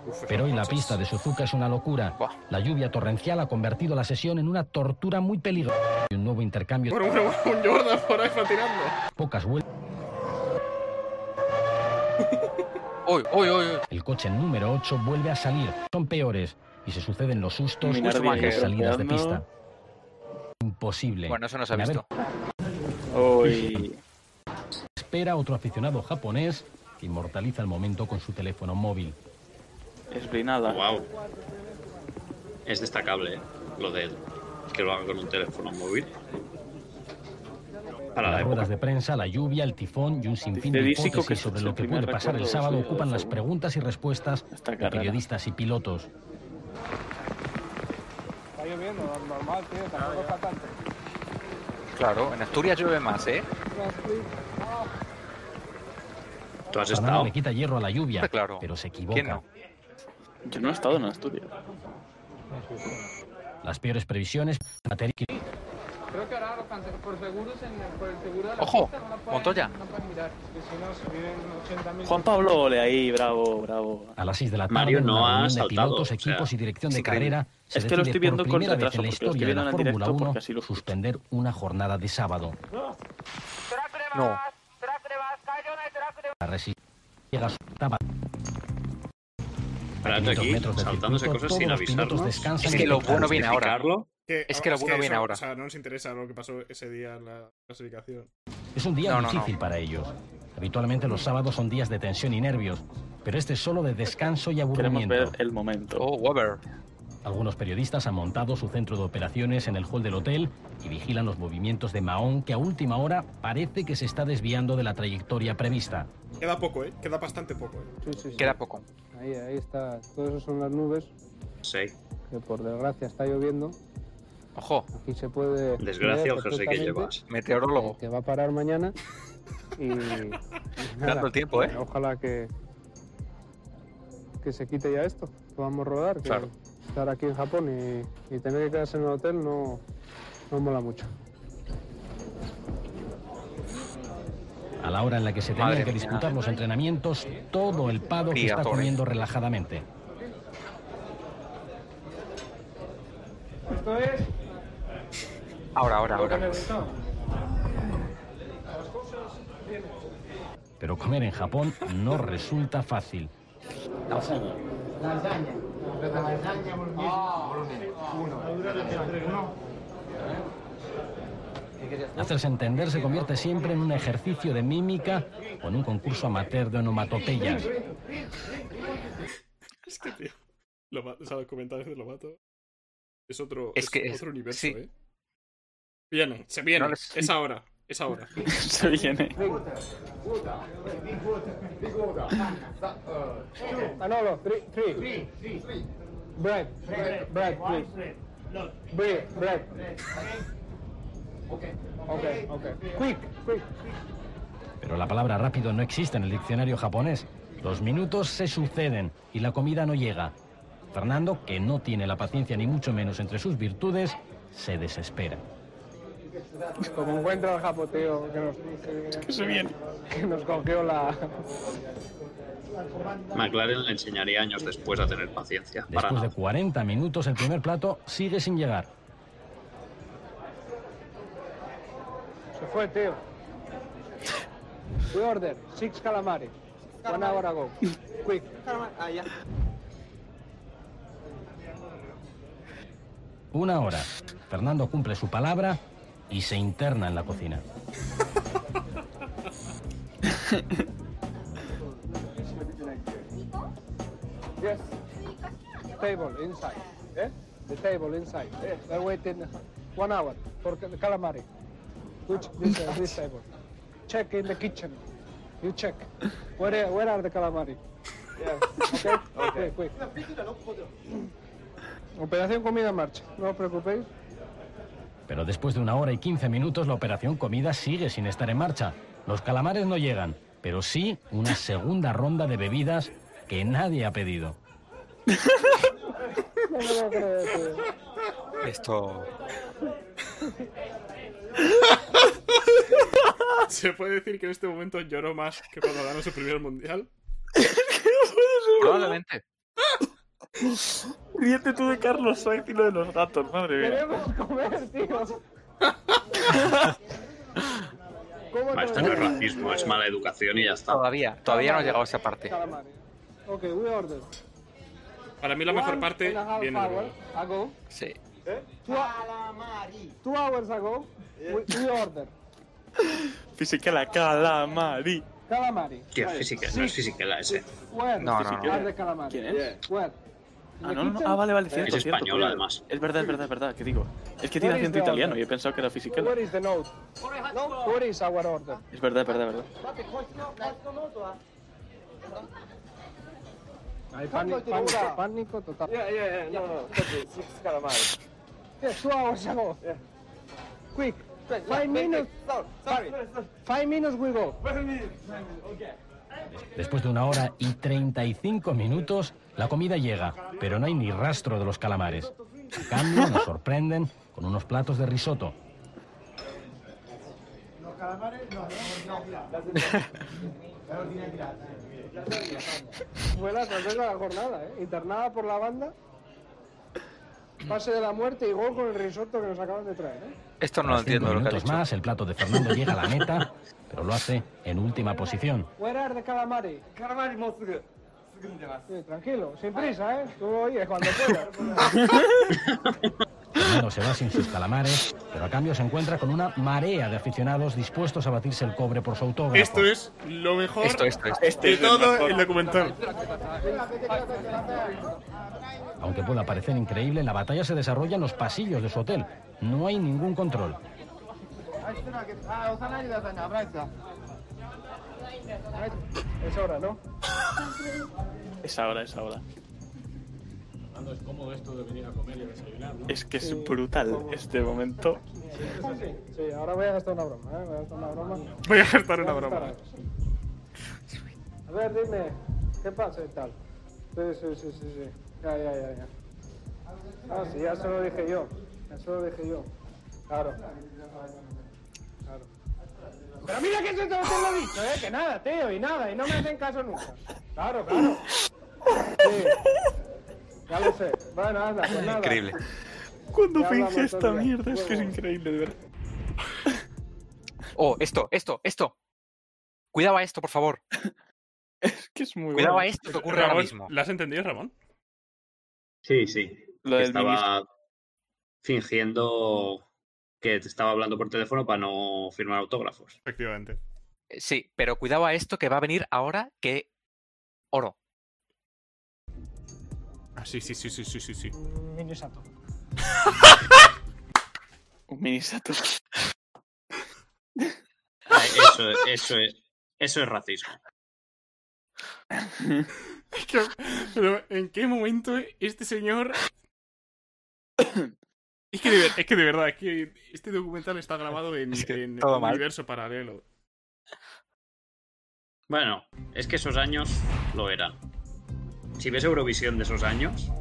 Uf,
Pero hoy la
esos
pista de Suzuka es una locura.
Buah.
La lluvia torrencial ha convertido la sesión en una tortura muy peligrosa. Y un nuevo intercambio
Bueno, bueno, bueno, un Jordan por ahí patinando.
de pocas vueltas.
coches. Uy, uy, uy, uy.
El coche número 8 vuelve a salir. Son peores. Y se suceden los sustos
Minardi
y las
ahí
salidas de
golpeando.
pista. Imposible.
Bueno, eso no se ha
A ver,
visto.
Uy.
espera otro aficionado japonés que inmortaliza el momento con su teléfono móvil.
Es brinada.
Wow. Es destacable eh, lo de él. Que lo haga con un teléfono móvil. Para la
Las
época.
ruedas de prensa, la lluvia, el tifón y un sinfín
Dice
de
Dísico
hipótesis
que es
sobre
el
lo que
primer
puede pasar el
recuerdo
sábado
suyo de
ocupan las
Fórmula.
preguntas y respuestas
Esta
de
carrera.
periodistas y pilotos.
Está lloviendo, normal, tío, tampoco está tanto.
Claro, en Asturias llueve más, ¿eh?
Tú has
Fernando
estado.
le quita hierro a la lluvia,
Hombre, claro.
pero se equivoca.
¿Quién no?
Yo no he estado en Asturias.
Las peores previsiones, materia-
Creo que ahora lo cancelan por seguros en por el seguro de la
Ojo,
pista, no la pueden-
Montoya.
No pueden mirar. porque si no, se vienen 80.000.
Juan Pablo, ole ahí, bravo, bravo.
A las 6 de la tarde,
Mario
en una
no ha
reunión de
saltado,
pilotos,
o sea,
equipos y dirección
es
de
increíble.
carrera, se
Es que lo
decide
estoy viendo
por
con
primera vez
retraso,
en
porque
la
lo estoy
historia de
viendo
la
en directo,
Fórmula 1
porque así lo escucho.
suspender una jornada de sábado.
No.
La resi- llega a su etapa. A
Parate
500
aquí,
metros del
saltándose
circuito,
cosas
todos
sin
los pilotos
avisarnos.
descansan
Justificarlo.
y descansan.
Es que lo bueno viene
eso,
ahora.
O sea, no nos interesa lo que pasó ese día en la clasificación.
Es un día
No, no, no.
difícil para ellos. Habitualmente los sábados son días de tensión y nervios, pero este es solo de descanso y
Queremos
aburrimiento.
ver el momento.
Oh, Weber.
Algunos periodistas han montado su centro de operaciones en el hall del hotel y vigilan los movimientos de Mahón, que a última hora parece que se está desviando de la trayectoria prevista.
Queda poco, ¿eh? Queda bastante poco. ¿eh?
Sí, sí, sí.
Queda poco.
Ahí, ahí está. Todo eso son las nubes,
Sí.
que por desgracia está lloviendo.
Ojo,
Aquí se puede.
Desgracia
ver
o jersey que
perfectamente
llevas.
meteorólogo.
que- Que va a parar mañana. Y. y
Dando el tiempo, ¿eh?
Ojalá que. Que se quite ya esto. que Vamos a rodar. que
Claro.
Estar aquí en Japón y, y tener que quedarse en el hotel no. No mola mucho.
A la hora en la que se
Madre
tenían que
mía.
disputar los entrenamientos, todo el paddock
Pía,
está
Torre.
comiendo relajadamente.
Esto es.
Ahora, ahora, ahora.
Pero comer en Japón no resulta fácil. Hacerse entender se convierte siempre en un ejercicio de mímica o en un concurso amateur de onomatopeyas.
Es que, tío. Lo ma- o sea, los comentarios de lo mato. Es otro,
Es
es
que es-
otro universo,
sí.
¿eh? Viene, se viene.
No les-
Es ahora. Es ahora.
Se viene.
Ah, no, no, three, three. Three, Bread, bread, bread, please. Bread, bread. Okay, okay. Quick, quick.
Pero la palabra rápido no existe en el diccionario japonés. Los minutos se suceden y la comida no llega. Fernando, que no tiene la paciencia ni mucho menos entre sus virtudes, se desespera.
Como encuentra el japoteo que nos, que,
Se viene.
que nos cogió la...
McLaren le enseñaría años después a tener paciencia. Para
Después de
nada.
40 minutos, el primer plato sigue sin llegar.
Se fue, tío. We order six calamari. One hour ago. Quick.
Una hora. Fernando cumple su palabra y se interna en la cocina.
Yes. Table inside. Eh? The table inside. Eh? They're waiting one hour for the calamari. Which this, uh, this table? Check in the kitchen. You check. Where where are the calamari? Yeah. Okay. okay. Quick, quick. Operación comida en marcha. No os preocupéis.
Pero después de una hora y 15 minutos, la operación comida sigue sin estar en marcha. Los calamares no llegan, pero sí una segunda ronda de bebidas que nadie ha pedido.
No me lo creo, tío.
Esto.
Se puede decir que en este momento lloro más que cuando ganó su primer mundial.
Probablemente.
Ríete tú de Carlos Sainz y lo de los gatos, madre mía.
Queremos
é
comer, tío. ¿Cómo
Va,
te
Esto
lo
no es
digo?
racismo, es mala educación y ya está.
Todavía, todavía no ha llegado a esa parte.
Calamari. Okay, we order.
Para mí la mejor parte
One and a half
viene
hour
luego.
ago. Eh?
Sí.
Two, two hours ago, we, we order
Física la calamari.
calamari.
Tío, es física, no es física la S.
Where
No, no, no.
are the calamari?
¿Quién es?
Where? In
Ah,
the
no, no, no.
kitchen?
Ah, vale, vale, cierto,
Es
cierto,
español,
coño.
además.
Es verdad, es verdad, es verdad, ¿qué digo? Es que tiene
Where is
acento
the
italiano,
order?
yo he pensado que era Fisichella.
Where is the note? Where is our order?
Es verdad, es verdad, es verdad.
Pánico, pánico, pánico total. Yeah, yeah, yeah, no, no. Six calamari. Yeah, two hours ago. Quick. Five minutes. Sorry. Five minutes we go.
Después de una hora y 35 minutos, la comida llega, pero no hay ni rastro de los calamares. A cambio, nos sorprenden con unos platos de risotto.
Fue la sorpresa de la jornada, ¿eh? Internada por la banda. Pase de la muerte y gol con el risotto que nos acaban de traer, ¿eh?
Esto no lo
Tras cinco
entiendo lo que ha
minutos
dicho.
más, el plato de Fernando llega a la meta, pero lo hace en última posición.
Where are the calamari? Calamari Sí, tranquilo, sin prisa, ¿eh? Tú oyes cuando puedas.
Fernando se va sin sus calamares, pero a cambio se encuentra con una marea de aficionados dispuestos a batirse el cobre por su autógrafo.
Esto es lo mejor
Esto, esto, esto.
de todo el documental.
Aunque pueda parecer increíble, la batalla se desarrolla en los pasillos de su hotel. No hay ningún control.
es hora, ¿no?
Es ahora, es ahora.
Fernando, es cómodo esto de venir a comer y a desayunar, ¿no?
Es que es brutal este momento.
Sí, ahora voy a gastar una broma, ¿eh? Voy a gastar una broma.
Voy a gastar una broma.
A ver, dime, ¿qué pasa y tal? Sí, sí, sí, sí, sí. Ya, ya, ya, ya. Ah, sí, ya se lo dije yo. Ya se lo dije yo. Claro. Claro. Pero mira que eso te lo he dicho, ¿eh? Que nada, tío, y nada, y no me hacen caso nunca. Claro, claro. Sí. Ya lo sé. Bueno, anda, pues nada.
Increíble.
Cuando
Ya hablamos
pensé esta
otro día.
mierda, es que es
Luego.
increíble, de verdad.
Oh, esto, esto, esto. Cuidado a esto, por favor.
Es que es muy
Cuidado a
bueno.
esto que ocurre ahora
Ramón,
mismo.
¿Lo has entendido, Ramón?
Sí, sí.
Lo
que
del ministro.
estaba fingiendo que te estaba hablando por teléfono para no firmar autógrafos.
Efectivamente.
Eh, Sí, pero cuidado a esto que va a venir ahora que. Oro.
Ah, sí, sí, sí, sí, sí, sí. sí.
Niño santo.
Un minisato.
Ah, Eso, eso, es, eso es racismo.
Es que- pero ¿en qué momento este señor.? Es que, de, ver- es que de verdad, es que este documental está grabado en,
Es que
en
todo
un
mal.
universo paralelo.
Bueno, es que esos años lo eran. Si ves Eurovisión de esos años,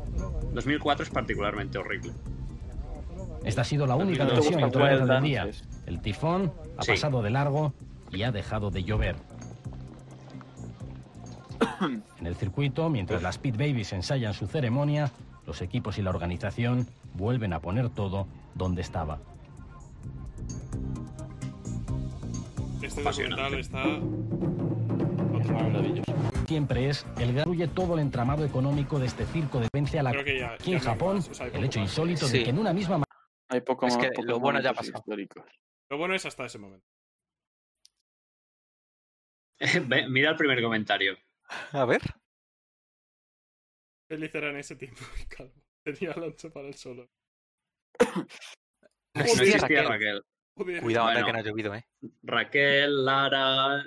2004 es particularmente horrible.
Esta ha sido la única
Fernando,
tensión
busca
autonómica
cuerda,
del día.
entonces.
El tifón ha
Sí.
pasado de largo y ha dejado de llover. En el circuito, mientras las Pit Babies ensayan su ceremonia, los equipos y la organización vuelven a poner todo donde estaba.
Este documental
Apasionante.
está. Otro nivel.
Siempre es el gran huye todo el entramado económico de este circo de vence a la
Creo que ya.
aquí
ya
en
no hay
Japón,
más, o sea, hay
el
poco
hecho
más.
insólito
Sí.
de que en una misma
Hay poco
Es que
pocos
lo bueno ya ha
momentos
pasado.
históricos.
Lo bueno es hasta ese momento.
Ve- Mira el primer comentario.
A ver.
Feliz era en ese tiempo, calvo. Tenía lancha para el solo.
No
No
existía
existía
Raquel.
Raquel.
Joder.
Cuidado, anda
Bueno.
que no ha llovido, eh.
Raquel, Lara,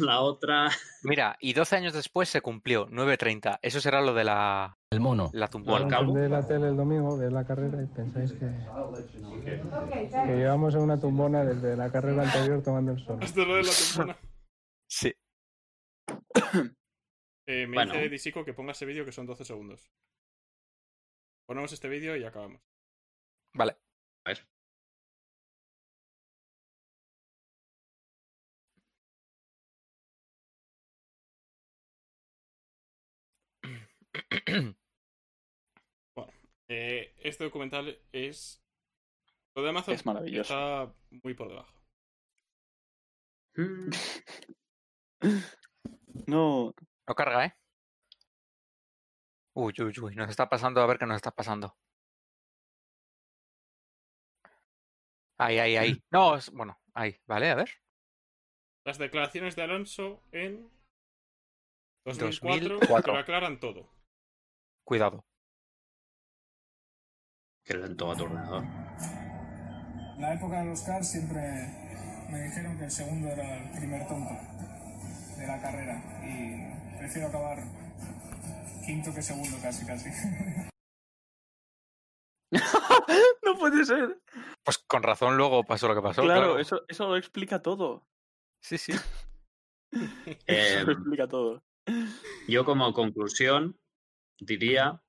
la otra.
Mira, y 12 años después se cumplió, 9.30. Eso será lo de la,
el mono.
la
Al
tumbona.
Bueno. calvo.
de la tele el domingo, de la carrera y pensáis que, que llevamos en una tumbona desde la carrera anterior tomando el sol.
Hasta lo de la temporada.
Sí.
Eh, me
Bueno.
dice Disico que ponga ese vídeo que son 12 segundos. Ponemos este vídeo y acabamos.
Vale.
A ver.
Eh, este documental es. Lo de Amazon
Es maravilloso.
está muy por debajo.
Mm,
No,
No carga, eh. Uy, uy, uy. Nos está pasando, a ver qué nos está pasando. Ahí, ahí, ahí. No, es- bueno, ahí. Vale, a ver.
Las declaraciones de Alonso en 2004,
2004.
que lo aclaran todo.
Cuidado.
Qué lento va tu ordenador.
En la época de los cars siempre me dijeron que el segundo era el primer tonto de la carrera y prefiero acabar quinto que segundo casi casi.
no puede ser.
Pues con razón luego pasó lo que pasó.
claro,
Claro,
Eso, eso lo explica todo.
Sí, sí.
Eh,
Eso lo explica todo.
yo como conclusión diría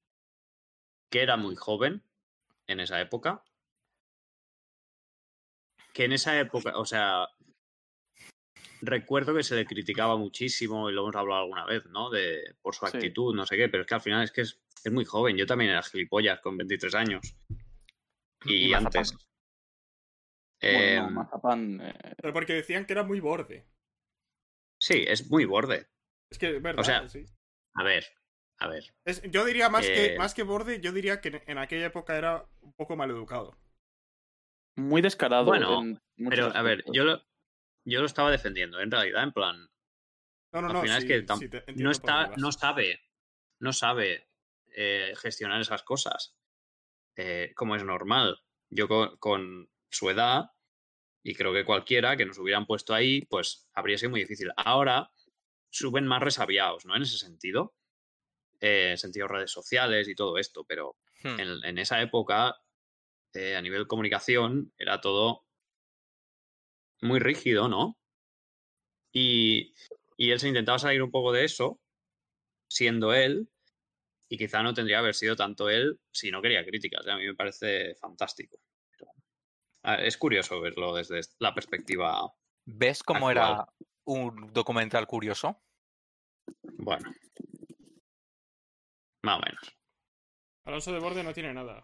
que era muy joven en esa época. Que en esa época, o sea, recuerdo que se le criticaba muchísimo, y lo hemos hablado alguna vez, ¿no? De, por su
Sí.
actitud, no sé qué, pero es que al final es que es, es muy joven. Yo también era gilipollas con 23 años. Y,
Y mazapán.
antes. Eh,
Bueno, no, Mazapán, eh,
Pero porque decían que era muy borde.
Sí, es muy borde.
Es que es verdad.
O sea,
sí.
A ver, a ver.
Es- yo diría más, que,
eh,
más que borde, yo diría que en, en aquella época era un poco maleducado.
muy descarado.
Bueno,
en muchos
Pero, a ver,
aspectos.
yo lo, yo lo estaba defendiendo, en realidad, en plan,
No, no,
al
no.
final
sí,
es que tam-
sí, te- entiendo
no,
por dónde
está,
vas.
no sabe, no sabe eh, gestionar esas cosas, eh, como es normal. Yo co- con, su edad, y creo que cualquiera que nos hubieran puesto ahí, pues habría sido muy difícil. Ahora suben más resabiados, ¿no? En ese sentido, eh, en sentido redes sociales y todo esto, pero
Hmm.
Mm.
en, en esa época, eh, a nivel comunicación, era todo muy rígido, ¿no? Y, y él se intentaba salir un poco de eso, siendo él, y quizá no tendría que haber sido tanto él si no quería críticas. ¿eh? A mí me parece fantástico. Pero, a ver, es curioso verlo desde est- la perspectiva.
¿Ves cómo
Actual.
era un documental curioso?
Bueno. Más o menos.
Alonso de borde no tiene nada.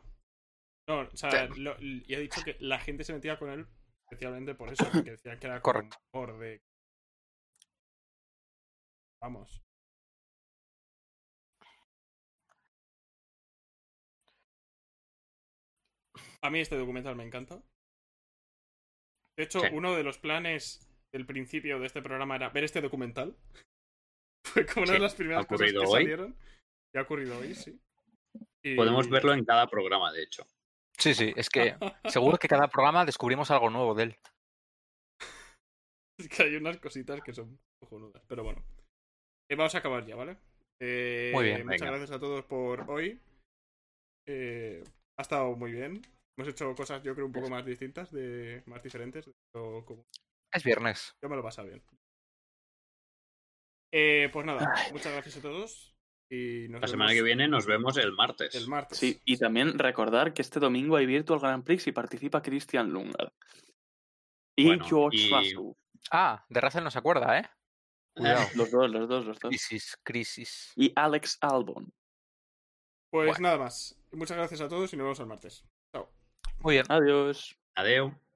No, o sea, lo- y ha dicho que la gente se metía con él especialmente por eso, porque decían que era como
Correcto.
borde. Vamos. A mí este documental me encanta. De hecho,
Sí.
uno de los planes del principio de este programa era ver este documental. Fue como una de
Sí,
las primeras
ha
cosas que
ocurrido hoy.
salieron. Y ha ocurrido hoy, sí. Y-
Podemos verlo en cada programa, de hecho.
Sí, sí, es que seguro que cada programa descubrimos algo nuevo de él.
Es que hay unas cositas que son cojonudas. Pero bueno. Eh, vamos a acabar ya, ¿vale? Eh,
Muy bien,
Muchas
venga.
gracias a todos por hoy. Eh, ha estado muy bien. Hemos hecho cosas, yo creo, un poco más distintas, de más diferentes. de lo común.
Es viernes.
Yo me lo pasa bien. Eh, pues nada, muchas gracias a todos. Y nos
La semana que
vemos
viene nos vemos el martes.
el martes.
Sí, y también recordar que este domingo hay Virtual Grand Prix y participa Christian Lungar. Y
Bueno,
George
y-
Vasu.
Ah, de Russell no se acuerda, ¿eh? Cuidado.
Los dos, los dos, los dos.
Crisis, crisis.
Y Alex Albon.
Pues
Bueno.
nada más. Muchas gracias a todos y nos vemos el martes.
Muy bien.
Adiós.
Adeu.